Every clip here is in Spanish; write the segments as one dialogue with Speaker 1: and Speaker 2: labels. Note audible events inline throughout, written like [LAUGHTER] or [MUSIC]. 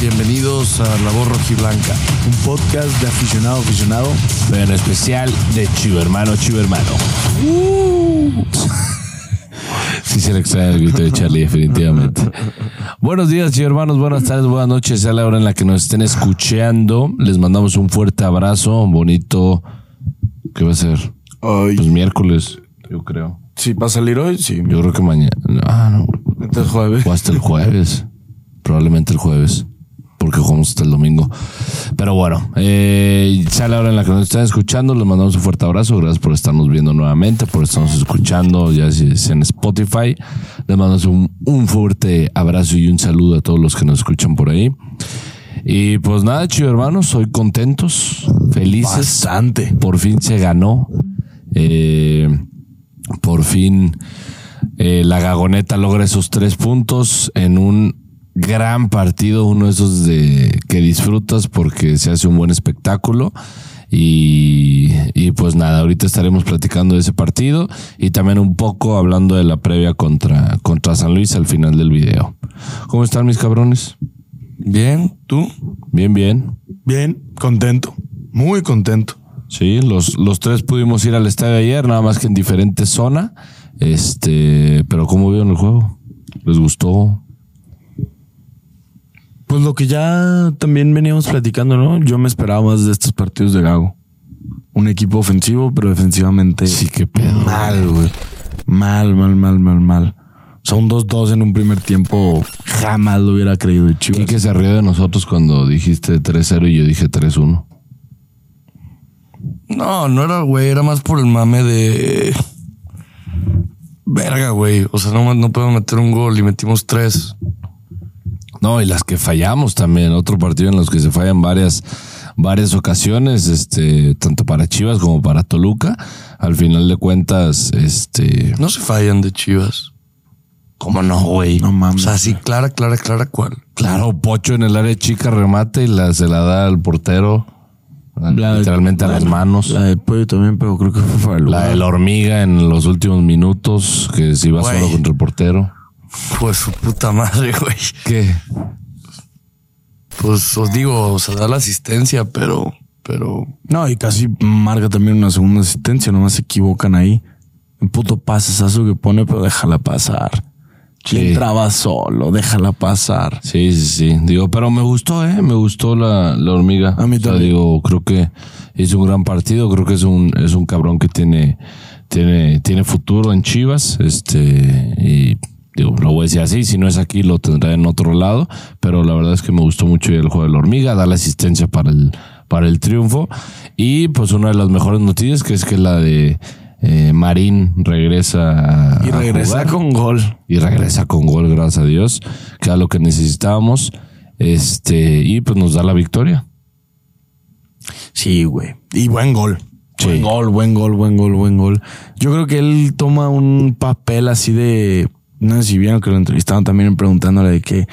Speaker 1: Bienvenidos a La Voz Rojiblanca,
Speaker 2: un podcast de aficionado aficionado,
Speaker 3: pero en especial de Chivo Hermano Chivo Hermano. [LAUGHS] Sí se le extraña el grito de Charlie, definitivamente. Buenos días, Chivo Hermanos, buenas tardes, buenas noches, a la hora en la que nos estén escuchando. Les mandamos un fuerte abrazo, un bonito... ¿Qué va a ser?
Speaker 1: Ay.
Speaker 3: Pues miércoles, yo creo.
Speaker 1: Si va a salir hoy, sí.
Speaker 3: Yo creo que mañana... Ah, no.
Speaker 1: Entonces, jueves.
Speaker 3: O hasta el jueves. Probablemente el jueves. Porque jugamos hasta el domingo. Pero bueno, eh, sea la hora en la que nos están escuchando. Les mandamos un fuerte abrazo. Gracias por estarnos viendo nuevamente, por estarnos escuchando, ya si es en Spotify. Les mandamos un, un fuerte abrazo y un saludo a todos los que nos escuchan por ahí. Y pues nada, chido hermanos, soy contentos, felices.
Speaker 1: Bastante.
Speaker 3: Por fin se ganó. Eh, por fin eh, la gagoneta logra esos tres puntos en un gran partido, uno de esos de que disfrutas porque se hace un buen espectáculo. Y, y pues nada, ahorita estaremos platicando de ese partido y también un poco hablando de la previa contra, contra San Luis al final del video. ¿Cómo están mis cabrones?
Speaker 1: Bien, tú.
Speaker 3: Bien, bien.
Speaker 1: Bien, contento. Muy contento.
Speaker 3: Sí, los, los tres pudimos ir al estadio ayer, nada más que en diferente zona. Este, pero ¿cómo vieron el juego? ¿Les gustó?
Speaker 2: Pues lo que ya también veníamos platicando, ¿no? Yo me esperaba más de estos partidos de Gago. Un equipo ofensivo, pero defensivamente
Speaker 3: Sí, qué pedo.
Speaker 2: mal, güey. Mal, mal, mal, mal, mal. O sea, un 2-2 en un primer tiempo jamás lo hubiera creído de Chivas.
Speaker 3: Y que se rió de nosotros cuando dijiste 3-0 y yo dije 3-1.
Speaker 1: No, no era, güey. Era más por el mame de. Verga, güey. O sea, no, no podemos meter un gol y metimos tres.
Speaker 3: No, y las que fallamos también. Otro partido en los que se fallan varias, varias ocasiones, este, tanto para Chivas como para Toluca. Al final de cuentas, este.
Speaker 1: No se fallan de chivas.
Speaker 3: ¿Cómo no, güey?
Speaker 2: No
Speaker 1: O
Speaker 2: mames.
Speaker 1: sea, sí, clara, clara, clara, cuál.
Speaker 3: Claro, Pocho en el área chica remate y la, se la da al portero.
Speaker 2: La de-
Speaker 3: literalmente a
Speaker 2: la-
Speaker 3: las manos.
Speaker 2: La de Pollo también, pero creo que fue para el
Speaker 3: La de la hormiga en los últimos minutos, que se iba solo
Speaker 1: Güey.
Speaker 3: contra el portero.
Speaker 1: Pues su puta madre, güey.
Speaker 3: ¿Qué?
Speaker 1: Pues os digo, o sea, da la asistencia, pero, pero
Speaker 2: No, y casi marca también una segunda asistencia, nomás se equivocan ahí. Un puto pasesazo que pone, pero déjala pasar.
Speaker 3: Sí.
Speaker 2: Le entraba solo, déjala pasar.
Speaker 3: Sí, sí, sí. Digo, pero me gustó, ¿eh? Me gustó la, la hormiga.
Speaker 2: A mí
Speaker 3: O sea,
Speaker 2: también.
Speaker 3: digo, creo que hizo un gran partido. Creo que es un, es un cabrón que tiene, tiene, tiene futuro en Chivas. Este, y digo, lo voy a decir así. Si no es aquí, lo tendrá en otro lado. Pero la verdad es que me gustó mucho el juego de la hormiga. Da la asistencia para el, para el triunfo. Y pues una de las mejores noticias que es que la de eh, Marín regresa a-
Speaker 2: Y
Speaker 3: a
Speaker 2: regresa
Speaker 3: jugar
Speaker 2: con gol.
Speaker 3: y regresa con gol, gracias a Dios, que era lo que necesitábamos. Este, y pues nos da la victoria.
Speaker 2: Sí, güey.
Speaker 1: Y buen gol.
Speaker 2: Buen gol, buen gol, buen gol, buen gol. Yo creo que él toma un papel así de. No sé si vieron que lo entrevistaban también preguntándole de que,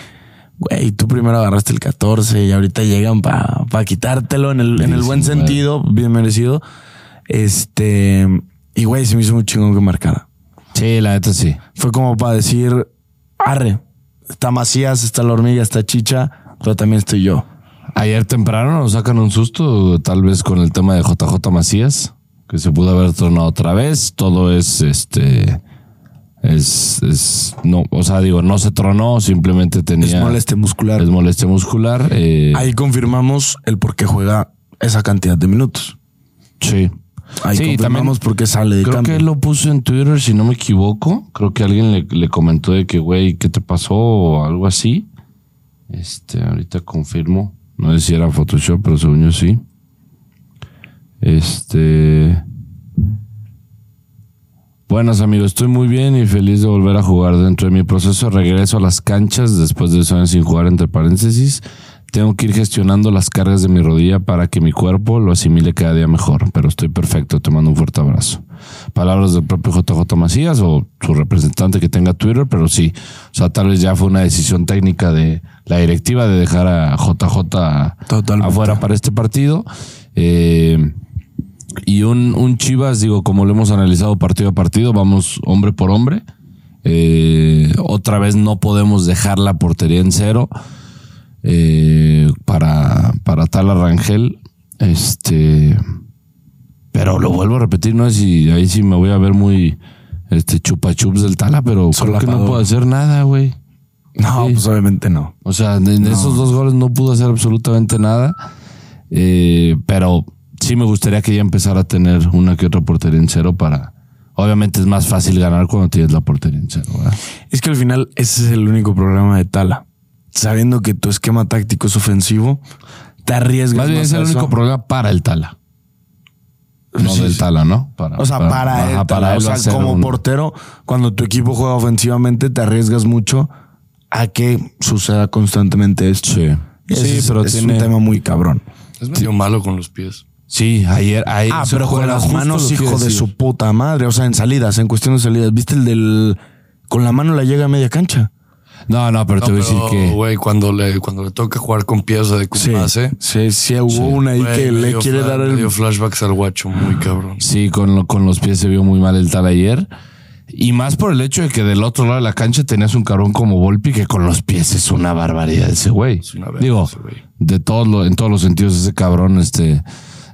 Speaker 2: güey, tú primero agarraste el 14 y ahorita llegan para quitártelo en el, en el buen
Speaker 3: 19.
Speaker 2: sentido, bien merecido. Este. Y güey, se me hizo muy chingón que marcara.
Speaker 3: Sí, la neta sí.
Speaker 2: Fue como para decir, arre, está Macías, está la hormiga, está Chicha, pero también estoy yo.
Speaker 3: Ayer temprano nos sacan un susto, tal vez con el tema de JJ Macías, que se pudo haber tornado otra vez. Todo es este. Es, es, no, o sea, digo, no se tronó, simplemente tenía.
Speaker 2: Es molestia muscular.
Speaker 3: es molestia muscular. eh,
Speaker 2: Ahí confirmamos el por qué juega esa cantidad de minutos.
Speaker 3: sí.
Speaker 2: Ahí
Speaker 3: Sí, y
Speaker 2: confirmamos por qué sale de
Speaker 3: Creo
Speaker 2: cambio.
Speaker 3: que él lo puso en Twitter, si no me equivoco. Creo que alguien le, le comentó de que, güey, ¿qué te pasó? O algo así. Este, ahorita confirmo. No sé si era Photoshop, pero según yo sí. Este. Buenas amigos, estoy muy bien y feliz de volver a jugar dentro de mi proceso. de Regreso a las canchas después de dos años sin jugar entre paréntesis. Tengo que ir gestionando las cargas de mi rodilla para que mi cuerpo lo asimile cada día mejor, pero estoy perfecto, te mando un fuerte abrazo. Palabras del propio JJ Macías o su representante que tenga Twitter, pero sí, o sea, tal vez ya fue una decisión técnica de la directiva de dejar a JJ
Speaker 2: Totalmente.
Speaker 3: afuera para este partido. Eh, y un, un Chivas, digo, como lo hemos analizado partido a partido, vamos hombre por hombre. Eh, otra vez no podemos dejar la portería en cero. Eh, Tala Rangel. Este. Pero lo vuelvo a repetir, no sé si ahí sí me voy a ver muy este chupa chups del Tala, pero creo que no
Speaker 2: Solapador.
Speaker 3: puedo hacer nada, güey.
Speaker 2: No,
Speaker 3: Sí.
Speaker 2: pues obviamente no.
Speaker 3: O sea, en esos dos goles no pudo hacer absolutamente nada. Eh, pero sí me gustaría que ya empezara a tener una que otra portería en cero para. Obviamente es más fácil ganar cuando tienes la portería en cero, ¿verdad?
Speaker 2: Es que al final ese es el único problema de Tala. Sabiendo que tu esquema táctico es ofensivo, te arriesgas.
Speaker 3: Más bien
Speaker 2: más
Speaker 3: es el
Speaker 2: a eso. Pues
Speaker 3: único problema para el Tala. No
Speaker 2: Sí,
Speaker 3: del
Speaker 2: sí.
Speaker 3: Tala, ¿no? Para,
Speaker 2: O sea, para, él,
Speaker 3: ajá,
Speaker 2: Tala.
Speaker 3: él va
Speaker 2: o
Speaker 3: a ser
Speaker 2: sea, como
Speaker 3: un-
Speaker 2: portero, cuando tu equipo juega ofensivamente, te arriesgas mucho a que suceda constantemente esto.
Speaker 3: Sí.
Speaker 2: Es,
Speaker 3: Sí, pero
Speaker 2: es
Speaker 3: tiene-
Speaker 2: un tema muy cabrón.
Speaker 1: Es medio malo con los pies.
Speaker 3: Sí, ayer. ayer
Speaker 2: Ah,
Speaker 3: se
Speaker 2: pero con
Speaker 3: juega
Speaker 2: las
Speaker 3: justo lo
Speaker 2: manos,
Speaker 3: que iba
Speaker 2: hijo
Speaker 3: a
Speaker 2: de
Speaker 3: decir.
Speaker 2: su puta madre. O sea, en salidas, en cuestión de salidas. ¿Viste el del. Con la mano la llega a media cancha?
Speaker 3: No, no, pero
Speaker 1: No,
Speaker 3: te voy a decir
Speaker 1: pero,
Speaker 3: que.
Speaker 1: Güey, cuando le, cuando le toca jugar con pies de Kumase,
Speaker 2: Sí, sí, hubo una ahí
Speaker 1: Ah, güey,
Speaker 2: que le
Speaker 1: dio
Speaker 2: quiere
Speaker 1: fla-
Speaker 2: dar el.
Speaker 1: dio flashbacks al guacho, muy cabrón.
Speaker 3: Sí, con, lo- con los pies se vio muy mal el tal ayer. Y más por el hecho de que del otro lado de la cancha tenías un cabrón como Volpi que con los pies es una barbaridad ese güey.
Speaker 1: una verga
Speaker 3: Digo,
Speaker 1: ese güey.
Speaker 3: de todos lo- en todos los sentidos ese cabrón este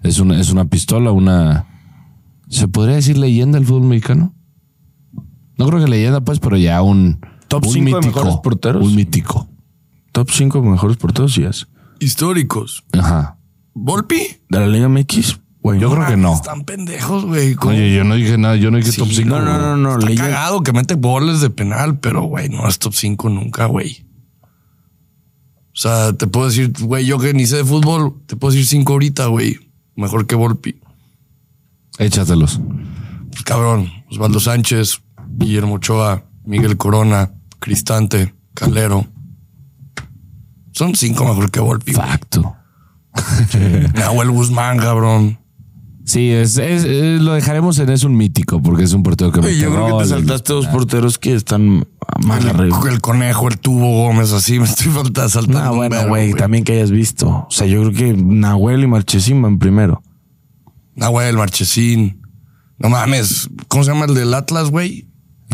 Speaker 3: es una es una pistola, una se podría decir leyenda del fútbol mexicano. No creo que leyenda pues, pero ya un
Speaker 2: Top
Speaker 3: un
Speaker 2: cinco de mejores porteros.
Speaker 3: un mítico.
Speaker 2: Top 5 mejores porteros y es.
Speaker 1: Históricos.
Speaker 3: Ajá.
Speaker 1: ¿Volpi?
Speaker 2: De la Liga MX, güey.
Speaker 3: Yo creo que no.
Speaker 1: Están pendejos, güey. como-
Speaker 3: Oye, yo no dije nada, yo no dije top 5.
Speaker 2: pues, No, no, no, no.
Speaker 1: Está
Speaker 2: leyenda-
Speaker 1: cagado que mete goles de penal, pero güey, no es top 5 nunca, güey. O sea, te puedo decir, güey, yo que ni sé de fútbol, te puedo decir 5 ahorita, güey. Mejor que Volpi.
Speaker 3: Échatelos.
Speaker 1: Pues, cabrón, Osvaldo Sánchez, Guillermo Ochoa, Miguel Corona, Cristante, Calero. Son 5 mejor que Volpi. güey.
Speaker 3: Facto.
Speaker 1: Nahuel Guzmán, cabrón.
Speaker 3: Sí, es, es- es- lo dejaremos en es un mítico, porque es un portero que
Speaker 2: Güey,
Speaker 3: mete
Speaker 2: yo creo que te
Speaker 3: goles.
Speaker 2: saltaste dos porteros que están
Speaker 3: Ah,
Speaker 2: mal arriba.
Speaker 1: El, el conejo, el tubo Gómez, así me estoy falta saltando.
Speaker 2: No,
Speaker 1: un
Speaker 2: bueno,
Speaker 1: verbo,
Speaker 2: güey, también que hayas visto. O sea, yo creo que Nahuel y Marchesín van primero.
Speaker 1: Nahuel, Marchesín. No mames. ¿Cómo se llama el del Atlas, güey?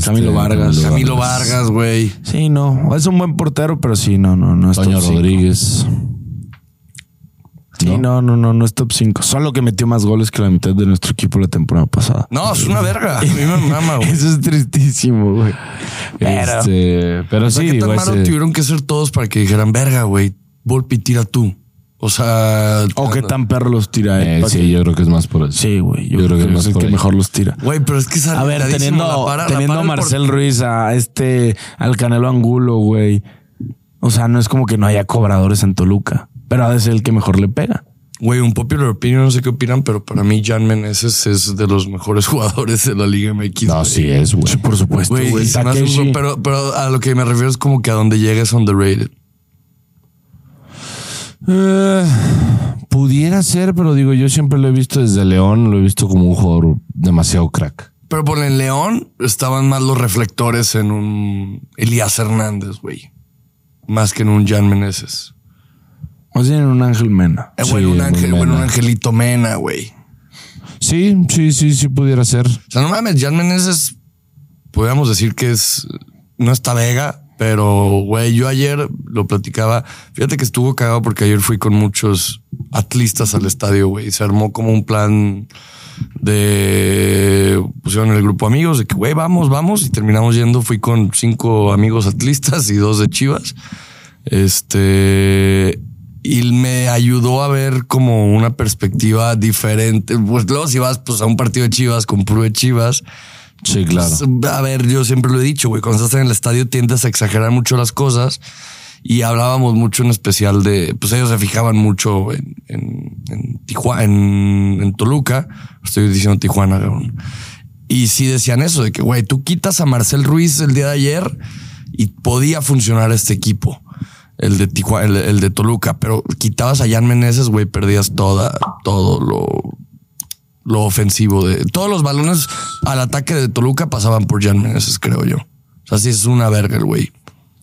Speaker 2: Camilo Vargas.
Speaker 1: Camilo Vargas, güey.
Speaker 2: Sí, no. Es un buen portero, pero sí, no, no, no es
Speaker 3: Toño
Speaker 2: top cinco.
Speaker 3: Rodríguez.
Speaker 2: Sí, no, no, no, no es top 5. Solo que metió más goles que la mitad de nuestro equipo la temporada pasada.
Speaker 1: No, es una verga. A mí me mama, güey.
Speaker 2: Eso es tristísimo, güey.
Speaker 3: Pero,
Speaker 2: Pero-
Speaker 3: este, pero
Speaker 1: O sea,
Speaker 3: sí,
Speaker 1: ¿Qué tan
Speaker 3: digo,
Speaker 1: malo
Speaker 3: ese-
Speaker 1: tuvieron que ser todos para que dijeran, verga, güey? Volpi, tira tú. O sea...
Speaker 2: O qué tan perro los tira
Speaker 3: eh,
Speaker 2: él.
Speaker 3: sí, yo creo que es más por eso.
Speaker 2: Sí, güey. Yo, creo que,
Speaker 3: más
Speaker 2: es el
Speaker 3: por
Speaker 2: que
Speaker 3: ahí.
Speaker 2: mejor los tira.
Speaker 1: Güey, pero es que es
Speaker 2: A ver,
Speaker 1: arriesgadísimo.
Speaker 2: teniendo,
Speaker 1: La para- la
Speaker 2: teniendo
Speaker 1: para
Speaker 2: a
Speaker 1: el
Speaker 2: Marcel Ruiz, a este, al Canelo Angulo, güey. O sea, no es como que no haya cobradores en Toluca, pero ha de ser el que mejor le pega.
Speaker 1: por- Güey, un popular opinion, no sé qué opinan, pero para mí Jan Meneses es de los mejores [LAUGHS] jugadores de la Liga MX.
Speaker 3: No,
Speaker 1: güey.
Speaker 3: sí es, güey.
Speaker 2: por supuesto,
Speaker 1: Güey, y se me hace un-
Speaker 2: Takeshi.
Speaker 1: pero, pero a lo que me refiero es como que a donde llega es underrated.
Speaker 3: Eh, pudiera ser, pero digo, yo siempre lo he visto desde León, lo he visto como un jugador demasiado crack.
Speaker 1: Pero por el León estaban más los reflectores en un Elías Hernández, güey. Más que en un Jan Meneses.
Speaker 2: Más bien un Ángel Mena.
Speaker 1: Eh, güey,
Speaker 3: Sí,
Speaker 1: un
Speaker 3: muy
Speaker 1: ángel, güey,
Speaker 3: Mena.
Speaker 1: un angelito Mena, güey.
Speaker 3: Sí, sí, sí, sí pudiera ser.
Speaker 1: O sea, no mames, Jan Meneses, podríamos decir que es, no está vega, pero güey, yo ayer lo platicaba. Fíjate que estuvo cagado porque ayer fui con muchos atlistas al estadio, güey. Se armó como un plan de pusieron el grupo amigos de que güey, vamos, vamos y terminamos yendo. Fui con cinco amigos atlistas y dos de Chivas. Este. Y me ayudó a ver como una perspectiva diferente. Pues luego, si vas pues, a un partido de Chivas con puro de Chivas,
Speaker 3: Sí, claro.
Speaker 1: pues, a ver, yo siempre lo he dicho, güey, cuando estás en el estadio tiendes a exagerar mucho las cosas y hablábamos mucho en especial de, pues ellos se fijaban mucho en, en, en Tijuana, en, en Toluca, estoy diciendo Tijuana, cabrón. Y sí decían eso, de que, güey, tú quitas a Marcel Ruiz el día de ayer y podía funcionar este equipo. El de Tijuana, el, el de Toluca, pero quitabas a Jan Meneses, güey, perdías toda, todo lo, lo ofensivo de todos los balones al ataque de Toluca pasaban por Jan Meneses, creo yo. O sea, sí es una verga el güey.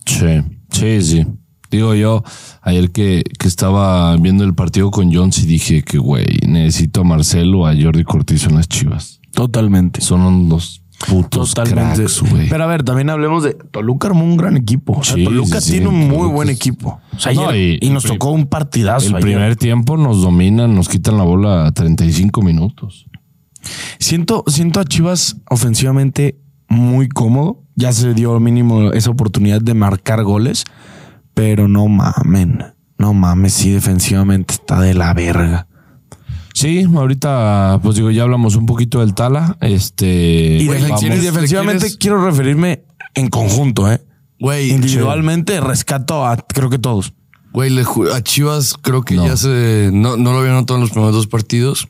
Speaker 3: Sí, sí, sí. Digo yo, ayer que, que estaba viendo el partido con Jones y dije que, güey, necesito a Marcelo, a Jordi Cortizo en las chivas.
Speaker 2: Totalmente.
Speaker 3: Son los putos
Speaker 2: Totalmente.
Speaker 3: cracks, güey.
Speaker 2: Pero a ver, también hablemos de Toluca armó un gran equipo. O sea,
Speaker 3: Sí,
Speaker 2: Toluca
Speaker 3: sí, sí.
Speaker 2: tiene un muy
Speaker 3: Toluca
Speaker 2: buen
Speaker 3: es-
Speaker 2: equipo. O sea,
Speaker 3: No,
Speaker 2: ayer-
Speaker 3: y-
Speaker 2: y, nos tocó un partidazo.
Speaker 3: El
Speaker 2: ayer.
Speaker 3: primer tiempo nos dominan, nos quitan la bola a 35 minutos.
Speaker 2: Siento, siento a Chivas ofensivamente muy cómodo. Ya se dio mínimo esa oportunidad de marcar goles, pero no mamen. No mames, sí, defensivamente está de la verga.
Speaker 3: Sí, ahorita, pues digo, ya hablamos un poquito del Tala. Este.
Speaker 2: Y,
Speaker 1: Güey,
Speaker 2: defen-
Speaker 1: ¿quieres-
Speaker 2: y defensivamente
Speaker 1: quieres-
Speaker 2: quiero referirme en conjunto, ¿eh?
Speaker 1: Güey,
Speaker 2: Individualmente rescato a creo que todos.
Speaker 1: Güey, le ju- a Chivas creo que
Speaker 3: No.
Speaker 1: ya se. No, no lo había notado en los primeros dos partidos.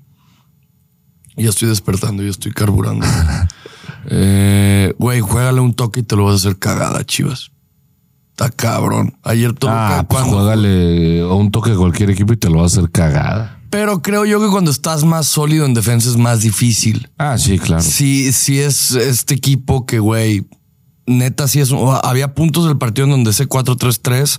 Speaker 1: Ya estoy despertando, ya
Speaker 3: [LAUGHS]
Speaker 1: estoy carburando. Eh, Güey, juégale un toque y te lo vas a hacer cagada, Chivas. Está cabrón. Ayer Toluca,
Speaker 3: Ah, pues
Speaker 1: cuando-
Speaker 3: juégale a un toque de cualquier equipo y te lo va a hacer cagada.
Speaker 1: Pero creo yo que cuando estás más sólido en defensa es más difícil.
Speaker 3: Ah, sí, claro.
Speaker 1: Sí, sí es este equipo que, güey, neta, sí es. un- o- Había puntos del partido en donde ese 4-3-3,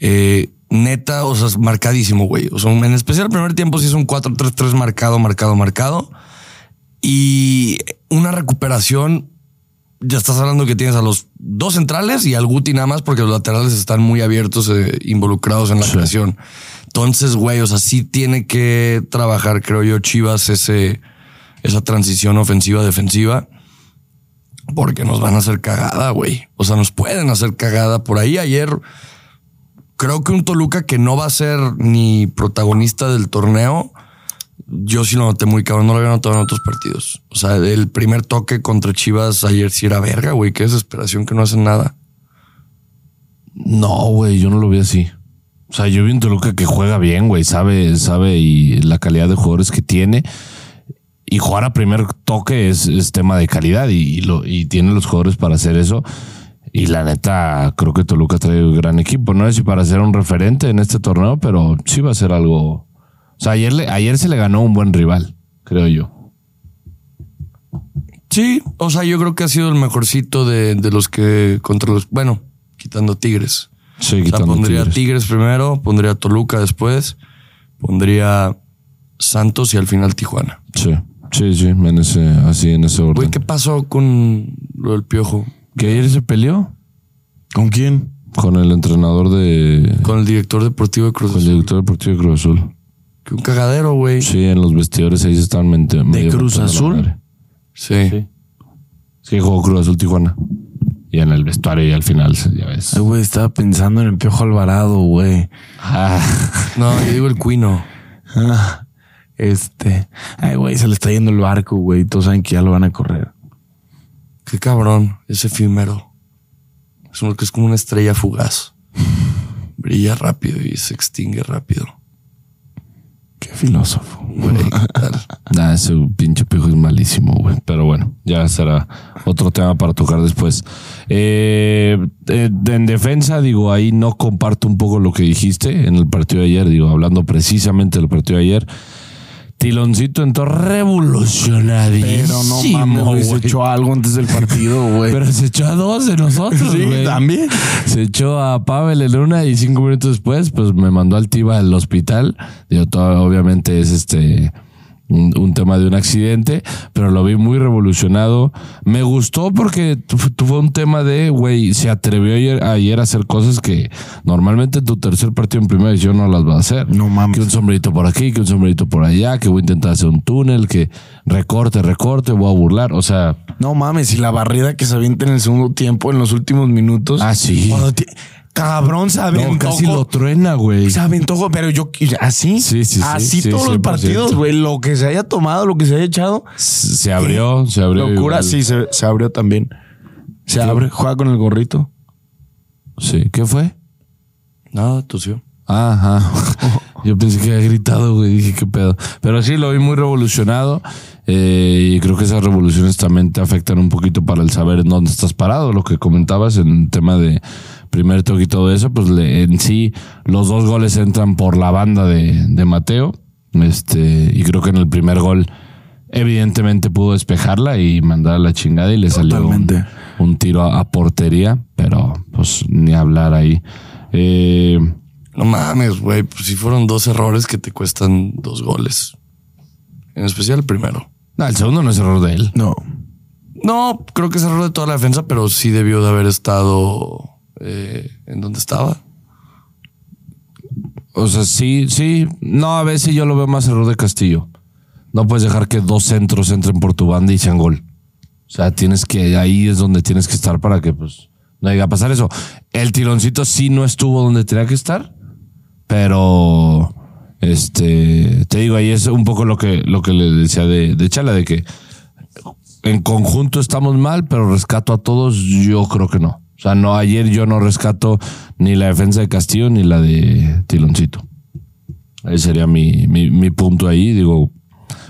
Speaker 1: eh, neta, o sea, es marcadísimo, güey. O sea, en especial el primer tiempo sí es un 4-3-3 marcado, marcado, marcado. Y una recuperación, ya estás hablando que tienes a los dos centrales y al Guti nada más, porque los laterales están muy abiertos, eh, involucrados en la
Speaker 3: Sí.
Speaker 1: creación. Entonces, güey, o sea, sí tiene que trabajar, creo yo, Chivas, ese, esa transición ofensiva-defensiva, porque nos van a hacer cagada, güey. O sea, nos pueden hacer cagada. Por ahí ayer, creo que un Toluca que no va a ser ni protagonista del torneo, yo sí lo noté muy cabrón, no lo había notado en otros partidos. O sea, el primer toque contra Chivas ayer sí era verga, güey. Qué desesperación que no hacen nada.
Speaker 3: No, güey, yo no lo vi así. O sea, yo vi un Toluca que juega bien, güey, sabe, sabe y la calidad de jugadores que tiene. Y jugar a primer toque es, es tema de calidad y, y lo, y tiene los jugadores para hacer eso. Y la neta, creo que Toluca trae un gran equipo. No sé si para ser un referente en este torneo, pero sí va a ser algo. O sea, ayer, le- ayer se le ganó un buen rival, creo yo.
Speaker 1: Sí, o sea, yo creo que ha sido el mejorcito de, de los que contra los. Bueno, quitando Tigres.
Speaker 3: Sí,
Speaker 1: O sea,
Speaker 3: quitando
Speaker 1: pondría
Speaker 3: Tigres.
Speaker 1: Tigres. primero, pondría Toluca después, pondría Santos y al final Tijuana.
Speaker 3: Sí, sí, sí, en ese, así en ese orden.
Speaker 1: Güey, ¿qué pasó con lo del piojo?
Speaker 3: que ayer se peleó
Speaker 2: ¿Con quién?
Speaker 3: con el entrenador de.
Speaker 1: Con el director deportivo de Cruz
Speaker 3: Con el
Speaker 1: Azul.
Speaker 3: director deportivo de Cruz Azul.
Speaker 1: Que un cagadero, güey.
Speaker 3: Sí, en los vestidores ahí se están mente- medio
Speaker 2: Cruz
Speaker 3: matando la
Speaker 2: Azul?
Speaker 3: madre.
Speaker 1: Sí.
Speaker 3: Sí, jugó Cruz Azul Tijuana. Y en el vestuario y al final, ya ves.
Speaker 2: Ay, Este güey, estaba pensando en el Piojo Alvarado, güey.
Speaker 3: Ah,
Speaker 1: No, yo digo el cuino.
Speaker 2: Ah, Este. Ay, güey, se le está yendo el barco, güey. Todos saben que ya lo van a correr.
Speaker 1: Qué cabrón, es efímero. Es uno que es como una estrella fugaz. Brilla rápido y se extingue rápido.
Speaker 2: Qué filósofo.
Speaker 1: Güey, ¿qué
Speaker 3: [LAUGHS]
Speaker 1: tal?
Speaker 3: nah, ese pinche pijo es malísimo, güey. Pero bueno, ya será otro tema para tocar después. Eh, eh, en defensa, digo, ahí no comparto un poco lo que dijiste en el partido de ayer. Digo, hablando precisamente del partido de ayer. Tiloncito entró revolucionadísimo.
Speaker 2: Pero no mames, güey. Se
Speaker 3: güey.
Speaker 2: echó algo antes del partido, güey.
Speaker 3: Pero se echó a dos de nosotros,
Speaker 2: Sí,
Speaker 3: güey.
Speaker 2: también.
Speaker 3: Se echó a Pavel en una y cinco minutos después, pues me mandó al Tiva al hospital. Digo, todo, obviamente es este un, un tema de un accidente, pero lo vi muy revolucionado. Me gustó porque tu- tuvo un tema de, güey, se atrevió ayer, ayer a hacer cosas que normalmente en tu tercer partido en primera división no las va a hacer.
Speaker 2: No mames.
Speaker 3: Que un sombrerito por aquí, que un sombrerito por allá, que voy a intentar hacer un túnel, que recorte, recorte, voy a burlar. O sea,
Speaker 2: No mames, y la barrida que se avienta en el segundo tiempo, en los últimos minutos.
Speaker 3: Ah, sí.
Speaker 2: Cuando ti- Cabrón, se aventó.
Speaker 3: no, casi
Speaker 2: co-
Speaker 3: lo truena, güey.
Speaker 2: Se aventó, jo- pero yo así,
Speaker 3: Sí, sí, sí,
Speaker 2: así
Speaker 3: sí,
Speaker 2: todos los
Speaker 3: 100%.
Speaker 2: partidos, güey. Lo que se haya tomado, lo que se haya echado,
Speaker 3: Se abrió, se abrió.
Speaker 2: locura.
Speaker 3: igual.
Speaker 2: Sí, se, se abrió también. Se abre, juega con el gorrito.
Speaker 3: Sí. ¿Qué fue?
Speaker 1: Nada, tosió.
Speaker 3: Ajá. Yo pensé que había gritado, güey. Dije, qué pedo. Pero sí, lo vi muy revolucionado. eh, y creo que esas revoluciones también te afectan un poquito para el saber en dónde estás parado. Lo que comentabas en el tema de primer toque y todo eso, pues le- en sí, los dos goles entran por la banda de, de Mateo. Este, y creo que en el primer gol, evidentemente pudo despejarla y mandar a la chingada y le salió un,
Speaker 2: Totalmente.
Speaker 3: un tiro a, a portería, pero pues ni hablar ahí. Eh,
Speaker 1: No mames, güey. Pues sí fueron dos errores que te cuestan dos goles. En especial el primero.
Speaker 3: No, el segundo no es error de él.
Speaker 2: No.
Speaker 1: No, creo que es error de toda la defensa, pero sí debió de haber estado eh, en donde estaba.
Speaker 3: O sea, sí, sí. No, a veces yo lo veo más error de Castillo. No puedes dejar que dos centros entren por tu banda y sean gol. O sea, tienes que, ahí es donde tienes que estar para que pues no llegue a pasar eso. El tironcito sí no estuvo donde tenía que estar, pero este, te digo, ahí es un poco lo que, lo que le decía de, de Chala, de que en conjunto estamos mal, pero rescato a todos, yo creo que no. O sea, no, ayer yo no rescato ni la defensa de Castillo ni la de Tiloncito. Ese sería mi, mi, mi punto ahí. Digo,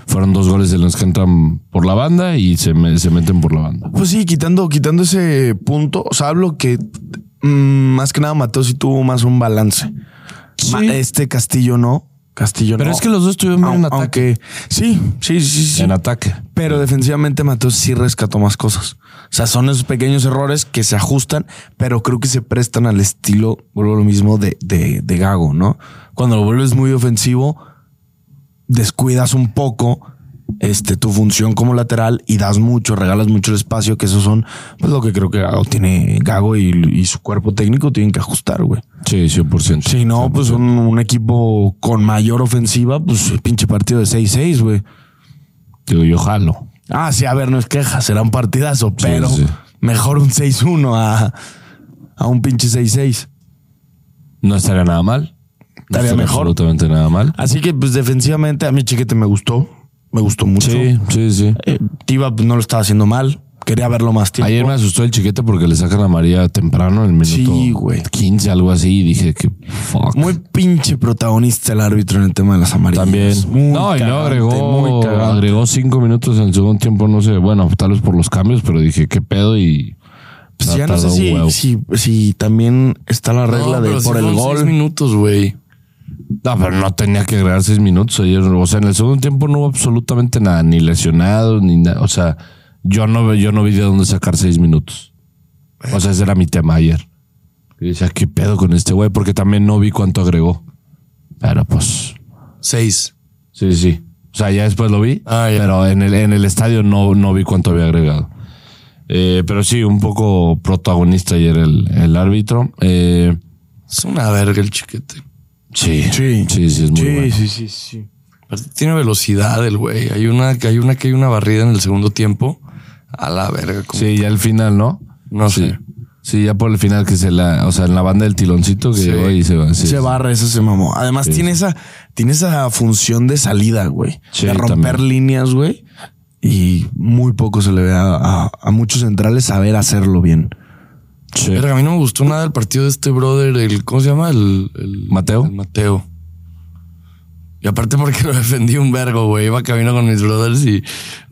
Speaker 3: fueron dos goles de los que entran por la banda y se, me- se meten por la banda.
Speaker 2: Pues sí, quitando, quitando ese punto, o sea, hablo que mm, más que nada Mateo sí tuvo más un balance. Ma- Este Castillo no. Castillo
Speaker 3: Pero
Speaker 2: no.
Speaker 3: es que los dos tuvieron
Speaker 2: Au-
Speaker 3: en ataque.
Speaker 2: aunque- sí, sí, sí, sí.
Speaker 3: En ataque.
Speaker 2: Pero defensivamente Mateo sí rescató más cosas. O sea, son esos pequeños errores que se ajustan, pero creo que se prestan al estilo, vuelvo a lo mismo, de, de, de Gago, ¿no? Cuando lo vuelves muy ofensivo, descuidas un poco este, tu función como lateral y das mucho, regalas mucho el espacio, que esos son pues, lo que creo que Gago tiene, Gago y, y su cuerpo técnico tienen que ajustar, güey.
Speaker 3: Sí, 100%.
Speaker 2: Si no, pues un, un equipo con mayor ofensiva, pues pinche partido de 6-6, güey.
Speaker 3: Digo, yo jalo.
Speaker 2: Ah, sí, a ver, no es queja, será un partidazo, pero
Speaker 3: sí.
Speaker 2: mejor un 6-1 a, a un pinche 6-6.
Speaker 3: No estaría nada mal. No
Speaker 2: Estaría mejor.
Speaker 3: Absolutamente nada mal.
Speaker 2: Así que, pues, defensivamente, a mí Chiquete me gustó. Me gustó mucho.
Speaker 3: Sí, sí, sí.
Speaker 2: Eh, Tiva pues, no lo estaba haciendo mal. Quería verlo más tiempo.
Speaker 3: Ayer me asustó el chiquete porque le sacan a María temprano en el minuto
Speaker 2: Sí, güey.
Speaker 3: 15, algo así, y dije que fuck.
Speaker 2: Muy pinche protagonista el árbitro en el tema de las amarillas.
Speaker 3: También. Ah,
Speaker 2: Muy
Speaker 3: no, y no
Speaker 2: cagante,
Speaker 3: agregó,
Speaker 2: muy cagante.
Speaker 3: agregó cinco minutos en el segundo tiempo, no sé, bueno, tal vez por los cambios, pero dije, qué pedo y...
Speaker 2: Pues,
Speaker 3: se
Speaker 2: ya no sé
Speaker 3: tardó un huevo.
Speaker 2: si, si, si también está la regla
Speaker 1: No,
Speaker 2: de
Speaker 1: pero sí
Speaker 2: por el
Speaker 1: fueron seis
Speaker 2: gol.
Speaker 1: minutos, güey.
Speaker 3: No, pero no tenía que agregar seis minutos ayer. O sea, en el segundo tiempo no hubo absolutamente nada, ni lesionados, ni nada. O sea, yo no, ve- yo no vi de dónde sacar seis minutos. O sea, ese era mi tema ayer. Y decía, ¿qué pedo con este güey? Porque también no vi cuánto agregó. Pero pues,
Speaker 1: Seis.
Speaker 3: sí, sí. O sea, ya después lo vi,
Speaker 1: Ah, ya.
Speaker 3: pero en el, en el estadio no, no vi cuánto había agregado. Eh, pero sí, un poco protagonista ayer el, el árbitro. Eh,
Speaker 1: Es una verga el chiquete.
Speaker 3: sí,
Speaker 2: Sí.
Speaker 3: sí, sí, es muy
Speaker 2: sí,
Speaker 3: bueno.
Speaker 2: sí, sí, sí.
Speaker 1: Aparte, Tiene velocidad el güey. Hay una, que hay una que hay una barrida en el segundo tiempo. A la verga. como-
Speaker 3: Sí, ya al final, ¿no?
Speaker 1: No
Speaker 3: sí.
Speaker 1: sé.
Speaker 3: Sí, ya por el final que se la, o sea, en la banda del tiloncito que
Speaker 1: Sí.
Speaker 3: llegó y se va. sí,
Speaker 2: se
Speaker 3: sí.
Speaker 2: barra, eso se mamó. Además, tiene esa, tiene esa función de salida, güey.
Speaker 3: Sí,
Speaker 2: de romper
Speaker 3: también.
Speaker 2: líneas, güey. Y muy poco se le ve a, a- a muchos centrales saber hacerlo bien.
Speaker 3: Sí.
Speaker 1: Verga, a mí no me gustó nada el partido de este brother, el ¿cómo se llama? El, el-
Speaker 3: ¿Mateo?
Speaker 1: el Mateo. Y aparte porque [LAUGHS] lo defendí un vergo, güey. Iba camino con mis brothers y,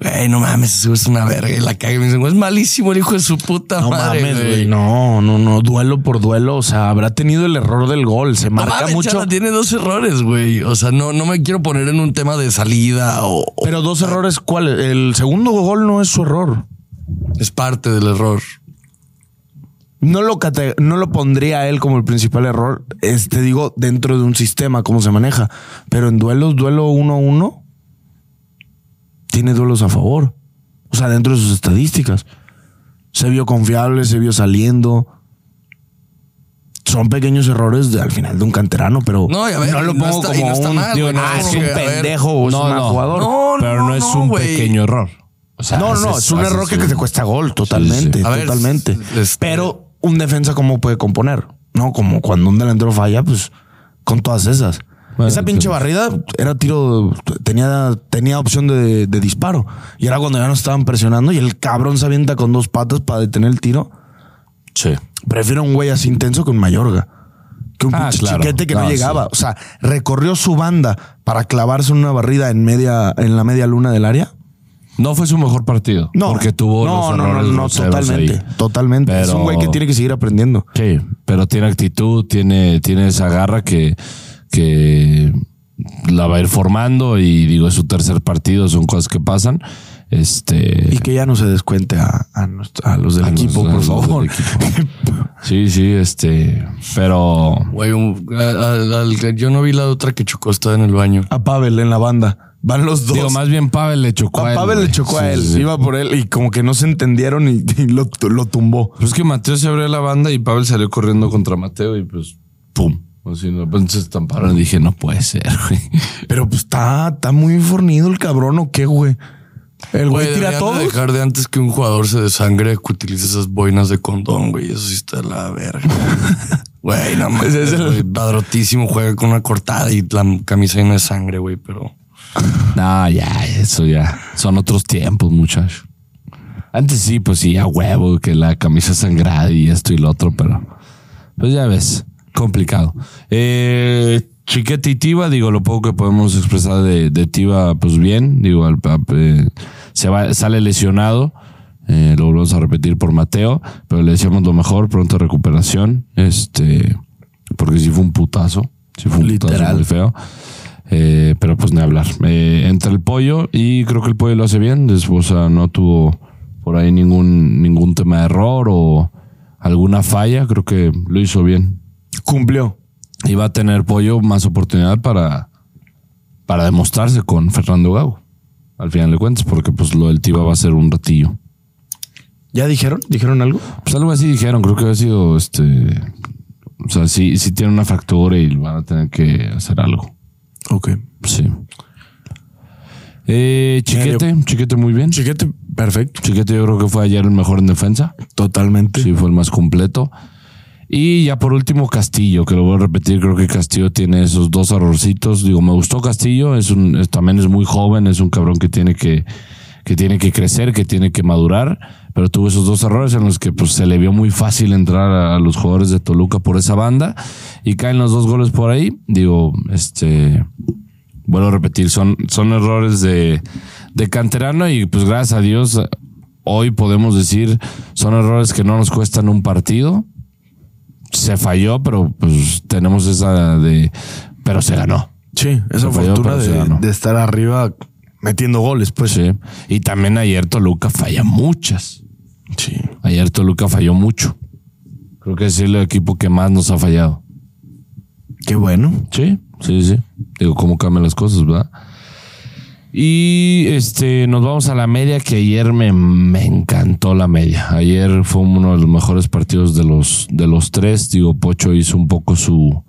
Speaker 1: güey, no mames, ese güey es una verga. Y la caga y me dicen, güey, es malísimo el hijo de su puta
Speaker 2: No
Speaker 1: madre,
Speaker 2: mames,
Speaker 1: güey.
Speaker 2: güey. No, no, no. Duelo por duelo. O sea, habrá tenido el error del gol. Se
Speaker 1: No
Speaker 2: marca
Speaker 1: mames,
Speaker 2: mucho.
Speaker 1: Chala, tiene dos errores, güey. O sea, no, no me quiero poner en un tema de salida o, o-
Speaker 2: Pero dos errores, ¿cuál? El segundo gol no es su error.
Speaker 1: es parte del error.
Speaker 2: No lo, cate- no lo pondría a él como el principal error, es, te digo, dentro de un sistema, cómo se maneja. Pero en duelos, duelo 1-1, tiene duelos a favor. O sea, dentro de sus estadísticas. Se vio confiable, se vio saliendo. Son pequeños errores de- al final de un canterano, pero
Speaker 1: No, y a ver,
Speaker 2: lo
Speaker 1: no
Speaker 2: pongo
Speaker 1: está- y
Speaker 2: como
Speaker 1: no está
Speaker 2: un,
Speaker 1: mal,
Speaker 2: digo,
Speaker 1: güey,
Speaker 2: "Ah,
Speaker 1: no,
Speaker 2: es
Speaker 1: porque,
Speaker 2: un
Speaker 1: a ver,
Speaker 2: pendejo o es
Speaker 3: no,
Speaker 2: un mal
Speaker 3: no.
Speaker 2: jugador.
Speaker 1: No,
Speaker 3: Pero no,
Speaker 1: no,
Speaker 3: es
Speaker 1: no,
Speaker 3: un
Speaker 1: güey.
Speaker 3: pequeño error. O sea,
Speaker 2: No,
Speaker 3: haces-
Speaker 2: no, es un
Speaker 3: haces
Speaker 2: error que te cuesta gol, totalmente,
Speaker 3: Sí,
Speaker 1: A ver,
Speaker 2: totalmente.
Speaker 1: este-
Speaker 2: Pero un defensa, ¿cómo puede componer? No, como cuando un delantero falla, pues con todas esas.
Speaker 3: Bueno,
Speaker 2: Esa pinche
Speaker 3: entonces-
Speaker 2: barrida era tiro, tenía, tenía opción de, de disparo. Y era cuando ya nos estaban presionando y el cabrón se avienta con dos patas para detener el tiro.
Speaker 3: Sí.
Speaker 2: Prefiero un güey así intenso que un Mayorga. Que un
Speaker 3: Ah,
Speaker 2: pinche
Speaker 3: claro.
Speaker 2: chiquete que no,
Speaker 3: No,
Speaker 2: llegaba.
Speaker 3: sí.
Speaker 2: O sea, recorrió su banda para clavarse en una barrida en media, en la media luna del área.
Speaker 3: No fue su mejor partido.
Speaker 2: No,
Speaker 3: Porque tuvo
Speaker 2: no,
Speaker 3: los
Speaker 2: no,
Speaker 3: errores
Speaker 2: no, no,
Speaker 3: groseros
Speaker 2: totalmente,
Speaker 3: ahí.
Speaker 2: totalmente. Es
Speaker 3: Pero-
Speaker 2: un güey que tiene que seguir aprendiendo.
Speaker 3: Sí, pero tiene actitud, tiene, tiene esa garra que, que la va a ir formando y digo, es su tercer partido, son cosas que pasan. Este.
Speaker 2: Y que ya no se descuente a, a nuestro- a los del
Speaker 3: a los-
Speaker 2: equipo,
Speaker 3: a
Speaker 2: por
Speaker 3: los del
Speaker 2: favor. [LAUGHS]
Speaker 3: equipo. sí, sí, este. Pero.
Speaker 1: Güey, un- a- a- al- yo no vi la otra que chocó, estaba en el baño.
Speaker 2: a Pavel en la banda. Van los dos.
Speaker 3: Digo, más bien Pavel le chocó
Speaker 2: a
Speaker 3: a él.
Speaker 2: Pavel le
Speaker 3: güey.
Speaker 2: chocó
Speaker 3: Sí,
Speaker 2: a él.
Speaker 3: sí, sí.
Speaker 2: Iba por él y como que no se entendieron y, y lo, lo tumbó.
Speaker 3: Pues que Mateo se abrió la banda y Pavel salió corriendo contra Mateo y pues pum. Así, no, pues se estamparon y dije, no puede ser, güey.
Speaker 2: Pero pues está, está muy fornido el cabrón o qué, güey. El güey tira
Speaker 1: deberían
Speaker 2: a todos.
Speaker 1: de dejar de antes que un jugador se desangre que utilice esas boinas de condón, güey. Eso sí está de la [LAUGHS] verga. Güey, no mames.
Speaker 2: Ese es
Speaker 1: Pues Es
Speaker 2: el-
Speaker 1: padrotísimo, juega con una cortada y la camisa llena de sangre, güey, pero...
Speaker 3: No, ya, eso ya. Son otros tiempos, muchacho. Antes sí, pues sí, a huevo, que la camisa sangrada y esto y lo otro, pero pues ya ves, complicado. Eh, Chiquete y Tiva, digo, lo poco que podemos expresar de, de Tiva, pues bien, digo, al- a- eh, se va, sale lesionado, eh, lo volvemos a repetir por Mateo, pero le deseamos lo mejor, pronta recuperación, este, porque sí fue un putazo, sí fue un putazo
Speaker 2: Literal.
Speaker 3: muy feo. Eh, pero pues ni hablar. Eh, entre el pollo y creo que el pollo lo hace bien. Después, o sea, no tuvo por ahí ningún, ningún tema de error o alguna falla. Creo que lo hizo bien.
Speaker 2: Cumplió.
Speaker 3: Y va a tener pollo más oportunidad para, para demostrarse con Fernando Gago. Al final de cuentas, porque pues lo del Tiba va a ser un ratillo.
Speaker 2: ¿Ya dijeron? ¿Dijeron algo?
Speaker 3: Pues algo así dijeron, creo que había sido este. O sea, sí, sí tiene una fractura y van a tener que hacer algo.
Speaker 2: Ok.
Speaker 3: Sí. Eh, chiquete, chiquete muy bien.
Speaker 2: Chiquete, perfecto.
Speaker 3: Chiquete yo creo que fue ayer el mejor en defensa.
Speaker 2: Totalmente.
Speaker 3: Sí, fue el más completo. Y ya por último Castillo, que lo voy a repetir, creo que Castillo tiene esos dos errorcitos. Digo, me gustó Castillo, es un, es- también es muy joven, es un cabrón que tiene que, que tiene que crecer, que tiene que madurar, pero tuvo esos dos errores en los que pues, se le vio muy fácil entrar a, a los jugadores de Toluca por esa banda y caen los dos goles por ahí. Digo, este, vuelvo a repetir, son, son errores de, de canterano y pues gracias a Dios hoy podemos decir son errores que no nos cuestan un partido. Se falló, pero pues tenemos esa de... Pero se ganó.
Speaker 2: Sí, esa
Speaker 3: Se falló,
Speaker 2: fortuna
Speaker 3: pero se
Speaker 2: de,
Speaker 3: ganó.
Speaker 2: de estar arriba metiendo goles, pues.
Speaker 3: Sí. Y también ayer Toluca falla muchas.
Speaker 2: Sí.
Speaker 3: Ayer Toluca falló mucho. Creo que es el equipo que más nos ha fallado.
Speaker 2: Qué bueno.
Speaker 3: Sí, sí, sí. Digo, cómo cambian las cosas, ¿verdad? Y este, nos vamos a la media, que ayer me, me encantó la media. Ayer fue uno de los mejores partidos de los, de los tres. Digo, Pocho hizo un poco su,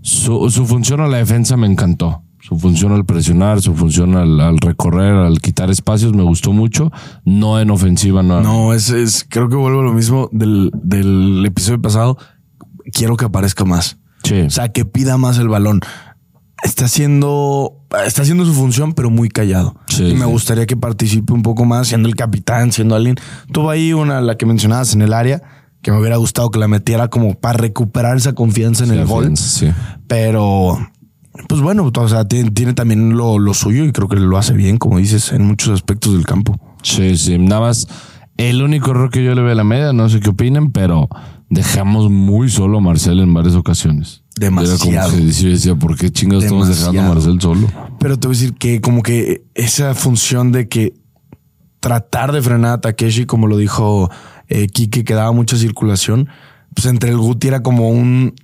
Speaker 3: su, su función a la defensa me encantó. Su función al presionar, su función al, al recorrer, al quitar espacios, me gustó mucho. No en ofensiva, no.
Speaker 2: No, es, es creo que vuelvo a lo mismo del, del episodio pasado. Quiero que aparezca más.
Speaker 3: Sí.
Speaker 2: O sea, que pida más el balón. Está haciendo, está haciendo su función, pero muy callado.
Speaker 3: Sí,
Speaker 2: y me
Speaker 3: sí.
Speaker 2: gustaría que participe un poco más, siendo el capitán, siendo alguien. Tuvo ahí una, la que mencionabas en el área, que me hubiera gustado que la metiera como para recuperar esa confianza en el gol.
Speaker 3: Sí.
Speaker 2: Pero, pues bueno, o sea, tiene, tiene también lo, lo suyo y creo que lo hace bien, como dices, en muchos aspectos del campo.
Speaker 3: Sí, sí. Nada más, el único error que yo le veo a la media, no sé qué opinen, pero dejamos muy solo a Marcel en varias ocasiones. Era
Speaker 2: Demasiado.
Speaker 3: como que decía- yo decía, ¿por qué chingados estamos dejando a
Speaker 2: Demasiado.
Speaker 3: Marcel solo?
Speaker 2: Pero te voy a decir que como que esa función de que tratar de frenar a Takeshi, como lo dijo eh, Kike, que daba mucha circulación, pues entre el Guti era como un...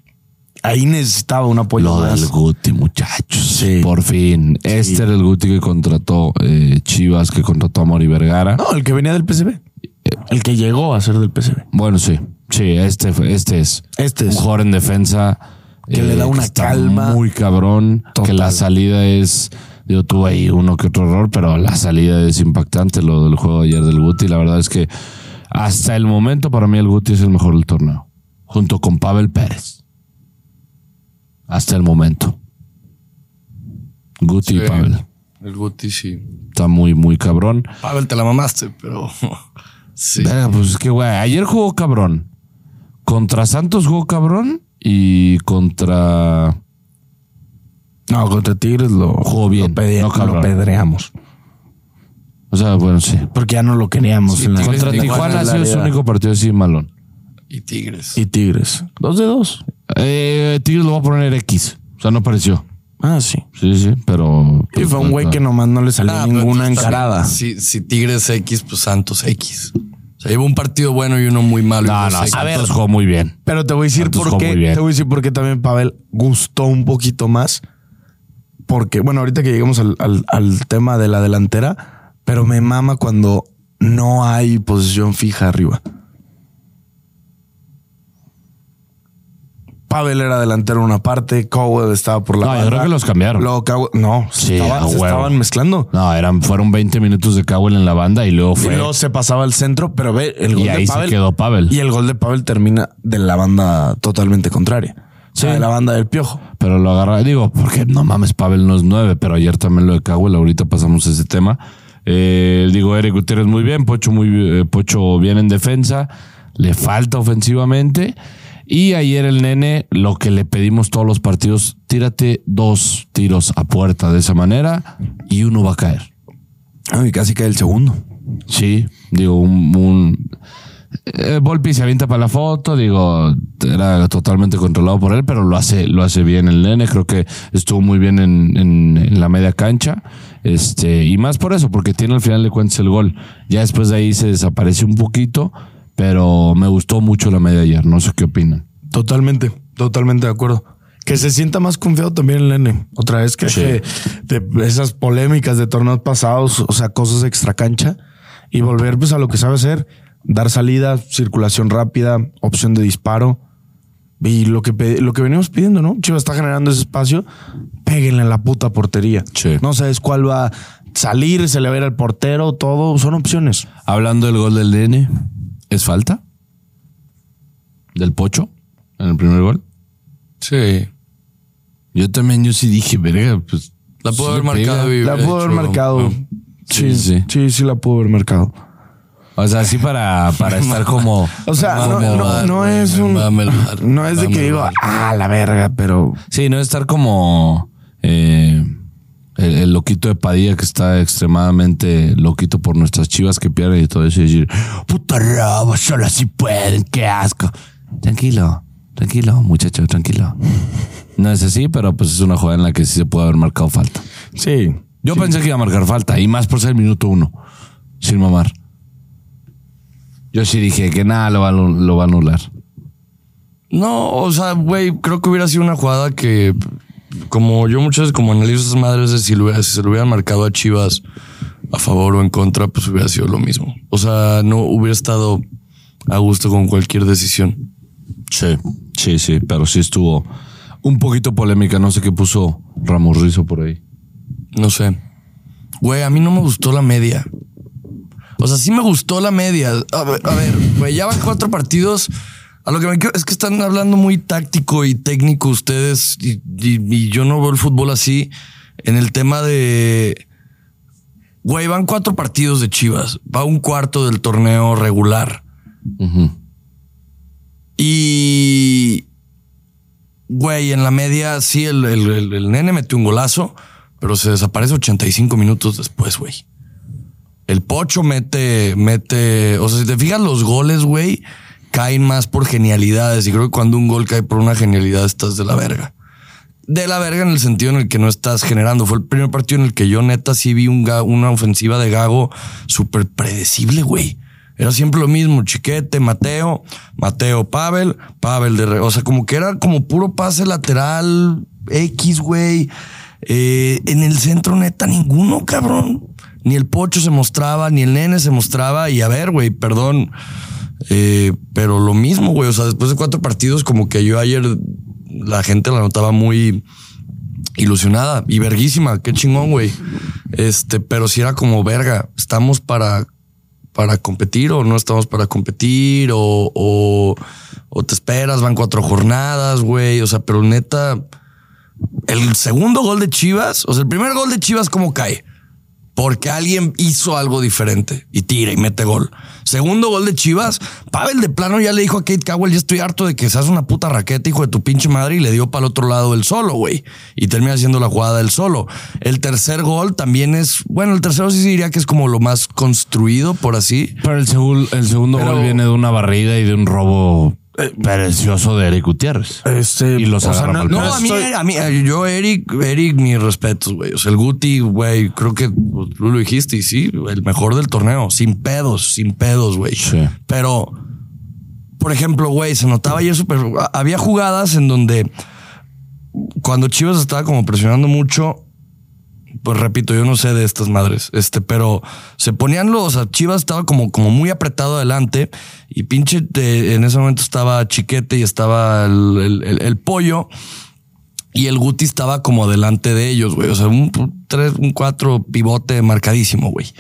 Speaker 2: Ahí necesitaba un apoyo
Speaker 3: Lo
Speaker 2: más.
Speaker 3: del Guti, muchachos.
Speaker 2: Sí.
Speaker 3: Por fin. Este era el Guti que contrató eh, Chivas, que contrató a Mori Vergara.
Speaker 2: No, el que venía del PCB.
Speaker 3: Eh,
Speaker 2: El que llegó a ser del PCB.
Speaker 3: Bueno, sí. Sí, este, fue- este es.
Speaker 2: Este
Speaker 3: un
Speaker 2: es.
Speaker 3: jugador en defensa eh,
Speaker 2: Que le da una
Speaker 3: está
Speaker 2: calma
Speaker 3: muy cabrón que
Speaker 2: total.
Speaker 3: la salida es yo tuve ahí uno que otro error pero la salida es impactante lo del juego de ayer del Guti la verdad es que hasta el momento para mí el Guti es el mejor del torneo junto con Pavel Pérez hasta el momento Guti y
Speaker 1: Sí.
Speaker 3: Pavel
Speaker 1: El Guti sí.
Speaker 3: está muy muy cabrón
Speaker 1: Pavel, te la mamaste, pero... [LAUGHS] sí.
Speaker 3: Verga, pues es que, güey, ayer jugó cabrón. Contra Santos jugó cabrón y contra...
Speaker 2: No, contra Tigres lo,
Speaker 3: Jugó bien,
Speaker 2: lo, pede-
Speaker 3: no, cabrón.
Speaker 2: lo pedreamos.
Speaker 3: O sea, bueno, sí.
Speaker 2: Porque ya no lo queríamos.
Speaker 1: Sí,
Speaker 2: en la-
Speaker 1: Tigres
Speaker 3: Contra
Speaker 1: Tijuana
Speaker 3: Tijuana ha
Speaker 2: es la
Speaker 3: sido su
Speaker 2: liga.
Speaker 3: único partido así malón.
Speaker 1: Y Tigres.
Speaker 2: Y Tigres. Dos de dos.
Speaker 3: Eh, Tigres lo va a poner X. O sea, no apareció.
Speaker 2: Ah, sí.
Speaker 3: Sí, sí, pues, pero.
Speaker 2: Y fue un güey que nomás no le salió
Speaker 1: Ah,
Speaker 3: pues,
Speaker 1: pero
Speaker 2: ninguna
Speaker 1: entonces
Speaker 2: encarada.
Speaker 1: también, Si, si Tigres X, pues Santos X. O sea, lleva un partido bueno y uno muy malo. y
Speaker 3: No, no,
Speaker 1: dos X.
Speaker 3: Santos pues, jugó muy bien.
Speaker 2: Pero te voy a decir
Speaker 3: Santos
Speaker 2: por
Speaker 3: jugó
Speaker 2: qué.
Speaker 3: muy bien.
Speaker 2: Te voy a decir por qué también Pavel gustó un poquito más. porque, bueno, ahorita que lleguemos al, al- al tema de la delantera, pero me mama cuando no hay posición fija arriba. Pavel era delantero en una parte, Cowell estaba por la.
Speaker 3: No, yo
Speaker 2: banda,
Speaker 3: creo que los cambiaron.
Speaker 2: luego Cowell- no, se
Speaker 3: Sí,
Speaker 2: estaba-
Speaker 3: a
Speaker 2: se
Speaker 3: huevo.
Speaker 2: estaban mezclando.
Speaker 3: No, eran, fueron 20 minutos de Cowell en la banda y luego
Speaker 2: Y
Speaker 3: fue.
Speaker 2: luego se pasaba al centro, pero ve, el
Speaker 3: Y
Speaker 2: gol de
Speaker 3: ahí se
Speaker 2: Pavel.
Speaker 3: quedó Pavel.
Speaker 2: Y el gol de Pavel termina de la banda totalmente contraria. O sea,
Speaker 3: Sí.
Speaker 2: de la banda del piojo.
Speaker 3: Pero lo agarra, digo, porque no mames, Pavel no es nueve, pero ayer también lo de Cowell, ahorita pasamos ese tema. Eh, digo, Eric Gutiérrez muy bien, Pocho, muy, eh, Pocho bien en defensa, le falta ofensivamente. Y ayer el nene, lo que le pedimos todos los partidos, tírate dos tiros a puerta de esa manera y uno va a caer.
Speaker 2: Ay, Ah, casi cae el segundo.
Speaker 3: Sí, digo, un. un eh, Volpi se avienta para la foto, digo, era totalmente controlado por él, pero lo hace, lo hace bien el nene, creo que estuvo muy bien en, en- en la media cancha, este, y más por eso, porque tiene al final de cuentas el gol. Ya después de ahí se desaparece un poquito, pero me gustó mucho la media ayer, no sé qué opinan.
Speaker 2: Totalmente, totalmente de acuerdo. Que se sienta más confiado también el nene. Otra vez que
Speaker 3: Sí.
Speaker 2: deje de esas polémicas de torneos pasados, o sea, cosas extra cancha y volver pues a lo que sabe hacer, dar salida, circulación rápida, opción de disparo y lo que pe- lo que venimos pidiendo, ¿no? Chivas está generando ese espacio, péguenle a la puta portería.
Speaker 3: Sí.
Speaker 2: No sabes cuál va a salir, se le va a ir al portero, todo son opciones.
Speaker 3: Hablando del gol del nene, ¿es falta? ¿Del Pocho? En el primer gol.
Speaker 1: Sí.
Speaker 3: Yo también, yo sí dije, verga, pues.
Speaker 1: La pudo
Speaker 3: sí
Speaker 1: haber
Speaker 3: le pega".
Speaker 1: marcado y
Speaker 2: La
Speaker 1: hubiera
Speaker 2: pudo haber
Speaker 1: dicho,
Speaker 2: marcado.
Speaker 1: "Ah,
Speaker 2: Sí,
Speaker 3: Sí,
Speaker 2: sí,
Speaker 3: sí.
Speaker 2: sí, la pudo haber marcado.
Speaker 3: O sea, así para,
Speaker 2: [LAUGHS]
Speaker 3: para estar como.
Speaker 2: O sea,
Speaker 1: Me
Speaker 2: no,
Speaker 1: mama el
Speaker 2: no-
Speaker 1: bar,
Speaker 2: no
Speaker 1: güey,
Speaker 2: es
Speaker 1: me
Speaker 2: un.
Speaker 1: mama el bar,
Speaker 2: no es
Speaker 1: me
Speaker 2: de
Speaker 1: mama
Speaker 2: que
Speaker 1: el
Speaker 2: digo,
Speaker 1: bar.
Speaker 2: ah, la verga, pero.
Speaker 3: Sí, no estar como eh, el, el loquito de Padilla que está extremadamente loquito por nuestras chivas que pierden y todo eso. Y decir, puta rabo, solo así pueden, qué asco. Tranquilo, tranquilo, muchacho, tranquilo. No es así, pero pues es una jugada en la que sí se puede haber marcado falta.
Speaker 2: Sí.
Speaker 3: Yo pensé que iba a marcar falta y más por ser el minuto uno, sin mamar. Yo sí dije que nada, lo va, a anu- lo va a anular.
Speaker 1: No, o sea, güey, creo que hubiera sido una jugada que, como yo muchas veces como analizo esas madres de si, lo hubiera- si se lo hubieran marcado a Chivas a favor o en contra, pues hubiera sido lo mismo. O sea, no hubiera estado a gusto con cualquier decisión.
Speaker 3: Sí, sí, sí, pero sí estuvo un poquito polémica. No sé qué puso Ramos Rizo por ahí.
Speaker 1: No sé. Güey, a mí no me gustó la media. O sea, sí me gustó la media. A ver, a ver, güey, ya van cuatro partidos. A lo que me quiero es que están hablando muy táctico y técnico ustedes y, y- y yo no veo el fútbol así en el tema de... Güey, van cuatro partidos de Chivas. Va un cuarto del torneo regular. Y... Güey, en la media sí, el, el- el- el nene metió un golazo, pero se desaparece 85 minutos después, güey. El Pocho mete, mete, o sea, si te fijas los goles, güey, caen más por genialidades. Y creo que cuando un gol cae por una genialidad, estás de la verga. De la verga en el sentido en el que no estás generando. Fue el primer partido en el que yo neta sí vi un ga- una ofensiva de Gago súper predecible, güey. Era siempre lo mismo, Chiquete, Mateo, Mateo, Pavel, Pavel de... re- O sea, como que era como puro pase lateral, X, güey. Eh, en el centro neta ninguno, cabrón. Ni el pocho se mostraba, ni el nene se mostraba. Y a ver, güey, perdón. Eh, pero lo mismo, güey. O sea, después de cuatro partidos, como que yo ayer la gente la notaba muy ilusionada y verguísima. Qué chingón, güey. Este, pero si era como verga, estamos para, para competir o no estamos para competir o, o, o te esperas, van cuatro jornadas, güey. O sea, pero neta, el segundo gol de Chivas, o sea, el primer gol de Chivas, ¿cómo cae? Porque alguien hizo algo diferente y tira y mete gol. Segundo gol de Chivas, Pavel de plano ya le dijo a Kate Cowell, ya estoy harto de que seas una puta raqueta, hijo de tu pinche madre, y le dio para el otro lado el solo, güey. Y termina haciendo la jugada del solo. El tercer gol también es, bueno, el tercero sí diría que es como lo más construido, por así.
Speaker 3: Pero el, segun- el segundo
Speaker 1: Pero-
Speaker 3: gol viene de una barrida y de un robo eh, precioso de Eric Gutiérrez.
Speaker 2: Este,
Speaker 3: Y los
Speaker 2: o sea,
Speaker 3: agarra
Speaker 2: no-
Speaker 3: pa'l
Speaker 2: no,
Speaker 1: No,
Speaker 3: pedo.
Speaker 1: a mí,
Speaker 2: estoy-
Speaker 1: a mí, yo, Eric, Eric, mis respetos, güey. O sea, el Guti, güey, creo que pues, tú lo dijiste y sí, el mejor del torneo, sin pedos, sin pedos, güey.
Speaker 3: Sí.
Speaker 1: Pero, por ejemplo, güey, se notaba ayer súper. Había jugadas en donde cuando Chivas estaba como presionando mucho, pues repito, yo no sé de estas madres, este, pero se ponían los, o sea, Chivas estaba como, como muy apretado adelante y pinche, te- en ese momento estaba Chiquete y estaba el, el- el- el pollo y el Guti estaba como delante de ellos, güey, o sea, un tres, un cuatro pivote marcadísimo, güey.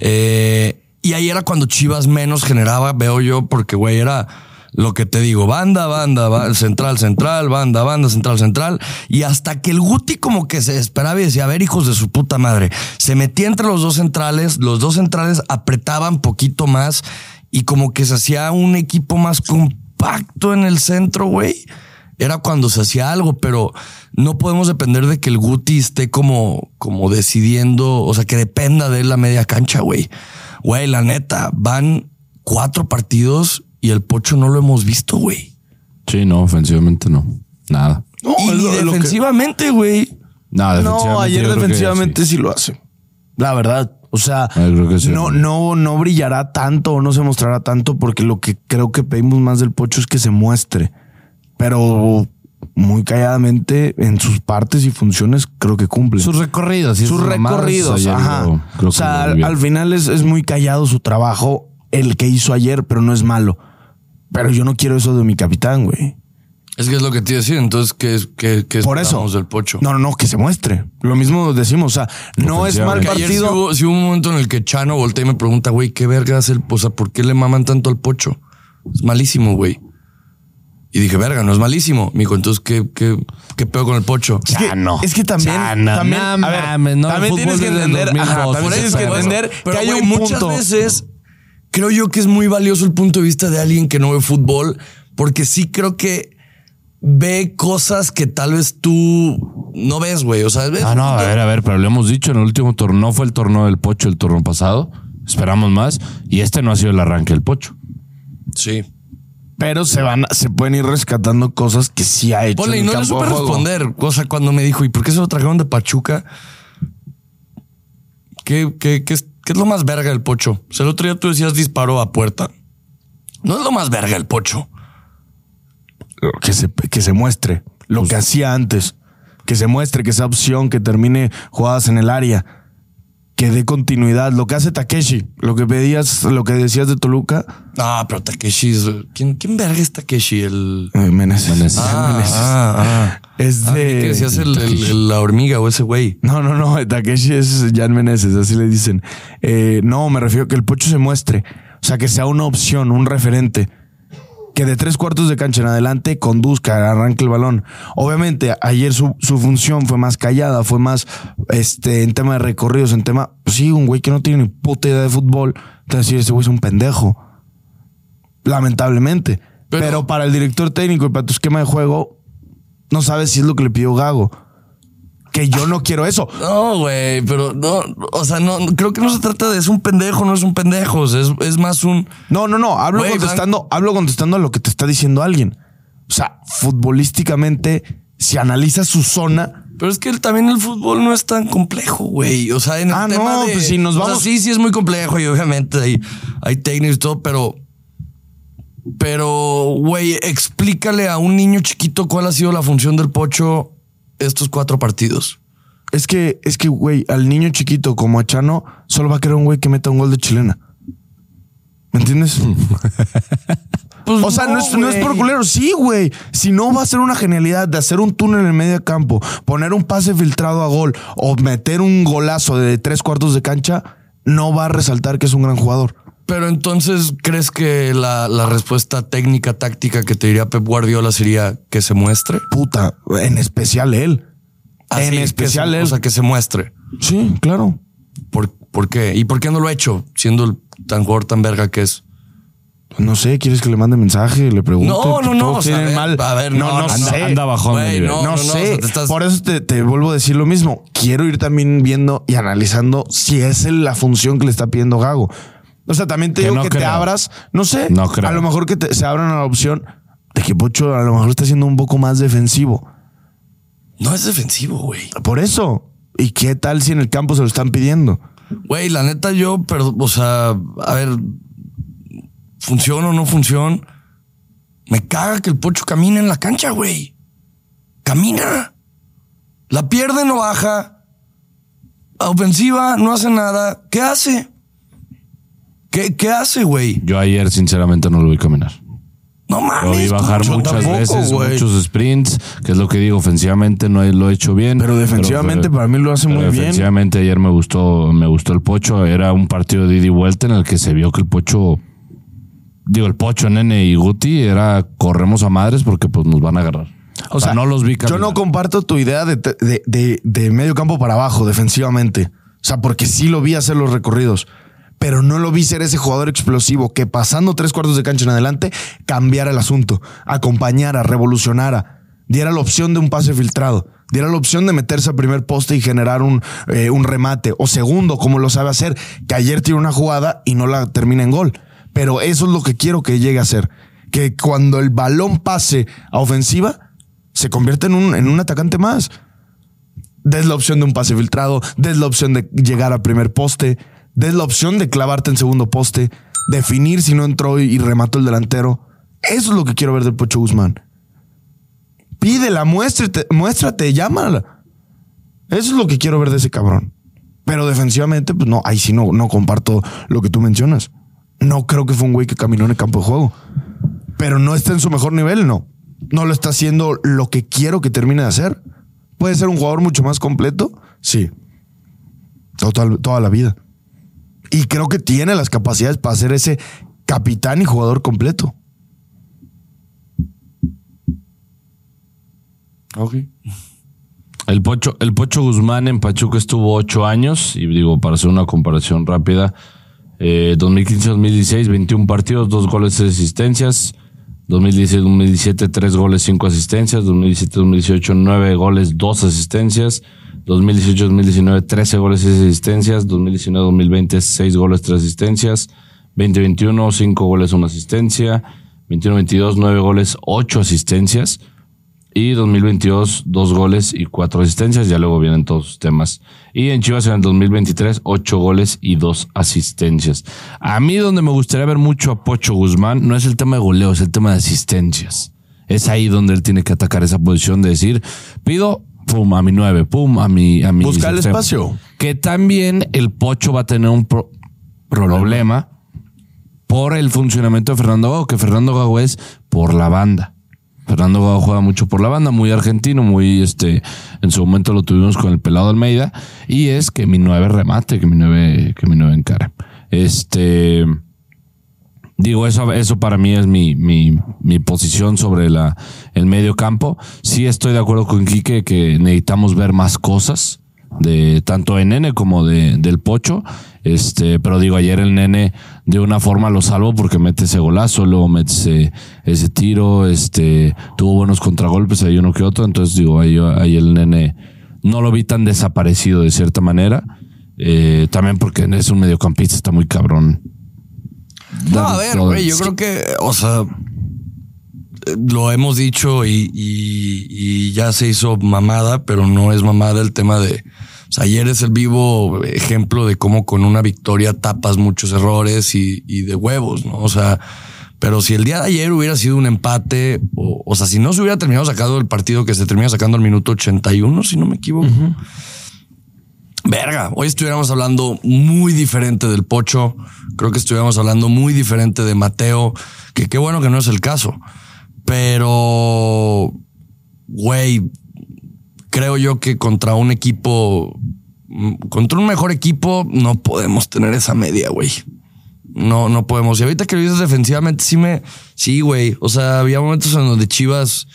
Speaker 1: Eh, y ahí era cuando Chivas menos generaba, veo yo, porque, güey, era lo que te digo, banda, banda, ba- central, central, banda, banda, central, central. Y hasta que el Guti como que se esperaba y decía, a ver, hijos de su puta madre, se metía entre los dos centrales, los dos centrales apretaban poquito más y como que se hacía un equipo más compacto en el centro, güey era cuando se hacía algo, pero no podemos depender de que el Guti esté como, como decidiendo, o sea, que dependa de él la media cancha, güey. Güey, la neta, van cuatro partidos y el Pocho no lo hemos visto, güey.
Speaker 3: Sí, no, ofensivamente no. Nada.
Speaker 1: y ni defensivamente, güey.
Speaker 3: No, defensivamente.
Speaker 2: No, ayer
Speaker 3: yo creo que
Speaker 2: defensivamente
Speaker 3: sí.
Speaker 2: sí. lo hace. La verdad. O sea,
Speaker 3: Yo creo que sí.
Speaker 2: no, no, no brillará tanto o no se mostrará tanto porque lo que creo que pedimos más del Pocho es que se muestre. Pero muy calladamente en sus partes y funciones creo que cumple.
Speaker 3: Sus recorridos. y
Speaker 2: sus
Speaker 3: esas mamadas,
Speaker 2: recorridos.
Speaker 3: ayer
Speaker 2: ajá.
Speaker 3: lo- creo que
Speaker 2: o sea,
Speaker 3: lo
Speaker 2: al,
Speaker 3: vi bien.
Speaker 2: al final es, es muy callado su trabajo, el que hizo ayer, pero no es malo. Pero yo no quiero eso de mi capitán, güey.
Speaker 1: Es que es lo que te iba a decir, entonces, ¿qué, es- qué, qué
Speaker 2: Por eso.
Speaker 1: esperamos del Pocho?
Speaker 2: No, no, no, que se muestre. Lo mismo decimos, o sea, no es mal
Speaker 1: Que ayer sí
Speaker 2: partido.
Speaker 1: hubo, sí hubo un momento en el que Chano voltea y me pregunta, güey, ¿qué verga hace el, o sea, por qué le maman tanto al Pocho? Es malísimo, güey. Y dije, verga, no es malísimo. Me dijo, entonces, ¿qué, qué, qué pedo con el Pocho?
Speaker 2: Es que,
Speaker 3: Chano.
Speaker 2: es que también,
Speaker 3: Chano,
Speaker 2: también,
Speaker 3: no
Speaker 2: a ver,
Speaker 3: mames, no, el
Speaker 2: también
Speaker 3: fútbol
Speaker 2: tienes que
Speaker 3: desde el
Speaker 2: entender,
Speaker 3: 2002,
Speaker 2: ajá, también
Speaker 3: ese
Speaker 2: tienes que
Speaker 3: pedo.
Speaker 2: entender que
Speaker 1: Pero,
Speaker 2: hay
Speaker 1: güey,
Speaker 2: un
Speaker 1: muchas
Speaker 2: punto.
Speaker 1: veces creo yo que es muy valioso el punto de vista de alguien que no ve fútbol, porque sí creo que ve cosas que tal vez tú no ves, güey. O sea, ves-
Speaker 3: Ah, No, no, a ver, a ver, pero lo hemos dicho en el último torneo. No fue el torneo del Pocho el torneo pasado. Esperamos más. Y este no ha sido el arranque del Pocho.
Speaker 1: Sí.
Speaker 2: Pero se van, se pueden ir rescatando cosas que sí ha hecho.
Speaker 1: Ponle,
Speaker 2: en
Speaker 1: y
Speaker 2: el
Speaker 1: no le
Speaker 2: campo
Speaker 1: supe
Speaker 2: de juego.
Speaker 1: responder. O sea, cuando me dijo, ¿y por qué se lo trajeron de Pachuca? ¿Qué, qué, qué es, qué es lo más verga del pocho? O sea, el otro día tú decías disparo a puerta. No es lo más verga el pocho.
Speaker 2: que se, que se muestre lo
Speaker 1: Pues
Speaker 2: que hacía antes. Que se muestre, que sea opción, que termine jugadas en el área, que dé continuidad. Lo que hace Takeshi, lo que pedías, lo que decías de Toluca,
Speaker 1: Ah, pero Takeshi es- ¿Quién, quién verga es Takeshi? El.
Speaker 2: eh, Meneses.
Speaker 3: Meneses.
Speaker 1: Ah, ah, ah.
Speaker 2: Es
Speaker 1: Ah, ¿qué
Speaker 2: de.
Speaker 1: decías el, el- el- la hormiga o ese güey?
Speaker 2: No, no, no. Takeshi es Jan Meneses, así le dicen. Eh, no, me refiero a que el pocho se muestre. O sea, que sea una opción, un referente. Que de tres cuartos de cancha en adelante conduzca, arranque el balón. Obviamente, ayer su, su función fue más callada, fue más este, en tema de recorridos, en tema. pues sí, un güey que no tiene ni puta idea de fútbol. Te va a decir, este güey es un pendejo. Lamentablemente.
Speaker 1: Pero-
Speaker 2: Pero, para el director técnico y para tu esquema de juego, no sabes si es lo que le pidió Gago. Que yo no quiero eso.
Speaker 1: No, güey, pero no. O sea, no, no, creo que no se trata de es un pendejo, no es un pendejo. o sea, es, es más un.
Speaker 2: No, no, no. Hablo
Speaker 1: Güey,
Speaker 2: contestando, hablo contestando a lo que te está diciendo alguien. O sea, futbolísticamente, si analizas su zona,
Speaker 1: Pero es que el- también el fútbol no es tan complejo, güey. O sea, en el
Speaker 2: Ah,
Speaker 1: tema
Speaker 2: no,
Speaker 1: de-
Speaker 2: pues si nos
Speaker 1: o sea,
Speaker 2: vamos-
Speaker 1: sí, sí es muy complejo y obviamente hay, hay técnicos y todo, pero... Pero, güey, explícale a un niño chiquito cuál ha sido la función del pocho estos cuatro partidos.
Speaker 2: es que, es que, güey, al niño chiquito como a Chano, solo va a querer un güey que meta un gol de chilena. ¿Me
Speaker 1: [LAUGHS]
Speaker 2: entiendes?
Speaker 1: Pues
Speaker 2: O sea, no, es, no es por
Speaker 1: güey.
Speaker 2: culero. Sí, güey. Si no va a ser una genialidad de hacer un túnel en el medio campo, poner un pase filtrado a gol o meter un golazo de tres cuartos de cancha, no va a resaltar que es un gran jugador.
Speaker 1: Pero entonces, ¿crees que la, la respuesta técnica, táctica que te diría Pep Guardiola sería que se muestre?
Speaker 2: Puta, en especial él.
Speaker 1: Así,
Speaker 2: en
Speaker 1: Ah, que
Speaker 2: especial
Speaker 1: se-
Speaker 2: él.
Speaker 1: O sea, que se muestre.
Speaker 2: sí, claro.
Speaker 1: ¿Por, ¿Por qué? ¿Y por qué no lo ha hecho siendo el tan jugador tan verga que es?
Speaker 2: No sé, ¿quieres que le mande mensaje? Le pregunte.
Speaker 1: No, no, no,
Speaker 2: Todos
Speaker 1: o sea,
Speaker 2: tienen
Speaker 1: a ver,
Speaker 2: mal.
Speaker 1: a ver, no,
Speaker 2: no, no,
Speaker 1: no,
Speaker 2: sé.
Speaker 3: Anda, anda bajón de
Speaker 1: Güey,
Speaker 3: nivel.
Speaker 1: no.
Speaker 2: No,
Speaker 1: o
Speaker 2: sé.
Speaker 1: sea, te estás-
Speaker 2: Por eso te, te vuelvo a decir lo mismo. Quiero ir también viendo y analizando si es el- la función que le está pidiendo Gago. O sea, también te
Speaker 3: Que
Speaker 2: digo
Speaker 3: no
Speaker 2: que te
Speaker 3: creo.
Speaker 2: abras. No sé.
Speaker 3: No creo.
Speaker 2: A lo mejor que te- se abran a la opción de que Pocho a lo mejor está siendo un poco más defensivo.
Speaker 1: No es defensivo, güey.
Speaker 2: Por eso. ¿Y qué tal si en el campo se lo están pidiendo?
Speaker 1: Güey, la neta, yo, pero, o sea, a ver, funciona o no funciona. Me caga que el pocho camine en la cancha, güey. Camina. La pierde, no baja. a ofensiva, no hace nada. ¿Qué hace? ¿Qué, qué hace, güey?
Speaker 3: Yo ayer, sinceramente, no lo vi caminar.
Speaker 1: No mames.
Speaker 3: Lo vi bajar
Speaker 1: Poncho,
Speaker 3: muchas
Speaker 1: tampoco,
Speaker 3: veces,
Speaker 1: güey.
Speaker 3: muchos sprints, que es lo que digo, ofensivamente no lo he hecho bien.
Speaker 2: Pero defensivamente
Speaker 3: pero-
Speaker 2: para mí lo hace
Speaker 3: pero
Speaker 2: muy bien.
Speaker 3: defensivamente ayer me gustó, me gustó el pocho. Era un partido de ida y vuelta en el que se vio que el pocho, digo, el pocho, nene y Guti, era corremos a madres porque pues nos van a agarrar. O sea, no los vi
Speaker 2: Yo
Speaker 3: caminar.
Speaker 2: no comparto tu idea de, te- de- de- de medio campo para abajo, defensivamente. O sea, porque sí lo vi hacer los recorridos, pero no lo vi ser ese jugador explosivo que pasando tres cuartos de cancha en adelante cambiara el asunto, acompañara, revolucionara, diera la opción de un pase filtrado, diera la opción de meterse al primer poste y generar un, eh, un remate, o segundo, como lo sabe hacer, que ayer tiene una jugada y no la termina en gol. Pero eso es lo que quiero que llegue a ser. Que cuando el balón pase a ofensiva, se convierte en un, en un atacante más. Des la opción de un pase filtrado, des la opción de llegar al primer poste, des la opción de clavarte en segundo poste, definir si no entró y, y remató el delantero. Eso es lo que quiero ver del Pocho Guzmán. Pídela, muéstrate, muéstrate, llámala. Eso es lo que quiero ver de ese cabrón. Pero defensivamente, pues no, ahí sí no, no comparto lo que tú mencionas. No creo que fue un güey que caminó en el campo de juego pero no está en su mejor nivel, no. No lo está haciendo lo que quiero que termine de hacer. Puede ser un jugador mucho más completo, sí. Total, toda la vida. Y creo que tiene las capacidades para ser ese capitán y jugador completo.
Speaker 3: El Pocho, el Pocho Guzmán en Pachuca estuvo ocho años, y digo, para hacer una comparación rápida, eh, 2015-2016, 21 partidos, dos goles, tres asistencias. 2016-2017, tres goles, cinco asistencias. 2017-2018, nueve goles, dos asistencias. 2018-2019, 13 goles, seis asistencias. 2019-2020, seis goles, tres asistencias. 2021, cinco goles, una asistencia. 21-22, nueve goles, ocho asistencias. Y 2022, dos goles y cuatro asistencias. Ya luego vienen todos sus temas. Y en Chivas en el 2023, ocho goles y dos asistencias. A mí donde me gustaría ver mucho a Pocho Guzmán no es el tema de goleo, es el tema de asistencias. Es ahí donde él tiene que atacar esa posición de decir, pido, pum, a mi nueve, pum, a mi... A mi
Speaker 2: Buscar el
Speaker 3: extremo.
Speaker 2: espacio.
Speaker 3: Que también el Pocho va a tener un pro- problema por el funcionamiento de Fernando Gago, que Fernando Gago es por la banda. Fernando Gago juega mucho por la banda, muy argentino, muy este. En su momento lo tuvimos con el pelado Almeida. Y es que mi 9 remate, que mi 9, que mi 9 encara. Este. Digo, eso, eso para mí es mi, mi, mi posición sobre la, el medio campo. Sí estoy de acuerdo con Quique que necesitamos ver más cosas de tanto de Nene como de, del Pocho. Este, pero digo, ayer el Nene de una forma lo salvo porque mete ese golazo, luego mete ese, ese tiro, este, tuvo buenos contragolpes, hay uno que otro. Entonces digo, ahí, ahí el Nene no lo vi tan desaparecido de cierta manera. Eh, también porque es un mediocampista, está muy cabrón.
Speaker 1: No,
Speaker 3: Dar
Speaker 1: a ver,
Speaker 3: todo.
Speaker 1: güey, yo creo que, o sea, eh, lo hemos dicho y, y- y ya se hizo mamada, pero no es mamada el tema de. O sea, ayer es el vivo ejemplo de cómo con una victoria tapas muchos errores y, y de huevos, ¿no? O sea, pero si el día de ayer hubiera sido un empate, o, o sea, si no se hubiera terminado sacando el partido que se termina sacando al minuto 81, si no me equivoco. Verga, hoy estuviéramos hablando muy diferente del Pocho, creo que estuviéramos hablando muy diferente de Mateo, que qué bueno que no es el caso, pero, güey, creo yo que contra un equipo, mm, contra un mejor equipo, no podemos tener esa media, güey. No, no podemos. Y ahorita que lo dices defensivamente, sí me, sí, güey. O sea, había momentos en donde Chivas,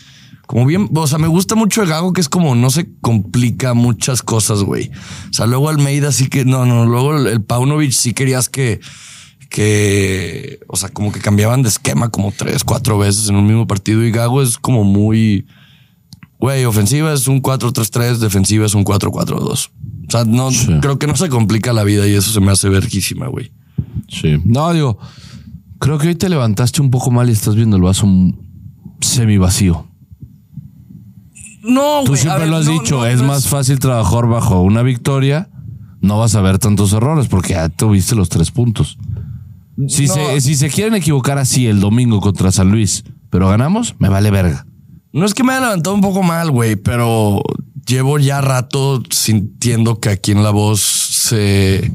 Speaker 1: como bien, o sea, me gusta mucho el Gago, que es como no se complica muchas cosas, güey. O sea, luego Almeida sí que, no, no, luego el, el Paunovic sí querías que, que, o sea, como que cambiaban de esquema como tres, cuatro veces en un mismo partido y Gago es como muy, Güey, ofensiva es un 4-3-3, defensiva es un 4-4-2. O sea, no,
Speaker 3: Sí.
Speaker 1: creo que no se complica la vida y eso se me hace verguísima, güey.
Speaker 3: Sí. No, digo, creo que hoy te levantaste un poco mal y estás viendo el vaso semi vacío.
Speaker 1: No,
Speaker 3: Tú siempre lo has dicho, es más fácil trabajar bajo una victoria, no vas a ver tantos errores porque ya tuviste los tres puntos. Si,
Speaker 1: No.
Speaker 3: se, si se quieren equivocar así el domingo contra San Luis, pero ganamos, me vale verga.
Speaker 1: No es que me haya levantado un poco mal, güey, pero llevo ya rato sintiendo que aquí en La Voz se...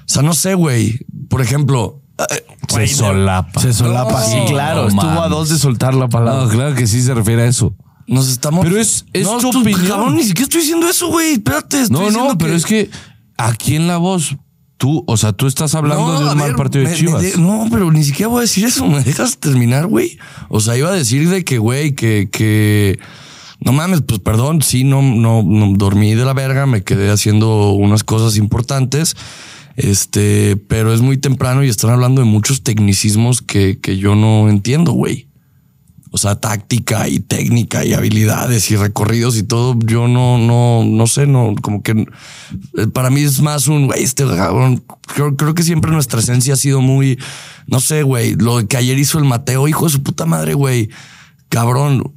Speaker 1: O sea, no sé, güey. Por ejemplo... eh,
Speaker 3: Se
Speaker 1: güey,
Speaker 3: solapa.
Speaker 2: Se solapa.
Speaker 1: No,
Speaker 2: sí, claro.
Speaker 3: no
Speaker 2: estuvo a
Speaker 3: mames.
Speaker 2: dos de soltar la palabra.
Speaker 3: No, claro que sí se refiere a eso.
Speaker 1: Nos estamos...
Speaker 3: Pero es- es
Speaker 1: no,
Speaker 3: tu
Speaker 1: tú,
Speaker 3: opinión.
Speaker 1: cabrón, ni siquiera estoy diciendo eso, güey. Espérate. estoy
Speaker 3: No,
Speaker 1: diciendo
Speaker 3: no, pero es que aquí en La Voz, tú, o sea, tú estás hablando
Speaker 1: No,
Speaker 3: de
Speaker 1: a
Speaker 3: un mal
Speaker 1: ver,
Speaker 3: partido de
Speaker 1: me- me
Speaker 3: Chivas.
Speaker 1: de- no, pero ni siquiera voy a decir eso. ¿Me dejas terminar, güey? O sea, iba a decir de que, güey, que, que. No mames, pues perdón, sí, no, no, no dormí de la verga, me quedé haciendo unas cosas importantes. Este, pero es muy temprano y están hablando de muchos tecnicismos que, que yo no entiendo, güey. O sea, táctica y técnica y habilidades y recorridos y todo. Yo no, no, no sé, no, como que eh, para mí es más un güey, este cabrón. Creo, creo que siempre nuestra esencia ha sido muy, no sé, güey, lo que ayer hizo el Mateo, hijo de su puta madre, güey. Cabrón,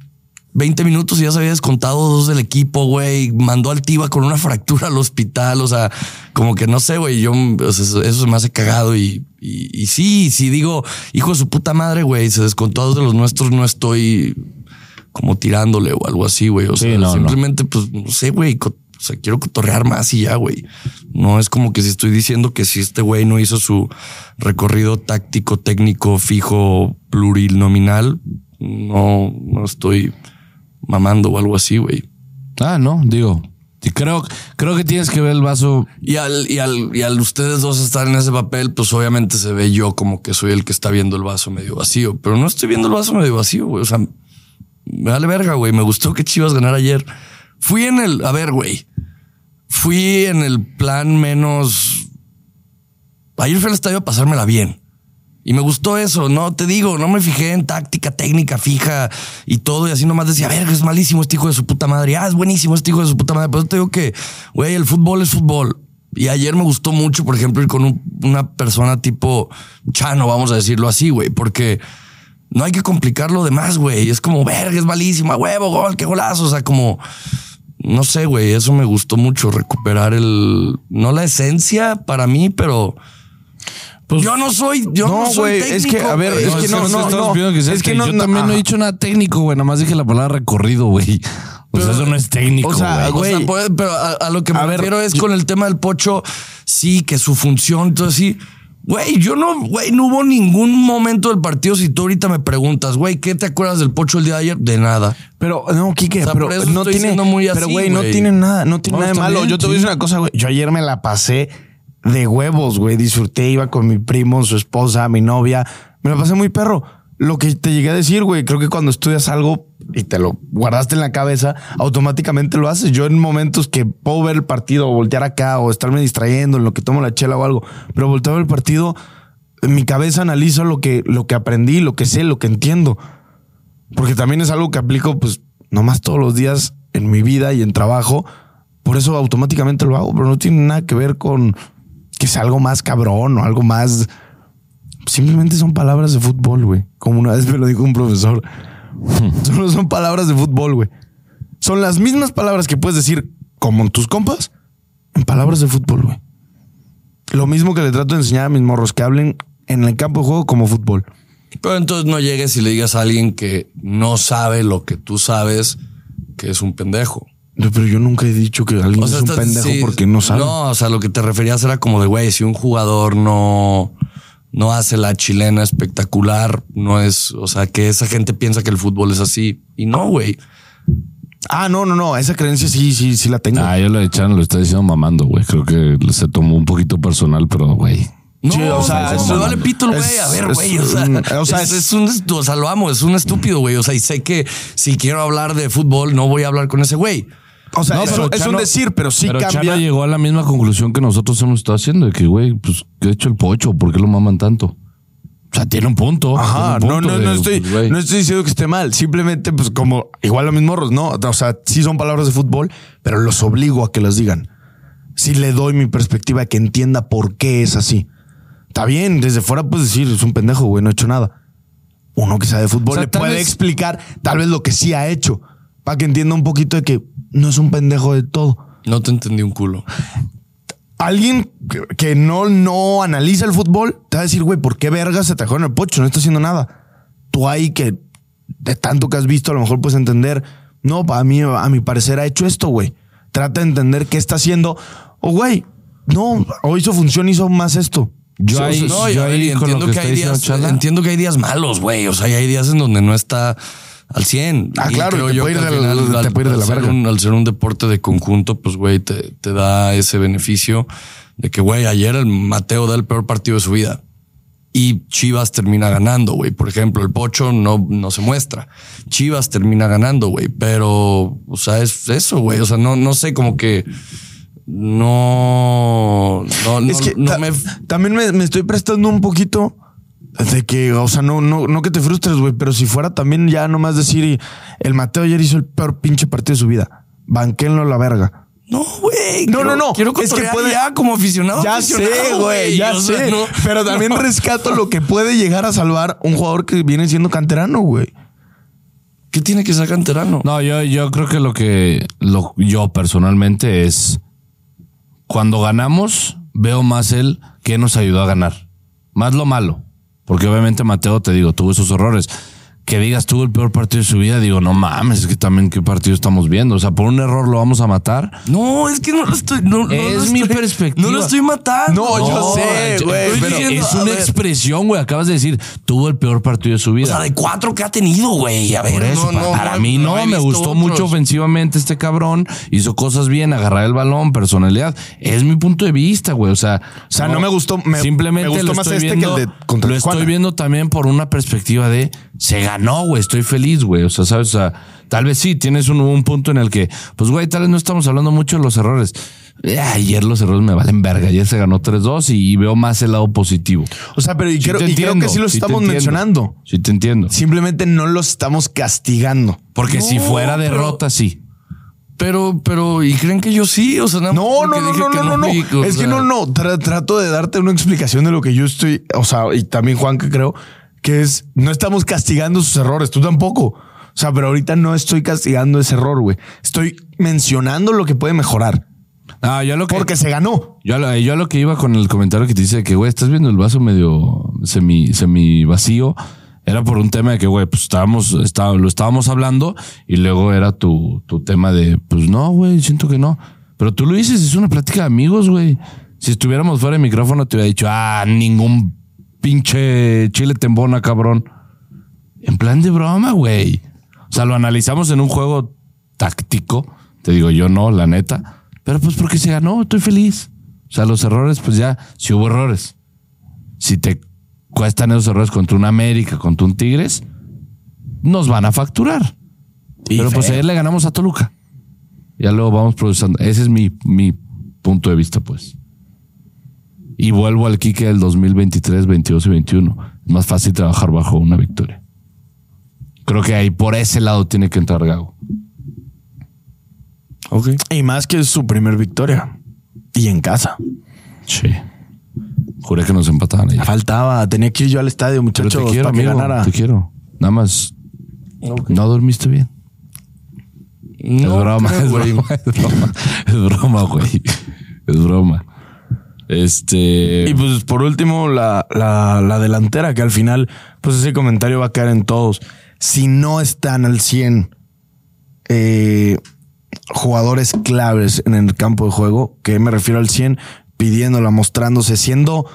Speaker 1: 20 minutos y ya se había descontado dos del equipo, güey. Mandó al Tiva con una fractura al hospital. O sea, como que no sé, güey. Yo o sea, eso, eso se me hace cagado. Y, y, y sí, sí digo, hijo de su puta madre, güey. Se descontó a dos de los nuestros. No estoy como tirándole o algo así, güey. O
Speaker 3: no,
Speaker 1: sea,
Speaker 3: no.
Speaker 1: simplemente, pues no sé, güey. co- O sea, quiero cotorrear más y ya, güey. No es como que si estoy diciendo que si este güey no hizo su recorrido táctico, técnico, fijo, pluril, nominal, no, no estoy mamando o algo así, güey.
Speaker 3: Ah, no, digo. y Creo, creo que tienes que ver el vaso.
Speaker 1: Y al, y, al, y al ustedes dos estar en ese papel, pues obviamente se ve yo como que soy el que está viendo el vaso medio vacío, pero no estoy viendo el vaso medio vacío, güey. O sea, me vale verga, güey. Me gustó que Chivas ganar ayer. Fui en el, a ver, güey. Fui en el plan menos. Ayer fui al estadio a pasármela bien. Y me gustó eso, no te digo, no me fijé en táctica, técnica fija y todo. Y así nomás decía, a ver, es malísimo este hijo de su puta madre. Ah, es buenísimo este hijo de su puta madre. Por eso te digo que, güey, el fútbol es fútbol. Y ayer me gustó mucho, por ejemplo, ir con un- una persona tipo Chano, vamos a decirlo así, güey, porque no hay que complicar lo demás, güey. Es como, verga, es malísima, huevo, gol, qué golazo. O sea, como, no sé, güey, eso me gustó mucho, recuperar el, no la esencia para mí, pero... yo no soy, yo no, soy
Speaker 2: Pues, güey, es
Speaker 1: técnico,
Speaker 2: que, a ver,
Speaker 1: güey.
Speaker 2: es que no,
Speaker 3: estás-
Speaker 2: no,
Speaker 3: estás
Speaker 2: no.
Speaker 3: pidiendo que seas
Speaker 2: Es que
Speaker 3: técnico.
Speaker 2: no,
Speaker 3: yo
Speaker 2: no,
Speaker 3: también no he
Speaker 2: ajá.
Speaker 3: dicho nada técnico, güey. Nada más dije la palabra recorrido, güey. O sea, eso no es técnico.
Speaker 2: o sea,
Speaker 3: güey.
Speaker 2: güey,
Speaker 1: O sea, pues, pero a, a lo que me
Speaker 2: A ver,
Speaker 1: refiero es con el tema del pocho, sí, que su función, entonces sí. Güey, yo no, güey, no hubo ningún momento del partido. Si tú ahorita me preguntas, güey, ¿qué te acuerdas del pocho el día de ayer? De nada.
Speaker 2: Pero no, Quique,
Speaker 1: sea,
Speaker 2: pero
Speaker 1: por eso
Speaker 2: no
Speaker 1: estoy
Speaker 2: tiene.
Speaker 1: siendo muy
Speaker 2: pero
Speaker 1: así,
Speaker 2: güey, no
Speaker 1: güey.
Speaker 2: tiene nada, no tiene
Speaker 3: No,
Speaker 2: nada de
Speaker 3: está
Speaker 2: malo.
Speaker 3: bien,
Speaker 2: Yo te voy a
Speaker 3: sí.
Speaker 2: decir una cosa, güey. Yo ayer me la pasé de huevos, güey. Disfruté, iba con mi primo, su esposa, mi novia. Me la pasé muy perro. Lo que te llegué a decir, güey, creo que cuando estudias algo y te lo guardaste en la cabeza, automáticamente lo haces. Yo en momentos que puedo ver el partido o voltear acá o estarme distrayendo en lo que tomo la chela o algo, pero volteo el partido, en mi cabeza analizo lo que, lo que aprendí, lo que sé, lo que entiendo. Porque también es algo que aplico, pues, nomás todos los días en mi vida y en trabajo. Por eso automáticamente lo hago, pero no tiene nada que ver con que sea algo más cabrón o algo más. Simplemente son palabras de fútbol, güey. Como una vez me lo dijo un profesor. Solo son palabras de fútbol, güey. Son las mismas palabras que puedes decir como en tus compas, en palabras de fútbol, güey. Lo mismo que le trato de enseñar a mis morros que hablen en el campo de juego como fútbol.
Speaker 1: Pero entonces no llegues y le digas a alguien que no sabe lo que tú sabes, que es un pendejo.
Speaker 2: No, Pero yo nunca he dicho que alguien es un
Speaker 1: estás-
Speaker 2: pendejo
Speaker 1: sí,
Speaker 2: porque no sabe.
Speaker 1: No, o sea, lo que te referías era como de, güey, si un jugador no, no hace la chilena espectacular, no es, o sea, que esa gente piensa que el fútbol es así. Y no, güey.
Speaker 2: Ah, no, no, no. Esa creencia sí, sí, sí la tengo.
Speaker 3: Ah, yo lo de Chan lo está diciendo mamando, güey. Creo que se tomó un poquito personal, pero, güey.
Speaker 1: No,
Speaker 2: Sí, o sea,
Speaker 1: no,
Speaker 2: es
Speaker 1: me
Speaker 2: un-
Speaker 1: vale pito el
Speaker 2: es-
Speaker 1: güey. A ver,
Speaker 2: es
Speaker 1: güey. O
Speaker 2: un-
Speaker 1: sea,
Speaker 2: o sea,
Speaker 1: es,
Speaker 2: es-
Speaker 1: es un, est- o sea, lo amo, es un estúpido, güey. O sea, y sé que si quiero hablar de fútbol, no voy a hablar con ese güey.
Speaker 2: o sea,
Speaker 3: No,
Speaker 2: es,
Speaker 3: pero
Speaker 2: es un
Speaker 3: Chano-
Speaker 2: decir, pero sí
Speaker 3: pero
Speaker 2: cambia.
Speaker 3: Chano llegó a la misma conclusión que nosotros hemos estado haciendo. De que, güey, pues, ¿qué ha hecho el pocho? ¿Por qué lo maman tanto? O sea, tiene un punto.
Speaker 2: Ajá,
Speaker 3: tiene un
Speaker 2: no,
Speaker 3: punto
Speaker 2: no,
Speaker 3: de,
Speaker 2: no, estoy,
Speaker 3: pues, güey.
Speaker 2: no estoy diciendo que esté mal. Simplemente, pues, como igual a mis morros, no. O sea, sí son palabras de fútbol, pero los obligo a que las digan. Sí le doy mi perspectiva que entienda por qué es así. Está bien, desde fuera puedes decir, es un pendejo, güey, no ha hecho nada. Uno que sabe de fútbol
Speaker 3: O sea,
Speaker 2: le
Speaker 3: tal
Speaker 2: puede
Speaker 3: vez-
Speaker 2: explicar tal vez lo que sí ha hecho, para que entienda un poquito de que no es un pendejo de todo.
Speaker 1: No te entendí un culo.
Speaker 2: Alguien que- que no, no analiza el fútbol te va a decir, güey, ¿por qué verga se atajó en el pocho? No está haciendo nada. Tú ahí que de tanto que has visto, a lo mejor puedes entender. No, a mí, a mi parecer ha hecho esto, güey. trata de entender qué está haciendo. O güey, no, o hizo función, hizo más esto.
Speaker 3: Yo
Speaker 2: Sí, o
Speaker 3: ahí-
Speaker 2: sea,
Speaker 1: No, y
Speaker 3: yo
Speaker 1: a ver,
Speaker 3: ahí
Speaker 1: y
Speaker 3: con lo que
Speaker 1: entiendo que,
Speaker 3: está
Speaker 1: hay
Speaker 3: diciendo
Speaker 1: días,
Speaker 3: Chala.
Speaker 1: entiendo que hay días malos, güey. O sea, y hay días en donde no está al 100.
Speaker 2: Ah,
Speaker 1: Y
Speaker 2: claro,
Speaker 1: creo
Speaker 2: y te
Speaker 1: yo
Speaker 2: puede
Speaker 1: que
Speaker 2: ir
Speaker 1: al
Speaker 2: de la-
Speaker 1: final,
Speaker 2: te
Speaker 1: al-
Speaker 2: puede ir de la
Speaker 1: al ser
Speaker 2: verga.
Speaker 1: un- al ser un deporte de conjunto, pues, güey, te, te da ese beneficio de que, güey, ayer el Mateo da el peor partido de su vida. Y Chivas termina ganando, güey. Por ejemplo, el Pocho no, no se muestra. Chivas termina ganando, güey. Pero, o sea, es eso, güey. O sea, no, no sé, como que no, no, no,
Speaker 2: es que
Speaker 1: no
Speaker 2: ta-
Speaker 1: me
Speaker 2: también me, me estoy prestando un poquito de que, o sea, no, no, no que te frustres, güey, pero si fuera también ya nomás decir, y el Mateo ayer hizo el peor pinche partido de su vida. Banquenlo a la verga.
Speaker 1: No, güey.
Speaker 2: No, no,
Speaker 1: quiero-
Speaker 2: no.
Speaker 1: Quiero
Speaker 2: Es que
Speaker 1: cotorrear
Speaker 2: puede-
Speaker 1: ya como aficionado.
Speaker 2: Ya
Speaker 1: aficionado,
Speaker 2: sé, güey, ya
Speaker 1: O
Speaker 2: sé.
Speaker 1: sea, no-
Speaker 2: pero también
Speaker 1: [LAUGHS] no.
Speaker 2: rescato lo que puede llegar a salvar un jugador que viene siendo canterano, güey.
Speaker 1: ¿Qué tiene que sacar Terano?
Speaker 3: No, yo, yo creo que lo que lo, yo personalmente es cuando ganamos, veo más el que nos ayudó a ganar. Más lo malo. Porque obviamente Mateo, te digo, tuvo esos errores. Que digas tuvo el peor partido de su vida, digo, no mames, es que también qué partido estamos viendo. O sea, por un error lo vamos a matar.
Speaker 1: No, es que no lo estoy. No, no
Speaker 3: Es
Speaker 1: lo
Speaker 3: mi
Speaker 1: estoy-
Speaker 3: perspectiva.
Speaker 1: No lo estoy matando.
Speaker 2: No, yo sé,
Speaker 1: yo-
Speaker 2: güey,
Speaker 1: estoy
Speaker 2: pero
Speaker 1: diciendo,
Speaker 3: es
Speaker 1: a
Speaker 3: una
Speaker 1: ver,
Speaker 3: expresión, güey. Acabas de decir, tuvo el peor partido de su
Speaker 1: O
Speaker 3: vida.
Speaker 1: sea, de cuatro que ha tenido, güey. A ver,
Speaker 3: Por eso,
Speaker 1: no,
Speaker 3: pa-
Speaker 1: no,
Speaker 3: para
Speaker 1: no,
Speaker 3: mí no,
Speaker 1: he
Speaker 3: me
Speaker 1: visto
Speaker 3: gustó
Speaker 1: otros.
Speaker 3: mucho ofensivamente este cabrón. Hizo cosas bien, agarrar el balón, personalidad. Es mi punto de vista, güey. O sea,
Speaker 2: O sea, no me gustó- me-
Speaker 3: simplemente
Speaker 2: me gustó
Speaker 3: lo
Speaker 2: más
Speaker 3: estoy
Speaker 2: este que
Speaker 3: viendo-
Speaker 2: el de contra
Speaker 3: Lo
Speaker 2: Tijuana.
Speaker 3: estoy viendo también por una perspectiva de se ganó, güey. Estoy feliz, güey. O sea, sabes, o sea, tal vez sí tienes un, un punto en el que, pues, güey, tal vez no estamos hablando mucho de los errores. Eh, Ayer los errores me valen verga. Ayer se ganó 3-2 y, y veo más el lado positivo.
Speaker 2: O sea, pero y
Speaker 3: Sí
Speaker 2: creo,
Speaker 3: te
Speaker 2: y creo
Speaker 3: entiendo,
Speaker 2: que sí los
Speaker 3: sí te
Speaker 2: estamos
Speaker 3: entiendo.
Speaker 2: mencionando.
Speaker 3: Sí, te entiendo.
Speaker 2: Simplemente no los estamos castigando.
Speaker 3: Porque si
Speaker 1: No,
Speaker 3: fuera
Speaker 1: pero-
Speaker 3: derrota, sí.
Speaker 1: Pero, pero, ¿y creen que yo sí? O sea, nada más
Speaker 2: No, no,
Speaker 1: porque
Speaker 2: no,
Speaker 1: dije
Speaker 2: no,
Speaker 1: que
Speaker 2: no, no, no.
Speaker 1: fui, o
Speaker 2: Es que
Speaker 1: sea,
Speaker 2: no, no. Tra- trato de darte una explicación de lo que yo estoy, o sea, y también Juan que creo que es, no estamos castigando sus errores, tú tampoco. O sea, pero ahorita no estoy castigando ese error, güey. Estoy mencionando lo que puede mejorar.
Speaker 3: Ah, yo lo que.
Speaker 2: Porque se ganó.
Speaker 3: Yo, a lo- eh, yo a lo que iba con el comentario que te dice que, güey, estás viendo el vaso medio semi, semi vacío. Era por un tema de que, güey, pues estábamos, está- lo estábamos hablando y luego era tu, tu tema de, pues no, güey, siento que no. Pero tú lo dices, es una plática de amigos, güey. Si estuviéramos fuera de micrófono, te hubiera dicho, ah, ningún pinche chile tembona, cabrón. En plan de broma, güey. O sea, lo analizamos en un juego táctico. Te digo, yo no, la neta. Pero pues porque se ganó, estoy feliz. O sea, los errores, pues ya, si hubo errores. Si te cuestan esos errores contra un América, contra un Tigres, nos van a facturar. Pero pues ayer le ganamos a Toluca. Ya luego vamos procesando. Ese es mi, mi punto de vista, pues. Y vuelvo al Quique del 2023, 22 y 21. Es más fácil trabajar bajo una victoria. Creo que ahí por ese lado tiene que entrar Gago.
Speaker 2: Y más que es su primer victoria. Y en casa.
Speaker 3: Sí. Juré que nos empataban ayer.
Speaker 2: Faltaba, tenía que ir yo al estadio,
Speaker 3: Pero
Speaker 2: muchachos,
Speaker 3: te quiero,
Speaker 2: para que
Speaker 3: amigo,
Speaker 2: ganara.
Speaker 3: Te quiero. Nada más. No dormiste bien.
Speaker 1: No,
Speaker 3: es broma,
Speaker 1: creo,
Speaker 3: es
Speaker 1: güey.
Speaker 3: broma, es broma. Es broma, güey. Es broma. Este.
Speaker 2: Y pues por último, la, la- la delantera, que al final, pues ese comentario va a caer en todos. Si no están al 100 eh, jugadores claves en el campo de juego, que me refiero al 100, pidiéndola, mostrándose, siendo,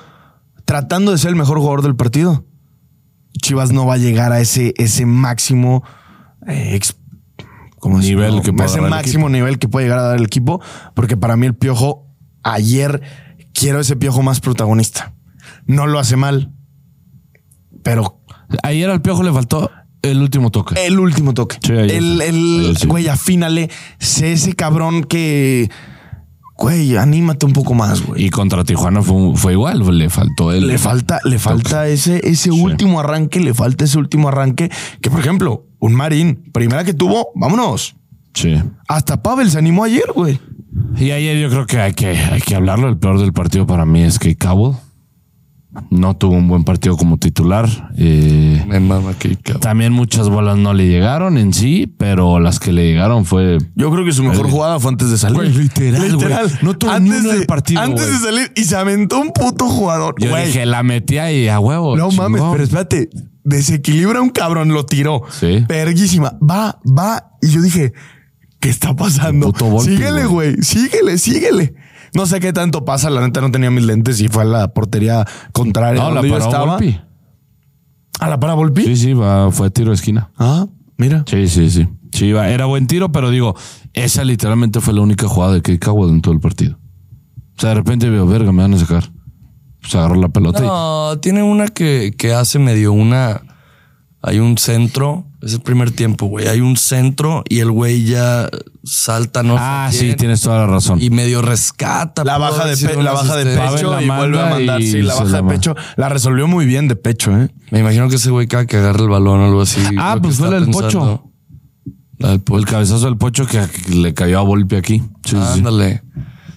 Speaker 2: tratando de ser el mejor jugador del partido. Chivas no va a llegar a ese, ese máximo eh, ex- ¿cómo
Speaker 3: Nivel
Speaker 2: decirlo?
Speaker 3: que pueda
Speaker 2: ese
Speaker 3: dar el
Speaker 2: máximo nivel que puede llegar a dar el equipo, porque para mí el piojo ayer quiero ese piojo más protagonista. No lo hace mal, pero
Speaker 3: Ayer al piojo le faltó el último toque.
Speaker 2: el último toque.
Speaker 3: Sí, ayer
Speaker 2: el,
Speaker 3: sí.
Speaker 2: el-
Speaker 3: Ayer sí.
Speaker 2: güey, afínale, sé ese cabrón que, güey, anímate un poco más, güey.
Speaker 3: Y contra Tijuana fue, un- fue igual, le faltó el.
Speaker 2: Le falta, le falta ese, ese último arranque, le falta ese último arranque. Que por ejemplo, un Marín, primera que tuvo, vámonos.
Speaker 3: Sí.
Speaker 2: Hasta Pavel se animó ayer, güey.
Speaker 3: Y ayer yo creo que hay que, hay que hablarlo. El peor del partido para mí es que Cabo no tuvo un buen partido como titular. Eh,
Speaker 1: Me mama que cabrón.
Speaker 3: también muchas bolas no le llegaron en sí, pero las que le llegaron fue
Speaker 2: Yo creo que su mejor jugada fue antes de salir.
Speaker 3: Güey, literal, güey. No tuvo ni uno del partido,
Speaker 2: Antes
Speaker 3: güey.
Speaker 2: de salir y se aventó un puto jugador.
Speaker 3: Yo
Speaker 2: güey.
Speaker 3: dije, la metía y a huevo.
Speaker 2: no
Speaker 3: chingón.
Speaker 2: mames, pero espérate. Desequilibra un cabrón, lo tiró.
Speaker 3: Sí.
Speaker 2: Verguísima. Va, va. Y yo dije, ¿qué está pasando?
Speaker 3: El puto Volpi,
Speaker 2: síguele, güey. Síguele, síguele. No sé qué tanto pasa. La neta no tenía mis lentes y fue a la portería contraria.
Speaker 3: No, la
Speaker 2: donde yo
Speaker 3: paró
Speaker 2: estaba.
Speaker 3: Volpi.
Speaker 2: ¿A la para Volpi?
Speaker 3: Sí, sí, va, fue tiro de esquina.
Speaker 2: Ah, mira.
Speaker 3: Sí, sí, sí. Sí, va, era buen tiro, pero digo, esa literalmente fue la única jugada de Kei Cowell en todo el partido. O sea, de repente veo, verga, me van a sacar. Pues agarró la pelota
Speaker 1: No, tiene una que, que hace medio una. Hay un centro. Es el primer tiempo, güey. Hay un centro y el güey ya salta, no
Speaker 3: y.
Speaker 1: sé
Speaker 3: Ah,
Speaker 1: quién,
Speaker 3: sí, tienes toda la razón.
Speaker 1: Y medio rescata.
Speaker 2: La
Speaker 1: pudo
Speaker 2: baja
Speaker 1: haber
Speaker 2: de,
Speaker 1: sido
Speaker 2: pe-
Speaker 1: una
Speaker 2: la baja de
Speaker 1: asistencia.
Speaker 3: Pavel
Speaker 2: pecho
Speaker 3: la
Speaker 2: y vuelve a
Speaker 3: manda
Speaker 2: mandar.
Speaker 3: y
Speaker 2: Sí, la
Speaker 3: se
Speaker 2: baja
Speaker 3: la
Speaker 2: de
Speaker 3: manda.
Speaker 2: pecho. La resolvió muy bien de pecho, ¿eh?
Speaker 1: Me imagino que ese güey cada que agarra el balón o algo así.
Speaker 3: Ah,
Speaker 1: lo que
Speaker 3: pues fue
Speaker 1: está
Speaker 3: la del
Speaker 1: pensando.
Speaker 3: Pocho.
Speaker 1: La del
Speaker 3: El
Speaker 1: Pocho.
Speaker 3: cabezazo del pocho que le cayó a Volpi aquí. Sí,
Speaker 1: Ah.
Speaker 3: sí, sí.
Speaker 1: Ándale.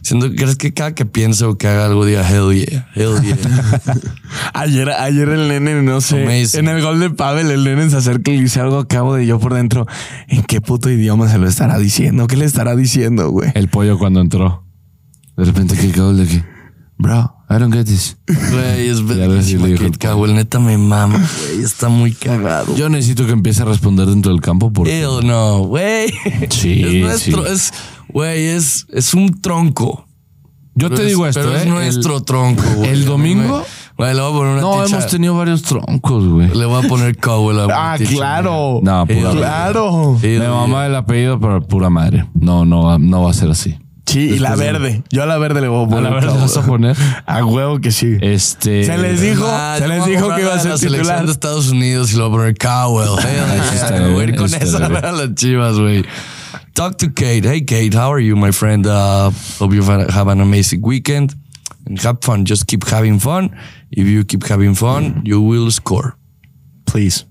Speaker 1: Siento, ¿Crees que cada que piense o que haga algo diga hell yeah, hell
Speaker 3: [LAUGHS]
Speaker 1: yeah?
Speaker 2: Ayer, ayer el nene, no sé.
Speaker 1: Amazing.
Speaker 2: En el gol de Pavel, el nene se acerca y dice algo a cabo de yo por dentro. ¿En qué puto idioma se lo estará diciendo? ¿Qué le estará diciendo, güey?
Speaker 3: El pollo cuando entró. De repente Kei Cowell de aquí. Bro, I don't get this.
Speaker 1: Güey, es
Speaker 3: Ya ves, sí le
Speaker 1: verdad.
Speaker 3: dijo el
Speaker 1: Kate Cowell, neta me mama, güey. Está muy cagado.
Speaker 3: Yo necesito que empiece a responder dentro del campo porque
Speaker 1: Ew, no, güey. [LAUGHS]
Speaker 3: Sí,
Speaker 1: es nuestro,
Speaker 3: sí.
Speaker 1: es, güey, es, es un tronco.
Speaker 3: yo
Speaker 1: Pero
Speaker 3: te
Speaker 1: es-
Speaker 3: digo esto,
Speaker 1: pero
Speaker 3: ¿eh?
Speaker 1: es nuestro tronco, güey.
Speaker 3: el
Speaker 1: A mí
Speaker 3: domingo-
Speaker 1: me- Güey, le voy a poner
Speaker 3: El-
Speaker 1: una
Speaker 3: No,
Speaker 1: ticha-
Speaker 3: hemos tenido varios troncos, güey.
Speaker 1: Le voy a poner Cowell a mi
Speaker 3: [LAUGHS]
Speaker 2: Ah,
Speaker 1: ticha,
Speaker 2: Eh, claro.
Speaker 3: No, pura
Speaker 2: claro.
Speaker 1: güey.
Speaker 3: Me
Speaker 1: Hell
Speaker 3: mamá el apellido, pero pura madre. No, no, no va a ser así.
Speaker 2: Sí, y la verde. Yo a Ah, la verde le voy a
Speaker 3: A
Speaker 2: poner.
Speaker 3: la verdad
Speaker 2: cabrón.
Speaker 3: vas a poner.
Speaker 2: A huevo que sí.
Speaker 3: Este.
Speaker 2: Se les
Speaker 1: yeah.
Speaker 2: dijo,
Speaker 1: Ah,
Speaker 2: se
Speaker 1: yo
Speaker 2: les
Speaker 1: voy
Speaker 2: dijo
Speaker 1: comprar
Speaker 2: que iba a
Speaker 1: la de
Speaker 2: ser
Speaker 1: la selección
Speaker 2: titular.
Speaker 1: de Estados Unidos y le voy a poner Cowell. Hell
Speaker 3: [LAUGHS] Eso
Speaker 1: yeah.
Speaker 3: está
Speaker 1: Me voy a ir
Speaker 3: bien,
Speaker 1: con
Speaker 3: eso
Speaker 1: esa
Speaker 3: está bien.
Speaker 1: a las chivas, güey. Talk to Kate. Hey, Kate, how are you, my friend? Uh, hope you have an amazing weekend and have fun. Just keep having fun. If you keep having fun, you will score.
Speaker 2: Please.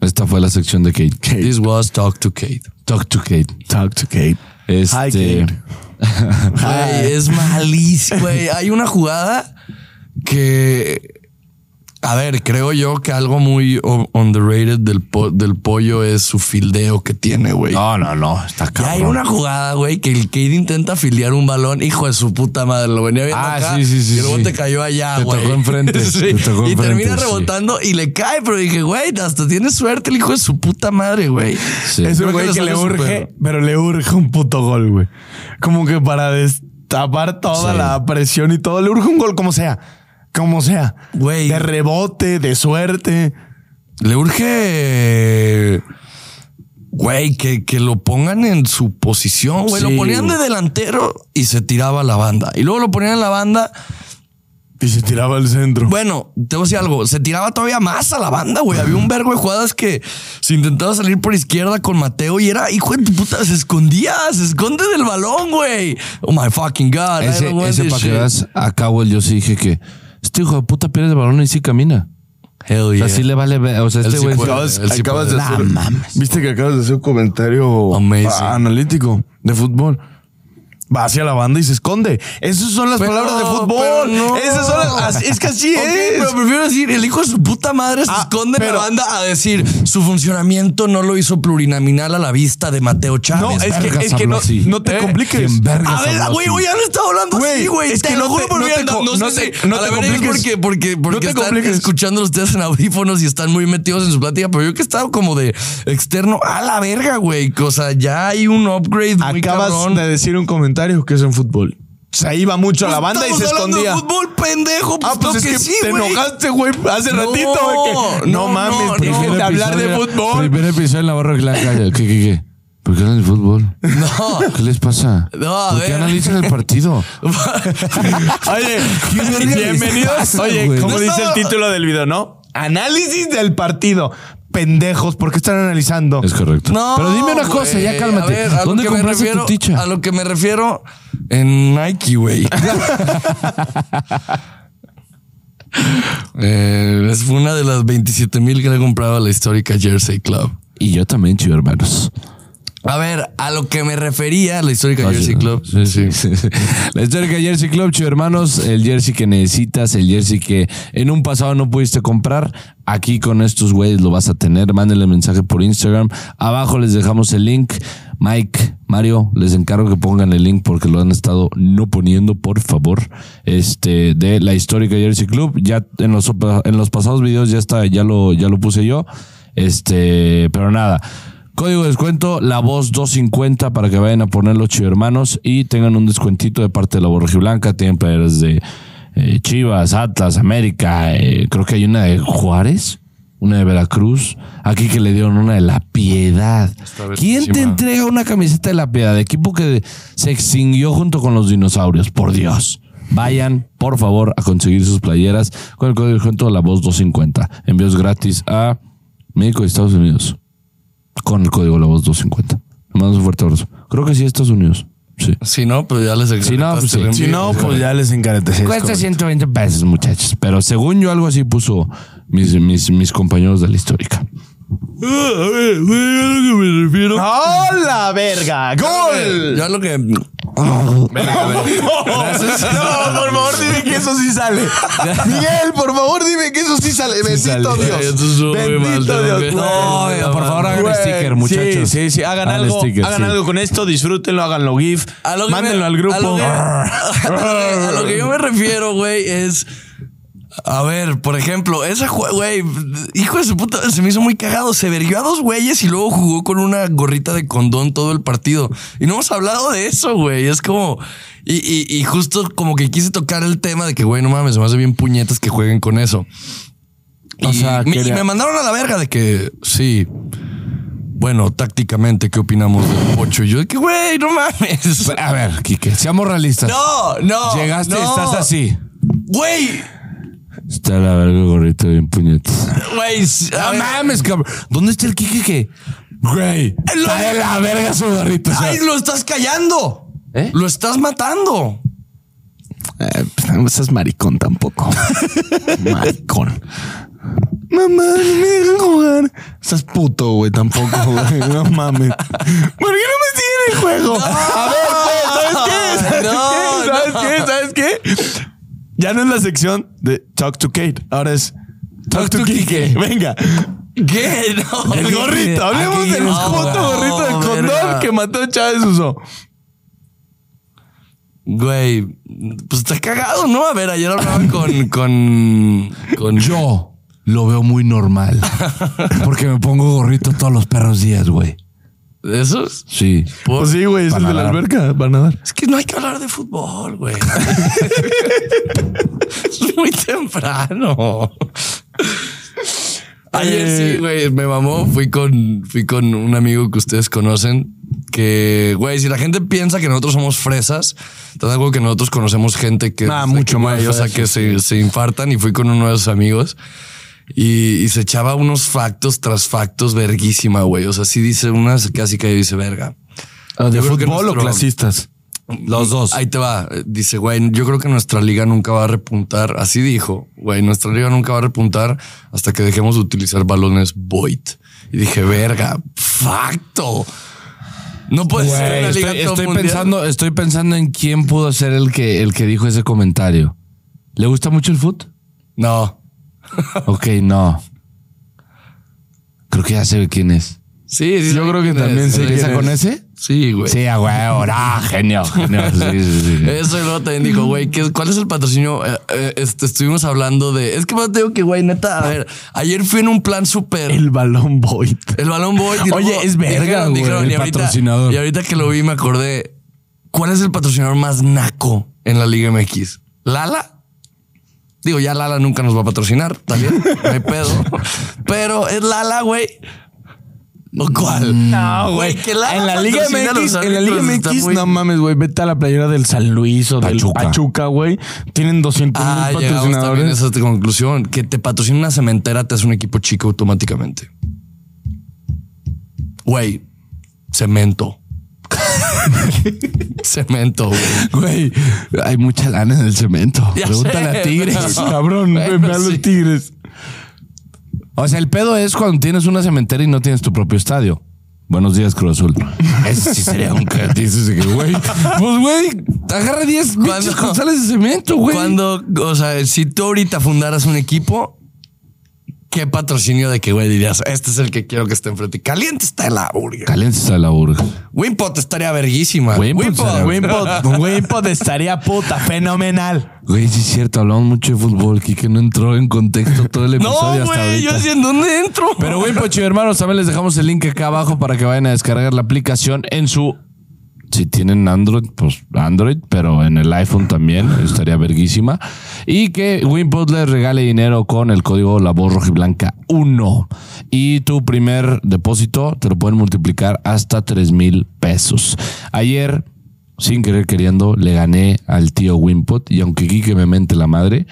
Speaker 3: Esta fue la sección de Kate.
Speaker 1: This was Talk to Kate.
Speaker 3: Talk to Kate.
Speaker 2: Talk to Kate. Hi,
Speaker 3: Este.
Speaker 2: Kate.
Speaker 3: Ah.
Speaker 1: Güey, es malísimo. Güey, hay una jugada que. A ver, creo yo que algo muy o- underrated del, po- del pollo es su fildeo que tiene, güey.
Speaker 3: No, no, no. Está
Speaker 1: Y
Speaker 3: cabrón.
Speaker 1: hay una jugada, güey, que el Cade intenta filiar un balón. Hijo de su puta madre, lo venía viendo
Speaker 3: Ah,
Speaker 1: acá.
Speaker 3: sí, sí, sí,
Speaker 1: Y el bote
Speaker 3: sí.
Speaker 1: cayó allá,
Speaker 3: Te
Speaker 1: güey.
Speaker 3: tocó
Speaker 1: [LAUGHS]
Speaker 3: enfrente, te tocó
Speaker 1: y
Speaker 3: enfrente,
Speaker 1: termina
Speaker 3: sí.
Speaker 1: rebotando y le cae. Pero dije, güey, hasta tiene suerte el hijo de su puta madre, güey.
Speaker 3: Sí.
Speaker 2: Es
Speaker 1: Creo
Speaker 2: un
Speaker 1: que
Speaker 2: güey
Speaker 1: le
Speaker 2: que le
Speaker 1: sale
Speaker 2: urge,
Speaker 1: súper.
Speaker 2: pero le urge un puto gol, güey. Como que para destapar toda
Speaker 3: Sí.
Speaker 2: la presión y todo. Le urge un gol como sea. Como sea.
Speaker 1: Güey.
Speaker 2: De rebote, de suerte.
Speaker 1: Le urge. Güey, que, que lo pongan en su posición, güey.
Speaker 3: Sí.
Speaker 1: Lo ponían de delantero y se tiraba a la banda. Y luego lo ponían en la banda.
Speaker 2: Y se tiraba al centro.
Speaker 1: Bueno, te voy a decir algo. Se tiraba todavía más a la banda, güey. Había un vergo de jugadas que se intentaba salir por izquierda con Mateo y era, hijo de tu puta, se escondía, se esconde del balón, güey. Oh my fucking God. I
Speaker 3: Ese,
Speaker 1: don't want
Speaker 3: ese
Speaker 1: this
Speaker 3: para que
Speaker 1: shit.
Speaker 3: veas, a Cowell yo sí dije que este hijo de puta pierde el balón y sí camina.
Speaker 1: Hell
Speaker 3: O
Speaker 1: yeah.
Speaker 3: sea, sí le vale. ver- O sea,
Speaker 1: Él
Speaker 3: este
Speaker 1: sí
Speaker 3: güey.
Speaker 1: puede.
Speaker 2: Acabas,
Speaker 1: él sí
Speaker 2: acabas de
Speaker 1: puede.
Speaker 2: hacer,
Speaker 1: Nah,
Speaker 2: Viste que acabas de hacer un comentario
Speaker 1: Amazing.
Speaker 2: ah, analítico de fútbol. Va hacia la banda y se esconde. Esas son las
Speaker 1: Pero-
Speaker 2: palabras de
Speaker 1: pero
Speaker 2: fútbol.
Speaker 1: no.
Speaker 2: Esas son las, así- es que así
Speaker 1: Ok,
Speaker 2: es.
Speaker 1: pero prefiero decir, el hijo de su puta madre se
Speaker 2: Ah,
Speaker 1: esconde en
Speaker 2: pero-
Speaker 1: la banda a decir su funcionamiento no lo hizo plurinaminal a la vista de Mateo
Speaker 2: No,
Speaker 1: Chávez.
Speaker 2: es que,
Speaker 3: vergas
Speaker 2: es que
Speaker 3: habló
Speaker 2: no,
Speaker 3: así.
Speaker 2: no te
Speaker 3: Eh,
Speaker 2: compliques.
Speaker 3: quien vergas
Speaker 1: A ver,
Speaker 3: habló
Speaker 1: güey,
Speaker 3: así.
Speaker 1: hoy ya no está hablando así, güey.
Speaker 2: es
Speaker 1: Te
Speaker 2: que
Speaker 1: lo
Speaker 2: no
Speaker 1: juro
Speaker 2: te-
Speaker 1: por
Speaker 2: no
Speaker 1: mi
Speaker 2: te
Speaker 1: vida,
Speaker 2: co-
Speaker 1: no
Speaker 2: no
Speaker 1: sé
Speaker 2: te-
Speaker 1: si-
Speaker 2: no
Speaker 1: a
Speaker 2: te
Speaker 1: la verga, es
Speaker 2: compliques.
Speaker 1: porque, porque, porque
Speaker 2: te
Speaker 1: están
Speaker 2: compliques.
Speaker 1: escuchando ustedes en audífonos y están muy metidos en su plática, pero yo que estaba como de externo a la verga, güey. O sea, ya hay un upgrade muy
Speaker 2: Acabas
Speaker 1: cabrón.
Speaker 2: de decir un comentario que es en fútbol. Se iba mucho a la banda y se
Speaker 1: Pues Estamos hablando de
Speaker 2: escondía.
Speaker 1: fútbol, pendejo.
Speaker 2: Ah, pues
Speaker 1: lo
Speaker 2: es
Speaker 1: que
Speaker 2: que
Speaker 1: sí,
Speaker 2: te
Speaker 1: güey.
Speaker 2: enojaste, güey, hace
Speaker 1: No,
Speaker 2: ratito. güey, que, no,
Speaker 1: no,
Speaker 2: mames,
Speaker 1: no,
Speaker 2: prefiero
Speaker 1: no.
Speaker 2: hablar de
Speaker 3: episodio-
Speaker 2: fútbol.
Speaker 3: Primer episodio en la barra blanca. [LAUGHS] ¿Qué, qué, qué? ¿Por qué hablan de fútbol?
Speaker 1: No.
Speaker 3: ¿Qué les pasa?
Speaker 1: No, a
Speaker 3: ¿Por qué
Speaker 1: ver.
Speaker 3: analizan el
Speaker 1: [LAUGHS]
Speaker 3: partido?
Speaker 2: Oye,
Speaker 3: verga les
Speaker 2: bienvenidos.
Speaker 3: pasa,
Speaker 2: Oye,
Speaker 3: güey?
Speaker 2: como
Speaker 1: No
Speaker 2: dice
Speaker 1: estaba-
Speaker 2: el título del video, ¿no? Análisis del partido. Pendejos, ¿por qué están analizando?
Speaker 3: Es correcto.
Speaker 1: No,
Speaker 3: Pero dime una
Speaker 1: güey.
Speaker 3: cosa, ya
Speaker 1: A
Speaker 3: cálmate.
Speaker 1: ver, a lo
Speaker 3: ¿Dónde
Speaker 1: que me
Speaker 3: compraste
Speaker 1: refiero-
Speaker 3: tu ticha?
Speaker 1: A lo que me refiero en Nike, güey. [LAUGHS] Eh, es una de las 27 mil que le he comprado a la histórica Jersey Club.
Speaker 3: Y yo también, chido, hermanos.
Speaker 1: A ver, a lo que me refería la histórica
Speaker 3: Ah, sí,
Speaker 1: Jersey
Speaker 3: ¿no?
Speaker 1: Club.
Speaker 3: Sí, sí. La histórica Jersey Club, chido, hermanos. El jersey que necesitas, el jersey que en un pasado no pudiste comprar. Aquí con estos güeyes lo vas a tener. Mándenle mensaje por Instagram. Abajo les dejamos el link. Mike, Mario, les encargo que pongan el link porque lo han estado no poniendo, por favor. Este, de la histórica Jersey Club. Ya en los, opa- en los pasados videos ya está, ya lo, ya lo puse yo. Este, pero nada. Código de descuento, la voz 250 para que vayan a ponerlo chido hermanos y tengan un descuentito de parte de la Borrojiblanca. Tienen playeras de eh, Chivas, Atlas, América. eh, creo que hay una de Juárez, una de Veracruz. Aquí que le dieron una de La Piedad.
Speaker 1: Está
Speaker 3: ¿Quién te
Speaker 1: bellísima.
Speaker 3: entrega una camiseta de La Piedad? De equipo que se extinguió junto con los dinosaurios. Por Dios. Vayan, por favor, a conseguir sus playeras con el código de descuento de la voz 250. Envíos gratis a México y Estados Unidos con el código La Voz 250. Le mando un fuerte abrazo. Creo que sí, Estados Unidos. Sí.
Speaker 1: Si no, pues ya les
Speaker 3: Si no, pues sí.
Speaker 1: encargaste el
Speaker 2: Si
Speaker 1: envío.
Speaker 2: no, pues ya les encaretecí.
Speaker 3: Cuesta 120 pesos, muchachos. Pero según yo, algo así puso mis, mis, mis compañeros de la histórica.
Speaker 4: ¡Hola, verga! ¡Gol!
Speaker 3: pues
Speaker 1: Yo a lo que.
Speaker 4: No, por favor, dime que eso sí
Speaker 2: [LAUGHS]
Speaker 4: sale. Miguel, por favor, dime que eso sí sale. Bendito Dios.
Speaker 1: Eso estuvo muy mal,
Speaker 4: Bendito
Speaker 1: tengo
Speaker 4: Dios.
Speaker 1: que-
Speaker 4: No,
Speaker 3: oiga, por favor, hagan sticker, muchachos.
Speaker 2: Sí, sí, sí. Hagan
Speaker 3: Hagan
Speaker 2: algo.
Speaker 3: sticker,
Speaker 2: hagan
Speaker 3: sí.
Speaker 2: algo con esto. Disfrútenlo, háganlo GIF.
Speaker 1: A lo que
Speaker 2: Mándenlo
Speaker 1: me-
Speaker 2: al
Speaker 1: A lo
Speaker 2: grupo. [LAUGHS]
Speaker 1: que, [LAUGHS] a lo que yo me refiero, güey, es. A ver, por ejemplo, esa jue- güey, hijo de su puta, se me hizo muy cagado. Se verguió a dos güeyes y luego jugó con una gorrita de condón todo el partido. Y no hemos hablado de eso, güey. Es como. Y, y- y justo como que quise tocar el tema de que, güey, no mames, se me hace bien puñetas que jueguen con eso.
Speaker 2: O
Speaker 1: y,
Speaker 2: sea,
Speaker 1: me,
Speaker 2: quería-
Speaker 1: y me mandaron a la verga de que sí. Bueno, tácticamente, ¿qué opinamos del pocho? Y yo de que, güey, no mames.
Speaker 2: Pues,
Speaker 3: A ver, Quique, seamos realistas.
Speaker 1: No, no.
Speaker 3: Llegaste,
Speaker 1: no.
Speaker 3: estás así.
Speaker 1: Güey,
Speaker 3: Está la verga gorrito bien puñetas.
Speaker 1: güey. s- a
Speaker 3: No
Speaker 1: ver.
Speaker 3: mames, cabrón. ¿Dónde está el Quique que? Güey, está de la verga su gorrito. o sea,
Speaker 1: Ay, lo estás callando.
Speaker 3: ¿Eh?
Speaker 1: Lo estás matando.
Speaker 2: Eh, pues, no seas maricón [LAUGHS] tampoco. maricón. Mamá, no me dejan jugar. Estás puto, güey, tampoco, güey. No mames. ¿Por qué no me siguen el juego? A ver, pues, ¿sabes qué? ¿Sabes
Speaker 1: No,
Speaker 2: qué? ¿Sabes
Speaker 1: no.
Speaker 2: qué? ¿Sabes qué? Ya no es la sección de Talk to Kate. Ahora es Talk, to,
Speaker 1: to
Speaker 2: Kike.
Speaker 1: Kike.
Speaker 2: Venga.
Speaker 1: ¿Qué? No.
Speaker 2: El gorrito. Hablemos
Speaker 3: aquí
Speaker 2: del
Speaker 3: no,
Speaker 2: puto gorrito del
Speaker 1: no,
Speaker 2: condón
Speaker 1: verga.
Speaker 2: que mató Chávez Uso.
Speaker 1: Güey, pues está cagado, ¿no? A ver,
Speaker 3: [LAUGHS]
Speaker 1: ayer hablaba con. con. con.
Speaker 3: Yo lo veo muy normal. Porque me pongo gorrito todos los perros días, güey.
Speaker 1: ¿Esos?
Speaker 3: Sí.
Speaker 1: Por-
Speaker 2: Pues sí, güey, es el de la
Speaker 3: nadar.
Speaker 2: alberca. Van a dar.
Speaker 1: Es que no hay que hablar de fútbol, güey. es muy temprano. Ayer
Speaker 2: Eh,
Speaker 1: sí, güey, me mamó. Fui con, fui con un amigo que ustedes conocen. Que, güey, si la gente piensa que nosotros somos fresas, te algo que nosotros conocemos gente que.
Speaker 2: Ah,
Speaker 1: o sea,
Speaker 2: mucho
Speaker 1: que,
Speaker 2: más
Speaker 1: güey, O sea, que se, se infartan. Y fui con uno de sus amigos y, y se echaba unos factos tras factos verguísima, güey. O sea, sí dice unas que así que dice verga.
Speaker 2: ¿De
Speaker 3: Ah,
Speaker 1: Yo creo que
Speaker 2: fútbol o
Speaker 1: nuestro-
Speaker 2: clasistas?
Speaker 3: Los dos.
Speaker 1: Ahí te va. Dice, güey, yo creo que nuestra liga nunca va a repuntar. Así dijo, güey, nuestra liga nunca va a repuntar hasta que dejemos de utilizar balones Void. Y dije, verga, facto. No
Speaker 2: Pues,
Speaker 1: puede ser
Speaker 3: Güey,
Speaker 1: una liga
Speaker 3: estoy,
Speaker 1: top
Speaker 3: estoy
Speaker 1: mundial.
Speaker 3: pensando, estoy pensando en quién pudo ser el que, el que dijo ese comentario. ¿Le gusta mucho el
Speaker 2: [LAUGHS]
Speaker 3: foot?
Speaker 1: No.
Speaker 3: Ok, no. Creo que ya sé quién es.
Speaker 1: Sí, sí,
Speaker 2: Yo creo que
Speaker 1: quién es,
Speaker 2: también
Speaker 1: sí,
Speaker 2: sé
Speaker 1: quién
Speaker 2: quién es.
Speaker 1: es.
Speaker 3: ese?
Speaker 1: Sí, güey.
Speaker 3: Sí, ah, güey, ahora, genio, genio. Sí, sí, sí.
Speaker 2: [LAUGHS]
Speaker 1: Eso y luego también dijo, güey, ¿qué- ¿cuál es el patrocinio? Eh, eh, este, estuvimos hablando de. Es que más te digo que, güey, neta, a ver, ayer fui en un plan súper.
Speaker 2: El balón Void.
Speaker 1: El balón Boy.
Speaker 2: Oye, es verga, güey,
Speaker 3: el
Speaker 1: y ahorita,
Speaker 3: patrocinador.
Speaker 1: Y ahorita que lo vi me acordé, ¿cuál es el patrocinador más naco en la Liga MX? ¿Lala? Digo, ya Lala nunca nos va a patrocinar, también, no
Speaker 2: [LAUGHS]
Speaker 1: hay pedo. Pero es Lala, güey. ¿O cuál?
Speaker 2: No, güey.
Speaker 1: que Lala
Speaker 2: En la Liga
Speaker 1: patrocina a los
Speaker 2: MX, en la Liga
Speaker 1: árbitros está
Speaker 2: MX,
Speaker 1: muy-
Speaker 2: no mames, güey. Vete a la playera del San Luis o
Speaker 3: Pachuca.
Speaker 2: del Pachuca, güey. Tienen 200 mil
Speaker 1: Ah, llegamos también a
Speaker 2: patrocinadores.
Speaker 1: esa conclusión. Que te patrocina una cementera te hace un equipo chico automáticamente. Güey, cemento. [LAUGHS] cemento, güey.
Speaker 3: Güey, hay mucha lana en el cemento.
Speaker 1: Ya
Speaker 3: Pregúntale
Speaker 1: sé,
Speaker 3: a Tigres.
Speaker 1: pero-
Speaker 2: Cabrón,
Speaker 1: Bueno,
Speaker 2: güey, ve a los
Speaker 1: sí.
Speaker 2: Tigres.
Speaker 3: O sea, el pedo es cuando tienes una cementera y no tienes tu propio estadio. Buenos días, Cruz Azul. Ese sí sería un que dices de que, güey. Pues, güey, agarra 10
Speaker 1: ¿Cuándo?
Speaker 3: pinches costales de cemento, güey.
Speaker 1: Cuando, o sea, si tú ahorita fundaras un equipo, ¿qué patrocinio de que, güey, dirías, este es el que quiero que esté enfrente? Caliente está el hamburger.
Speaker 3: Caliente está la burga.
Speaker 1: Wimpot estaría verguísima.
Speaker 2: [LAUGHS]
Speaker 3: Wimpot estaría-
Speaker 2: Wimpot, Wimpot estaría puta, pues, fenomenal.
Speaker 3: Güey, sí es cierto, hablamos mucho de fútbol, que no entró en contexto todo el episodio
Speaker 1: No,
Speaker 3: hasta
Speaker 1: güey,
Speaker 3: ahorita.
Speaker 1: yo sí, ¿en dónde entro?
Speaker 3: Pero güey, Pochi, hermanos, también les dejamos el link acá abajo para que vayan a descargar la aplicación en su... Si tienen Android, pues Android, pero en el iPhone también estaría verguísima. Y que Wimpod les regale dinero con el código La Voz Rojiblanca 1. Y tu primer depósito te lo pueden multiplicar hasta 3 mil pesos. Ayer, sin querer queriendo, le gané al tío Wimpot. Y aunque Quique me mente la madre,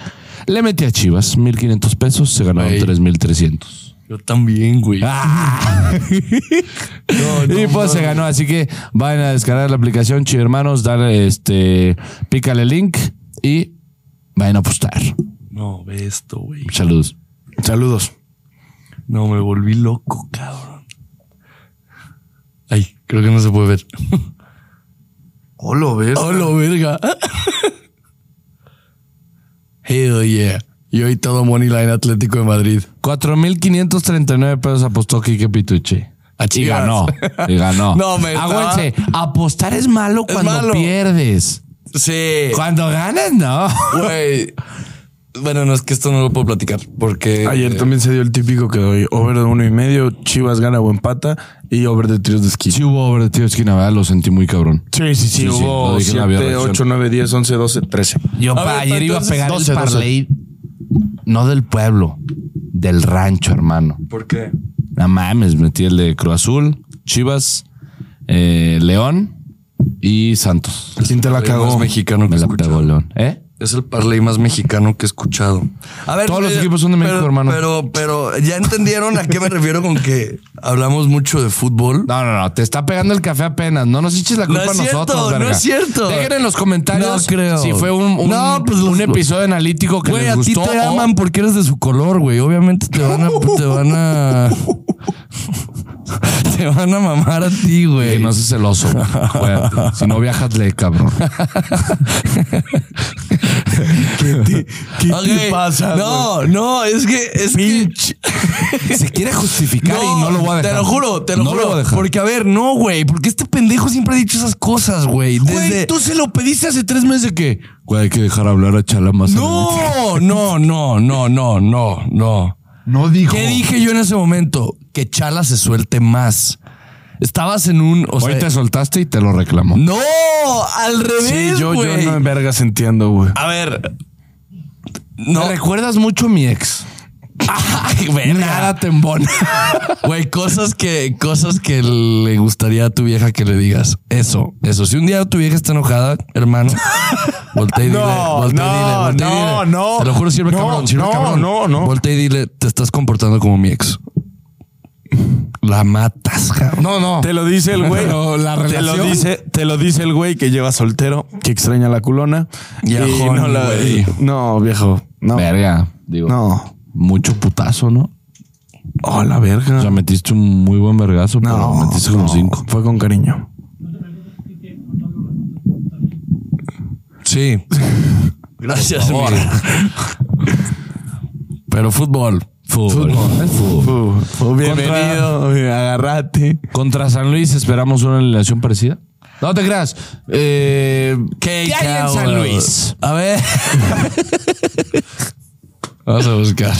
Speaker 3: le metí a Chivas 1.500 pesos, se ganaron
Speaker 1: Güey.
Speaker 3: 3.300.
Speaker 1: Yo también, güey. [LAUGHS] No, no,
Speaker 3: Ah. y pues se ganó, así que vayan a descargar la aplicación, chido hermanos, dale este, pícale el link y vayan a apostar.
Speaker 1: no, ve esto, güey.
Speaker 3: Saludos.
Speaker 2: Saludos.
Speaker 1: No, me volví loco, cabrón. Ay, creo que no se puede ver. Oh,
Speaker 4: Hola, ¿ves?
Speaker 1: Hola, verga. [LAUGHS] Hell yeah. Y hoy todo Moneyline Atlético de Madrid.
Speaker 3: 4.539 pesos apostó Quique Pituche.
Speaker 1: A
Speaker 3: Y
Speaker 1: Chivas.
Speaker 3: ganó. Y ganó.
Speaker 1: [LAUGHS] No, me estaba-
Speaker 3: Aguántense, apostar es malo cuando
Speaker 1: malo.
Speaker 3: pierdes.
Speaker 1: Sí.
Speaker 3: Cuando ganas, no. [LAUGHS]
Speaker 1: Güey. Bueno, no es que esto no lo puedo platicar porque.
Speaker 2: Ayer también se dio el típico que doy over de uno y medio, Chivas gana o empata y over de tiros de esquí.
Speaker 3: Sí hubo over de tiro de esquina, ¿verdad? Lo sentí muy cabrón.
Speaker 2: Sí, sí, sí.
Speaker 3: hubo
Speaker 2: Hubo
Speaker 3: siete,
Speaker 2: 7,
Speaker 3: ocho,
Speaker 2: 8, 9, 10, 11, 12, 13.
Speaker 3: Yo
Speaker 1: A
Speaker 3: pa-
Speaker 1: ver,
Speaker 3: ayer iba a
Speaker 1: entonces,
Speaker 3: pegar
Speaker 2: 12,
Speaker 3: el
Speaker 2: 12.
Speaker 3: parlay, no del pueblo, del rancho, hermano.
Speaker 1: ¿Por qué?
Speaker 3: No mames, metí el de Cruz Azul, Chivas, eh, León y Santos.
Speaker 2: ¿Quién te la
Speaker 1: Más
Speaker 2: cagó?
Speaker 1: mexicano que
Speaker 3: Me la
Speaker 1: escucho.
Speaker 3: pegó León. ¿Eh?
Speaker 1: Es el parlay más mexicano que he escuchado. A ver,
Speaker 3: Todos los
Speaker 1: eh,
Speaker 3: equipos son de México,
Speaker 1: pero-
Speaker 3: hermano.
Speaker 1: Pero, pero ya entendieron a qué me refiero con que hablamos mucho de fútbol.
Speaker 3: No, no, no. Te está pegando el café apenas. No nos eches la culpa
Speaker 1: No es
Speaker 3: a
Speaker 1: cierto,
Speaker 3: nosotros. verga.
Speaker 1: no es cierto.
Speaker 3: Dejen en los comentarios
Speaker 1: No creo.
Speaker 3: si fue un, un-
Speaker 1: No, pues,
Speaker 3: un
Speaker 1: los-
Speaker 3: episodio analítico que
Speaker 1: Güey,
Speaker 3: les
Speaker 1: a ti
Speaker 3: gustó. oh.
Speaker 1: te
Speaker 3: o-
Speaker 1: aman porque eres de su color, güey. Obviamente te van a. Te van a. [LAUGHS] te van a mamar a ti,
Speaker 3: Que
Speaker 1: güey.
Speaker 3: no seas celoso. güey. Acuérdate. si no viajas, le
Speaker 1: [LAUGHS]
Speaker 3: cabrón.
Speaker 2: ¿Qué
Speaker 1: Ok, No, no, es que. Es que [LAUGHS]
Speaker 3: Se quiere justificar y no lo voy a dejar.
Speaker 1: Te lo juro, te lo
Speaker 3: No
Speaker 1: juro.
Speaker 3: voy a dejar.
Speaker 1: Porque, a ver, no, güey. Porque este pendejo siempre ha dicho esas cosas, güey. Desde.
Speaker 3: Güey, tú se lo pediste hace tres meses de que, güey, hay que dejar hablar a Chalama.
Speaker 1: No, no, no, no, no, no, no.
Speaker 3: no dijo.
Speaker 1: ¿Qué dije yo en ese momento? Que Chala se suelte más. Estabas en un. O
Speaker 3: Hoy
Speaker 1: sea,
Speaker 3: te soltaste y te lo reclamó.
Speaker 1: No, al
Speaker 2: Sí,
Speaker 1: revés.
Speaker 2: yo, yo
Speaker 1: güey.
Speaker 2: no en vergas entiendo, güey.
Speaker 1: A ver. No.
Speaker 3: Me recuerdas mucho a mi ex.
Speaker 1: Ay, [LAUGHS] verga.
Speaker 3: Nada tembona.
Speaker 1: [LAUGHS] Güey, cosas que, cosas que le gustaría a tu vieja que le digas. Eso, eso. Si un día tu vieja está enojada,
Speaker 2: [LAUGHS]
Speaker 1: hermano, voltea y dile.
Speaker 2: No,
Speaker 1: voltea y dile,
Speaker 2: no,
Speaker 1: voltea y
Speaker 2: no,
Speaker 1: dile.
Speaker 2: no.
Speaker 1: Te lo juro, sirve
Speaker 2: No,
Speaker 1: cabrón, sirve
Speaker 2: no,
Speaker 1: cabrón.
Speaker 2: no, no.
Speaker 1: Voltea y dile, te estás comportando como mi ex. La matas, cabrón.
Speaker 3: No, no.
Speaker 2: Te lo dice el güey.
Speaker 3: Pero la
Speaker 2: te lo
Speaker 3: relación-
Speaker 2: dice, te lo dice el güey que lleva soltero, que extraña la culona.
Speaker 1: Y a Honey,
Speaker 2: no, la-
Speaker 1: güey.
Speaker 2: no, viejo. No.
Speaker 3: Verga. Digo,
Speaker 2: No.
Speaker 3: mucho putazo, ¿no?
Speaker 2: Oh, la verga.
Speaker 3: O sea, metiste un muy buen vergazo, pero
Speaker 2: no,
Speaker 3: metiste como
Speaker 2: no,
Speaker 3: cinco.
Speaker 2: Fue con cariño.
Speaker 3: [LAUGHS]
Speaker 1: Sí. Gracias, amigo. Pero fútbol.
Speaker 3: Fútbol. Es fútbol.
Speaker 2: Uh, oh, bienvenido, eh, agárrate.
Speaker 3: Contra San Luis esperamos una alineación parecida. No te creas. Eh,
Speaker 1: ¿Qué,
Speaker 3: hay en San Luis?
Speaker 1: A ver. [LAUGHS] Vamos a buscar.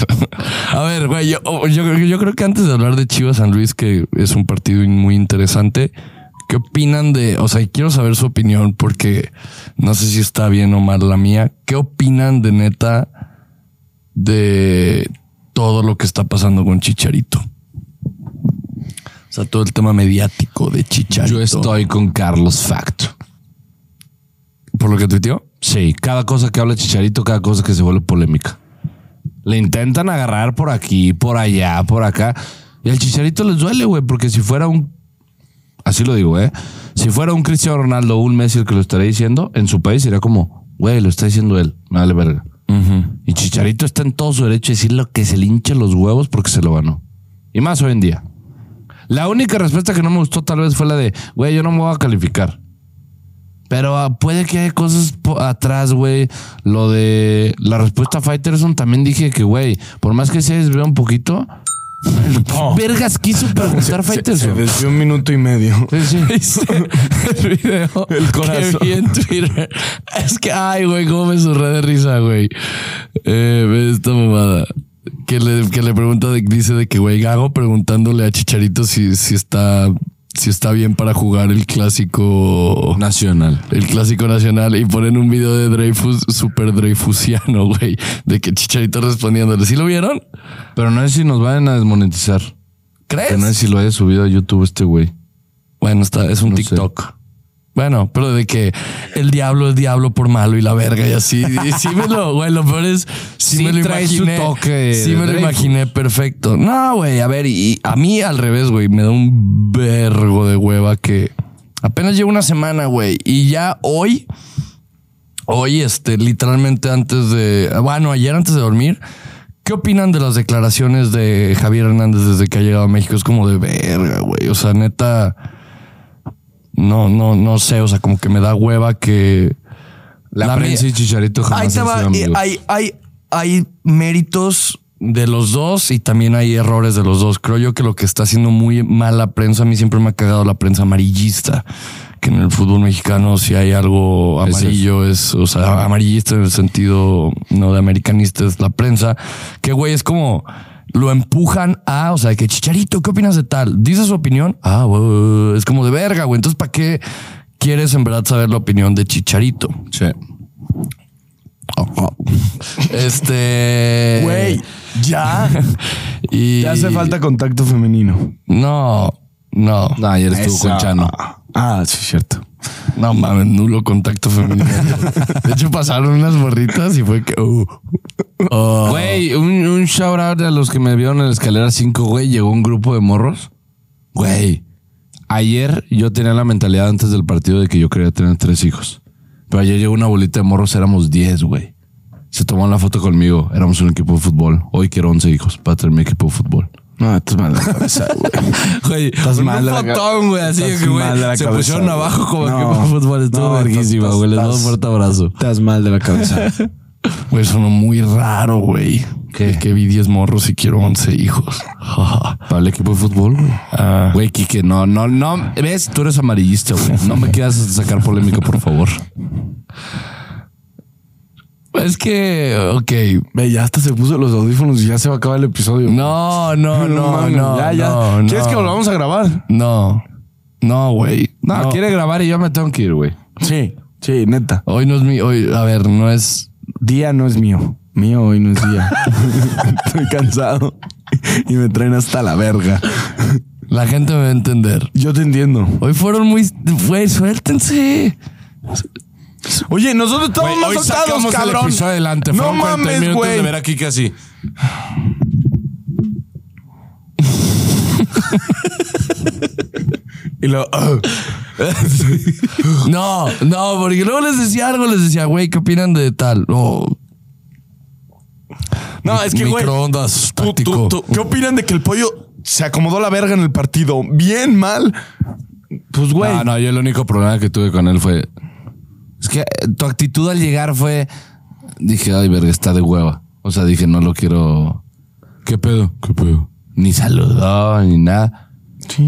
Speaker 1: A ver, güey, yo, oh, yo, creo- yo creo que antes de hablar de Chivas San Luis, que es un partido in- muy interesante, ¿qué opinan de, o sea, y quiero saber su opinión porque no sé si está bien o mal la mía, ¿qué opinan de neta de todo lo que está pasando con Chicharito? O sea, todo el tema mediático de Chicharito.
Speaker 3: Yo estoy con Carlos Facto.
Speaker 1: ¿Por lo que tuiteó?
Speaker 3: Sí, cada cosa que habla Chicharito, cada cosa que se vuelve polémica. Le intentan agarrar por aquí, por allá, por acá. Y al Chicharito les duele, güey, porque si fuera un... Así lo digo, ¿eh? Si fuera un Cristiano Ronaldo o un Messi el que lo estaría diciendo, en su país sería como, güey, lo está diciendo él, me vale verga. Y Chicharito está en todo su derecho de decir lo que se le hinche los huevos porque se lo ganó. Y más hoy en día. La única respuesta que no me gustó tal vez fue la de, güey, yo no me voy a calificar. Pero ah, puede que haya cosas po- atrás, güey. Lo
Speaker 2: [LAUGHS]
Speaker 3: de la respuesta a Fighterson también dije que, güey, por más que se desvea un poquito, Vergas quiso preguntar
Speaker 2: Se
Speaker 3: Faitelson.
Speaker 2: desvió un minuto y medio. [LAUGHS]
Speaker 1: ¿Viste el video
Speaker 2: El corazón.
Speaker 1: que vi en Twitter? Es que, ay, güey, cómo me surré de risa, güey. Eh, ve esta mamada. Que le, que le pregunta, de- dice de que, güey, Gago preguntándole a Chicharito si, si está, si está bien para jugar el clásico.
Speaker 3: Nacional.
Speaker 1: El clásico nacional y ponen un video de Dreyfus, super Dreyfusiano, güey, de que Chicharito respondiéndole. ¿Sí lo vieron?
Speaker 3: Pero no sé si nos van a desmonetizar. Que
Speaker 1: ¿Crees?
Speaker 3: no sé si lo haya subido a YouTube este güey.
Speaker 1: Bueno, está, es un
Speaker 3: No sé.
Speaker 1: TikTok. Bueno, pero de que el diablo es diablo por malo y la verga y así. Y sí me lo, güey, lo peor es, sí,
Speaker 3: Sí
Speaker 1: me lo
Speaker 3: trae su
Speaker 1: imaginé.
Speaker 3: toque
Speaker 1: sí
Speaker 3: de
Speaker 1: me lo
Speaker 3: Dreyfus.
Speaker 1: imaginé perfecto. No, güey, a ver, y a mí al revés, güey, me da un vergo de hueva que apenas llevo una semana, güey, y ya hoy, hoy, este, literalmente antes de, bueno, ayer antes de dormir, ¿qué opinan de las declaraciones de Javier Hernández desde que ha llegado a México? Es como de verga, güey, o sea, neta, no, no, no sé, o sea, como que me da hueva que...
Speaker 3: La,
Speaker 1: La
Speaker 3: prensa
Speaker 1: mía-
Speaker 3: y Chicharito jamás
Speaker 1: Ahí te
Speaker 3: han
Speaker 1: va,
Speaker 3: sido
Speaker 1: eh,
Speaker 3: amigos.
Speaker 1: hay, hay, hay méritos de los dos y también hay errores de los dos. Creo yo que lo que está haciendo muy mal la prensa, a mí siempre me ha cagado la prensa amarillista, que en el fútbol mexicano si hay algo
Speaker 3: Es eso.
Speaker 1: amarillo es, o sea, amarillista en el sentido no de americanista es la prensa, que güey es como lo empujan a, o sea, que Chicharito, ¿qué opinas de tal? Dice su opinión, ah, güey, es como de verga, güey, entonces ¿para qué quieres en verdad saber la opinión de Chicharito?
Speaker 3: Sí.
Speaker 1: Este.
Speaker 2: Güey, ya.
Speaker 1: [LAUGHS] Y.
Speaker 2: Ya hace falta contacto femenino.
Speaker 1: No, no.
Speaker 3: No, ayer estuvo con Chano.
Speaker 2: Ah, sí, cierto.
Speaker 1: No mames, nulo contacto [LAUGHS] femenino. De hecho, pasaron unas borritas y fue que. uh, oh.
Speaker 3: Güey, un, un shout out a los que me vieron en la escalera 5, güey. Llegó un grupo de morros. Güey, ayer yo tenía la mentalidad antes del partido de que yo quería tener tres hijos. Pero ayer llegó una bolita de morros, éramos 10, güey. Se tomaron la foto conmigo, éramos un equipo de fútbol. Hoy quiero 11 hijos para tener mi equipo de fútbol.
Speaker 2: No, estás mal de la cabeza, güey.
Speaker 3: [LAUGHS] Güey,
Speaker 2: Estás
Speaker 3: un
Speaker 2: mal de la ca-
Speaker 3: fotón, güey. Así
Speaker 2: estás
Speaker 3: que, güey,
Speaker 2: mal de la
Speaker 3: se
Speaker 2: cabeza,
Speaker 3: pusieron
Speaker 2: güey.
Speaker 3: abajo como
Speaker 2: No,
Speaker 3: equipo de fútbol. Estuvo
Speaker 2: no,
Speaker 3: verguísima,
Speaker 2: estás-
Speaker 3: güey. Les doy un
Speaker 2: estás-
Speaker 3: fuerte abrazo.
Speaker 2: Estás mal de la [LAUGHS] cabeza.
Speaker 1: Güey,
Speaker 3: Pues
Speaker 1: sonó muy raro, güey.
Speaker 3: ¿Qué?
Speaker 1: Que vi 10 morros y quiero 11
Speaker 2: [LAUGHS]
Speaker 1: hijos. Ah.
Speaker 3: Para el equipo de fútbol, güey.
Speaker 2: Ah.
Speaker 3: Güey, Kike, no, no, no. ¿Ves? Tú eres amarillista, güey. No me quieras sacar polémica, por favor.
Speaker 1: es que, ok.
Speaker 2: Ve, ya hasta se puso los audífonos y ya se va a acabar el episodio.
Speaker 1: No, no, no, no.
Speaker 2: mames, ya, ya.
Speaker 1: no, no.
Speaker 2: ¿Quieres que volvamos a grabar?
Speaker 1: No. No, güey.
Speaker 3: No,
Speaker 2: Ah,
Speaker 3: quiere grabar y yo me tengo que ir, güey.
Speaker 2: Sí, sí, neta.
Speaker 1: Hoy no es mi. Hoy, a ver, no es.
Speaker 2: Día no es mío. Mío hoy no es día. [LAUGHS] Estoy cansado y me traen hasta la verga.
Speaker 1: La gente me va a entender.
Speaker 2: Yo te entiendo.
Speaker 1: Hoy fueron muy. Güey, suéltense.
Speaker 2: Oye, nosotros estamos más soltados, cabrón.
Speaker 3: adelante.
Speaker 2: No Fueron 40 mames, minutos güey. de ver
Speaker 3: a Kike así.
Speaker 2: Y lo,
Speaker 1: [LAUGHS] No, no, porque luego les decía algo, les decía, güey, ¿qué opinan de tal? Oh,
Speaker 2: no, es que, güey.
Speaker 1: microondas
Speaker 2: tú- tú-
Speaker 1: táctico.
Speaker 2: tú- ¿Qué opinan de que el pollo se acomodó la verga en el partido? Bien, mal. Pues, güey.
Speaker 3: No, no, yo el único problema que tuve con él fue. Es que eh, tu actitud al llegar fue. Dije, ay, verga, está de hueva. O sea, dije, no lo quiero. ¿Qué pedo? ¿Qué pedo? Ni saludó, ni nada.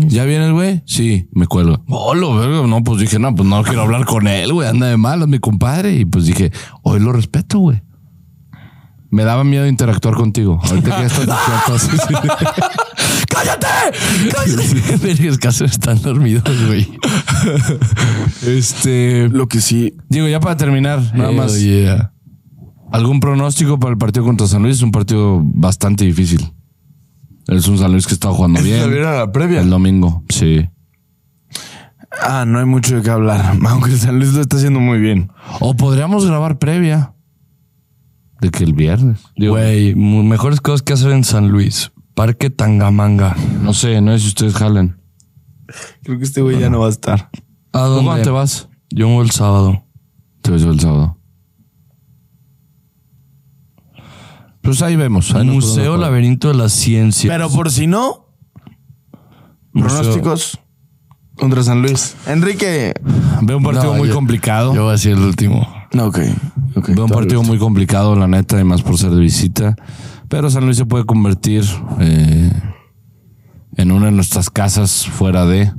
Speaker 3: ¿Ya viene el güey? Sí, me cuelgo. Hola, verga. No, pues dije, no, pues no quiero hablar con él, güey. Anda de malas, mi compadre. Y pues dije, hoy lo respeto, güey. Me daba miedo interactuar contigo. Ahorita que ya estás despierto, así, sí. [LAUGHS]
Speaker 1: ¡Cállate! ¡Cállate! Verga, es que hacen- están dormidos, güey.
Speaker 3: Este.
Speaker 2: Lo que sí.
Speaker 3: Digo, ya para terminar, nada
Speaker 1: Hell
Speaker 3: más.
Speaker 1: yeah.
Speaker 3: ¿Algún pronóstico para el partido contra San Luis? Es un partido bastante difícil. Es un San Luis que está
Speaker 2: [LAUGHS]
Speaker 3: jugando
Speaker 2: ¿Eso lo
Speaker 3: bien.
Speaker 2: vieron a la previa?
Speaker 3: El domingo, sí.
Speaker 2: Ah, no hay mucho de qué hablar. [LAUGHS] Aunque el San Luis lo está haciendo muy bien.
Speaker 3: O podríamos grabar previa. De que el viernes. Digo,
Speaker 1: Güey, mu- mejores cosas que hacer en San Luis. Parque Tangamanga.
Speaker 3: no sé, no sé si ustedes jalen.
Speaker 2: Creo que este güey ya no va a estar.
Speaker 1: ¿A
Speaker 3: ¿Tú ¿Cuándo te
Speaker 1: dónde?
Speaker 3: vas?
Speaker 1: Yo voy el sábado.
Speaker 3: Te ves el sábado. Pues ahí vemos. ahí nos
Speaker 1: Museo
Speaker 3: podemos-
Speaker 1: Laberinto de la Ciencia.
Speaker 2: Pero por si no, Pues pronósticos contra San Luis. Enrique.
Speaker 3: Veo un partido
Speaker 1: No,
Speaker 3: muy
Speaker 1: yo-
Speaker 3: complicado.
Speaker 1: Yo voy a ser el último.
Speaker 2: No, ok. okay.
Speaker 3: Veo un partido muy complicado, la neta, y más por ser de visita. Pero San Luis se puede convertir eh, en una de nuestras casas fuera de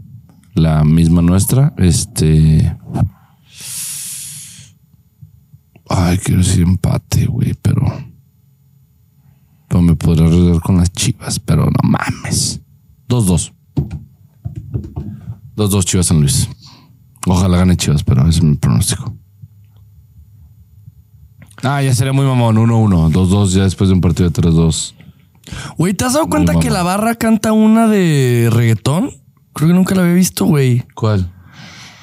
Speaker 3: la misma nuestra. Este. Ay, quiero decir empate, güey, pero. Pero me podría arreglar con las chivas, pero no mames. 2-2. 2-2 Chivas San Luis. Ojalá gane Chivas, pero ese es mi pronóstico. Ah, ya sería muy mamón. 1-1. 2-2 ya después de un partido de 3-2.
Speaker 1: Güey, ¿te has dado cuenta
Speaker 3: mamón.
Speaker 1: que la barra canta una de reggaetón? Creo que nunca la había visto, güey.
Speaker 3: ¿Cuál?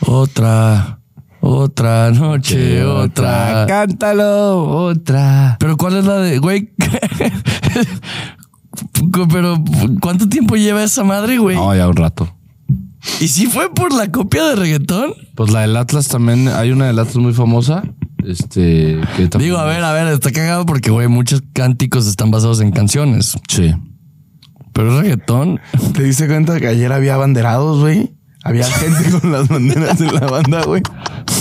Speaker 1: Otra, otra noche, otra.
Speaker 3: Ah. Cántalo. Otra.
Speaker 1: Pero ¿cuál es la de, güey? [LAUGHS] Pero ¿cuánto tiempo lleva esa madre, güey?
Speaker 3: No, ya un rato.
Speaker 1: ¿Y si fue por la copia de reggaetón?
Speaker 3: Pues la del Atlas también. Hay una del Atlas muy famosa. Este. Que también-
Speaker 1: Digo, a ver, a ver, está cagado porque, güey, muchos cánticos están basados en canciones.
Speaker 3: Sí.
Speaker 1: Pero es reggaetón. [LAUGHS]
Speaker 2: ¿Te diste cuenta que ayer había banderados, güey? Había [LAUGHS] gente con las banderas en la banda, güey. [LAUGHS]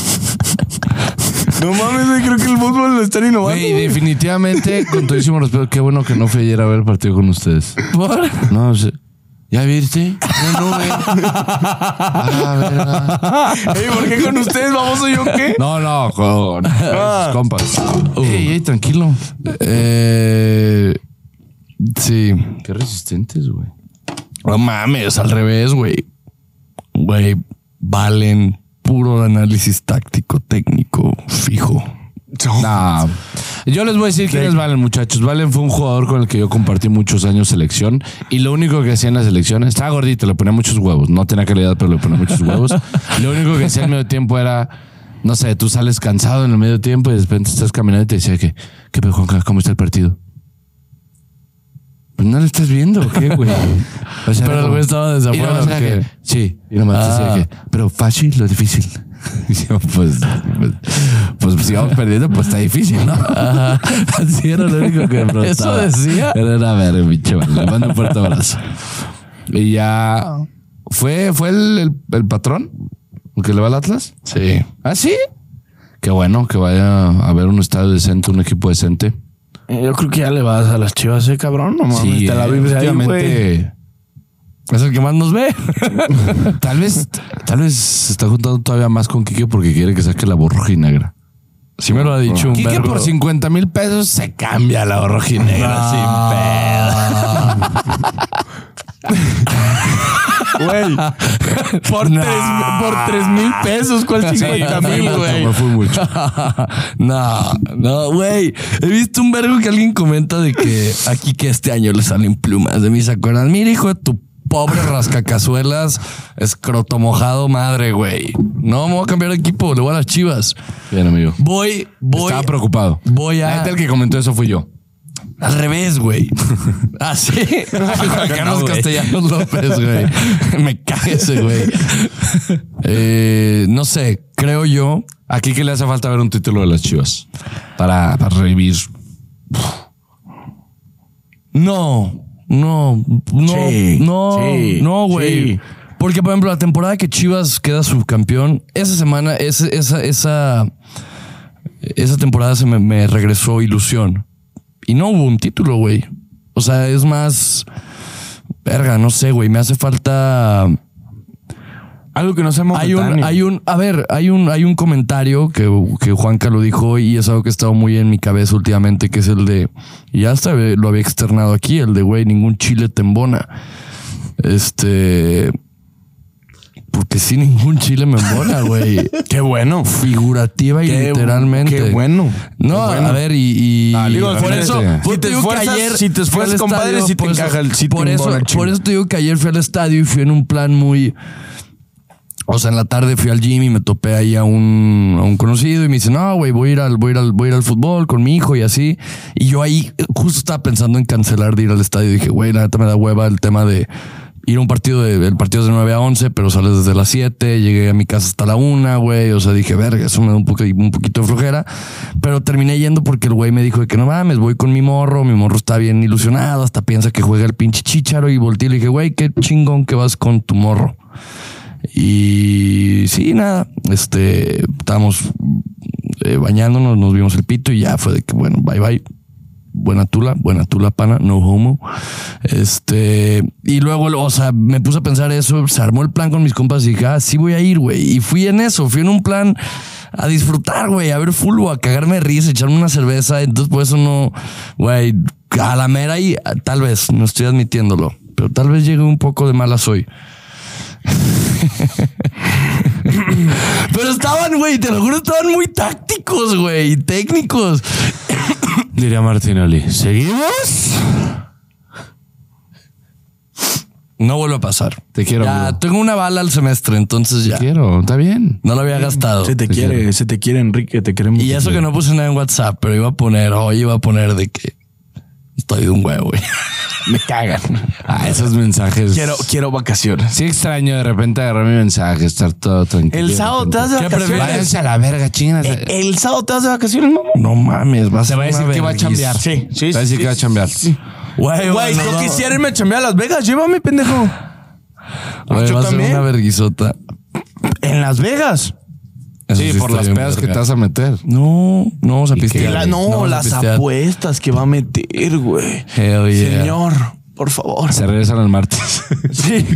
Speaker 2: No mames, güey, creo que el fútbol lo están innovando.
Speaker 3: Güey, [LAUGHS] definitivamente, con todísimo respeto, qué bueno que no fui ayer a ver el partido con ustedes.
Speaker 1: Por-
Speaker 3: No, o sea, ¿ya viste? No, no, güey. Ah, verga.
Speaker 2: Ey, ¿por qué con ustedes, baboso, yo qué?
Speaker 3: No, no, con sus compas. Ey, ey, tranquilo.
Speaker 1: Eh, sí.
Speaker 3: Qué resistentes, güey.
Speaker 1: No mames, al revés, güey. Güey, valen puro análisis táctico, técnico, fijo.
Speaker 3: Nah. Yo les voy a decir quiénes Valen, muchachos. Valen fue un jugador con el que yo compartí muchos años selección y lo único que hacía en la selección estaba gordito, le ponía muchos huevos. No tenía calidad, pero le ponía muchos
Speaker 1: [LAUGHS]
Speaker 3: huevos. lo único que hacía en medio tiempo era, no sé, tú sales cansado en el medio tiempo y de repente estás caminando y te decía que, ¿qué pedo, Juanca? ¿Cómo está el partido? Pues no lo estás viendo, ¿o ¿qué,
Speaker 1: [LAUGHS]
Speaker 3: güey? O sea,
Speaker 1: Pero el
Speaker 3: era
Speaker 1: güey
Speaker 3: como-
Speaker 1: estaba desde
Speaker 3: y nomás
Speaker 1: afuera,
Speaker 3: era
Speaker 1: ¿o qué?
Speaker 3: que, Sí, y nomás
Speaker 1: Ah.
Speaker 3: decía que, pero fácil o difícil. [LAUGHS] Y yo, pues, pues, pues, si vamos perdiendo, pues está difícil, ¿no? [LAUGHS] Así era lo único que me preguntaba.
Speaker 1: [LAUGHS] ¿Eso decía?
Speaker 3: Era una verga, mi chaval. Le mando un fuerte abrazo. Y ya fue, fue el, el, el patrón el que le va al Atlas.
Speaker 1: Sí.
Speaker 3: Ah, sí. Qué bueno que vaya a haber un estadio decente, un equipo decente.
Speaker 2: Eh, Yo creo que ya le vas a las chivas, ¿eh, cabrón? No mames,
Speaker 3: sí,
Speaker 2: te la vives ahí, güey.
Speaker 3: últimamente-
Speaker 1: Es el que más nos ve.
Speaker 3: [LAUGHS] Tal vez, tal vez se está juntando todavía más con Quique porque quiere que saque la borrojinegra.
Speaker 1: Sí me lo ha dicho un
Speaker 3: Ah. Quique
Speaker 1: vergo.
Speaker 3: por 50 mil pesos se cambia a la borrojinegra sin pedo.
Speaker 2: Güey,
Speaker 1: Por,
Speaker 2: tres mil pesos, ¿cuál
Speaker 1: [LAUGHS]
Speaker 2: cincuenta mil, güey?
Speaker 3: Me fui mucho.
Speaker 1: no, [LAUGHS] no, güey. He visto un vergo que alguien comenta de que aquí que este año le salen plumas de mí, ¿se acuerdan? Mira, hijo de tu pobre rascacazuelas, escroto mojado, madre, güey. No, me voy a cambiar de equipo, le voy a las chivas.
Speaker 3: Bien, amigo.
Speaker 1: Voy, voy.
Speaker 3: Estaba preocupado.
Speaker 1: Voy a-
Speaker 3: La neta, el que comentó eso fui yo.
Speaker 1: Al revés, güey. Ah, Así. Carlos
Speaker 3: güey.
Speaker 1: Castellanos López, güey. Me cae ese, güey. Eh, no sé, creo yo.
Speaker 3: Aquí que le hace falta ver un título de las chivas para, para revivir.
Speaker 1: No, no, no,
Speaker 2: Sí,
Speaker 1: no,
Speaker 2: sí,
Speaker 1: no, güey.
Speaker 2: sí.
Speaker 1: Porque, por ejemplo, la temporada que Chivas queda subcampeón, esa semana, ese- esa, esa, esa temporada se me, me regresó ilusión. Y no hubo un título, güey. O sea, es más. Verga, no sé, güey. Me hace falta.
Speaker 2: Algo que no sea
Speaker 1: Hay un,
Speaker 2: momentáneo.
Speaker 1: hay un, a ver, hay un, hay un comentario que, que Juanca lo dijo y es algo que ha estado muy en mi cabeza últimamente, que es el de, y hasta lo había externado aquí, el de, güey, ningún chile tembona. Este, porque sí, ningún chile me embona, güey.
Speaker 2: [LAUGHS] Qué bueno.
Speaker 1: Figurativa y
Speaker 2: Qué-
Speaker 1: literalmente.
Speaker 2: qué bueno.
Speaker 1: No, a ver, y. y-
Speaker 3: Ah, digo,
Speaker 1: por
Speaker 3: fíjate.
Speaker 1: eso.
Speaker 3: Si
Speaker 1: por
Speaker 2: te
Speaker 1: digo que
Speaker 2: esfuerzas-
Speaker 1: ayer
Speaker 2: si te
Speaker 1: fui al
Speaker 2: esfuerzas, compadre,
Speaker 1: estadio,
Speaker 2: sí te
Speaker 1: por eso-
Speaker 2: encaja el- sí te
Speaker 1: Por eso,
Speaker 2: embona el chile.
Speaker 1: por eso te digo que ayer fui al estadio y fui en un plan muy. O sea, en la tarde fui al gym y me topé ahí a un, a un conocido y me dice, no, güey, voy a ir al, voy a ir al, voy a ir al fútbol con mi hijo y así. Y yo ahí eh, justo estaba pensando en cancelar de ir al estadio. Dije, güey, la neta me da hueva el tema de ir a un partido de, el partido es de 9 a 11, pero sales desde las 7. Llegué a mi casa hasta la 1, güey. O sea, dije, verga, eso me da un, poco, un poquito de flojera. Pero terminé yendo porque el güey me dijo de que no mames, voy con mi morro. Mi morro está bien ilusionado, hasta piensa que juega el pinche chicharo y volteé y le dije, güey, qué chingón que vas con tu morro. Y sí, nada, este, estábamos eh, bañándonos, nos vimos el pito y ya fue de que, bueno, bye bye. buena tula, buena tula pana, no homo. Este, y luego, o sea, me puse a pensar eso, se armó el plan con mis compas y dije, ah, sí voy a ir, güey. Y fui en eso, fui en un plan a disfrutar, güey, a ver fulbo, a cagarme de risa, echarme una cerveza. Entonces, por eso no, güey, a la mera y ah, tal vez, no estoy admitiéndolo, pero tal vez llegue un poco de malas hoy. Pero estaban, güey, te lo juro, estaban muy tácticos, güey, y técnicos.
Speaker 3: Diría Martinoli. ¿Seguimos?
Speaker 1: No vuelve a pasar.
Speaker 3: Te quiero,
Speaker 1: Ya,
Speaker 3: amigo.
Speaker 1: tengo una bala al semestre, entonces ya.
Speaker 3: Quiero, está bien.
Speaker 1: No la había gastado.
Speaker 2: Se te quiere, se te quiere, Enrique, te queremos.
Speaker 1: Y eso que no puse nada en WhatsApp, pero iba a poner, hoy iba a poner de que estoy de un huevo, güey.
Speaker 2: me cagan.
Speaker 3: Ah, esos mensajes.
Speaker 2: Quiero, quiero vacaciones.
Speaker 3: Sí extraño de repente agarrar mi mensaje, estar todo tranquilo.
Speaker 2: El sábado te vas de
Speaker 1: ¿Qué
Speaker 2: vacaciones.
Speaker 1: prefieres?
Speaker 3: Váyanse a la verga, chingas.
Speaker 2: Eh, El sábado te vas de vacaciones, mamá.
Speaker 1: No mames, vas
Speaker 3: Te va a decir que va a chambear.
Speaker 2: Sí, sí,
Speaker 3: Te va a decir
Speaker 2: sí,
Speaker 3: que va a
Speaker 2: sí,
Speaker 3: chambear.
Speaker 1: Güey,
Speaker 2: Güey,
Speaker 1: bueno,
Speaker 2: yo
Speaker 1: no.
Speaker 2: quisiera irme a chambear a Las Vegas. Llévame, pendejo.
Speaker 1: Güey,
Speaker 2: yo
Speaker 1: va a ser
Speaker 2: también.
Speaker 1: una verguizota.
Speaker 2: En Las Vegas.
Speaker 1: Eso
Speaker 3: Sí, por
Speaker 1: está
Speaker 3: las
Speaker 1: bien
Speaker 3: pedas que
Speaker 1: verga.
Speaker 3: te vas a meter.
Speaker 1: No, no vamos a pistear.
Speaker 2: La-
Speaker 1: güey.
Speaker 2: no,
Speaker 1: vamos a
Speaker 2: las
Speaker 1: pistear.
Speaker 2: apuestas que va a meter, güey.
Speaker 1: Hell yeah.
Speaker 2: Señor, por favor.
Speaker 3: Se regresan el martes.
Speaker 2: [LAUGHS] Sí.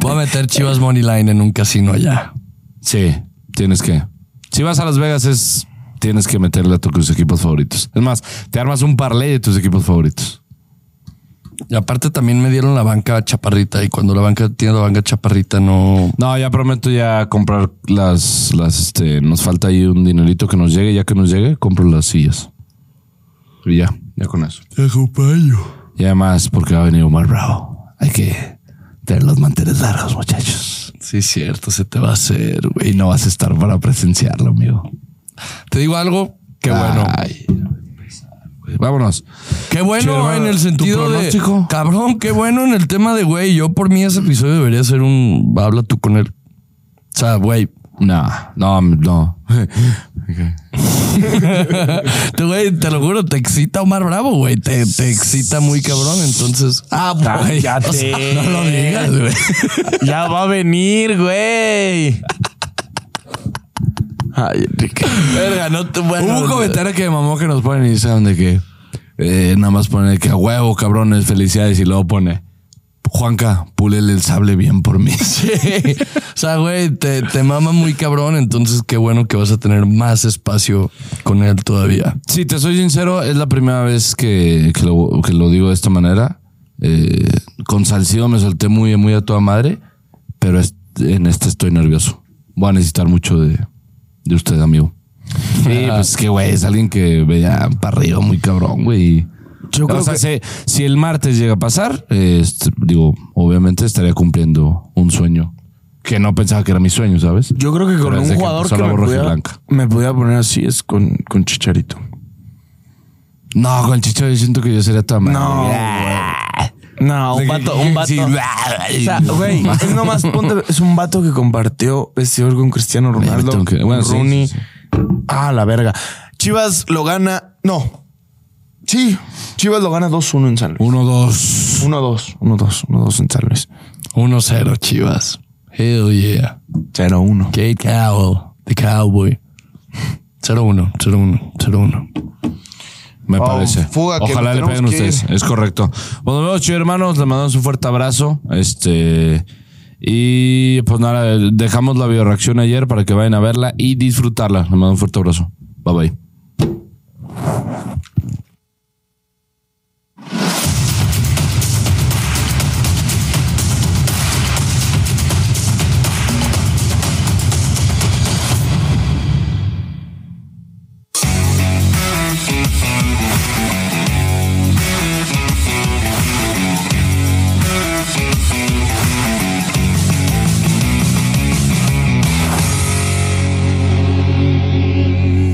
Speaker 1: Voy a meter Chivas Money Line en un casino allá.
Speaker 3: Sí, tienes que. Si vas a Las Vegas es tienes que meterle a tus equipos favoritos. Es más, te armas un parlay de tus equipos favoritos.
Speaker 1: Y aparte también me dieron la banca chaparrita y cuando la banca tiene la banca chaparrita no...
Speaker 3: No, ya prometo ya comprar las, las, este, nos falta ahí un dinerito que nos llegue. Ya que nos llegue, compro las sillas. Y ya, ya con eso.
Speaker 1: Te acompaño.
Speaker 3: Y además, porque va a venir Omar Bravo. Hay que tener los manteles largos, muchachos.
Speaker 1: Sí, cierto, se te va a hacer,
Speaker 3: Y
Speaker 1: güey.
Speaker 3: no vas a estar para presenciarlo, amigo.
Speaker 1: Te digo algo, qué bueno.
Speaker 3: Ay, güey. Vámonos.
Speaker 1: Qué bueno
Speaker 3: Che, hermano,
Speaker 1: en el
Speaker 3: ¿tu
Speaker 1: sentido de...
Speaker 3: pronóstico?
Speaker 1: Cabrón, qué bueno en el tema de, güey, yo por mí ese episodio debería ser un... Habla tú con él. O sea, güey,
Speaker 3: No, no, [LAUGHS] no.
Speaker 1: te, güey, te lo juro, te excita Omar Bravo, güey. Te, te excita muy cabrón, entonces... Ah, güey.
Speaker 2: Cállate.
Speaker 1: [LAUGHS] o sea, no lo digas, güey.
Speaker 2: [LAUGHS] ya va a venir, güey. Ay, Enrique.
Speaker 1: Verga, no te...
Speaker 3: Hubo
Speaker 1: Bueno,
Speaker 3: un comentario que me mamó que nos ponen y saben de que eh, nada más pone que a huevo, cabrones, felicidades. Y luego pone Juanca, pulele el sable bien por mí. [LAUGHS]
Speaker 1: O sea, güey, te, te mama muy cabrón, entonces qué bueno que vas a tener más espacio con él todavía.
Speaker 3: Si te soy sincero, es la primera vez que, que lo, que lo digo de esta manera. Eh, con Salcido me solté muy, muy a toda madre, pero es- en este estoy nervioso. Voy a necesitar mucho de, de usted,
Speaker 2: [LAUGHS]
Speaker 3: amigo. Sí, pues que güey, es alguien que veía para arriba muy cabrón, güey.
Speaker 2: Yo
Speaker 3: O
Speaker 2: creo
Speaker 3: sea,
Speaker 2: que-
Speaker 3: si, si el martes llega a pasar, eh, est- digo, obviamente estaría cumpliendo un sueño que no pensaba que era mi sueño, ¿sabes?
Speaker 2: Yo creo que con
Speaker 3: Pero
Speaker 2: un
Speaker 3: desde que
Speaker 2: jugador
Speaker 3: empezó
Speaker 2: que
Speaker 3: la
Speaker 2: me
Speaker 3: borracha
Speaker 2: pudiera,
Speaker 3: blanca.
Speaker 2: me pudiera poner así es con, con Chicharito.
Speaker 3: No, con Chicho yo siento que yo sería toda madre.
Speaker 2: No, No, un vato,
Speaker 3: [LAUGHS]
Speaker 2: un vato.
Speaker 3: Sí.
Speaker 2: O sea, güey, [LAUGHS] es nomás ponte- es un vato que compartió vestidor con Cristiano
Speaker 3: Me
Speaker 2: Ronaldo,
Speaker 3: tengo que- bueno, sí,
Speaker 2: Rooney.
Speaker 3: sí,
Speaker 2: Ah, la verga. Chivas lo gana. No. Sí, Chivas lo gana 2-1 en San Luis.
Speaker 3: Uno, dos.
Speaker 2: 1-2, 1-2, 1-2 en San Luis.
Speaker 1: 1-0, chivas. Hell yeah.
Speaker 2: 0-1.
Speaker 1: Kate Cowell, the cowboy. 0-1, 0-1, 0-1.
Speaker 3: Me
Speaker 4: Oh,
Speaker 3: parece.
Speaker 4: fuga que
Speaker 3: Ojalá le
Speaker 4: nos
Speaker 3: peguen
Speaker 4: tenemos que
Speaker 3: ustedes. Es correcto. Bueno, nos vemos, chicos, hermanos. Les mandamos un fuerte abrazo. Este. Y pues nada, dejamos la bioreacción ayer para que vayan a verla y disfrutarla. Les mando un fuerte abrazo. Bye bye.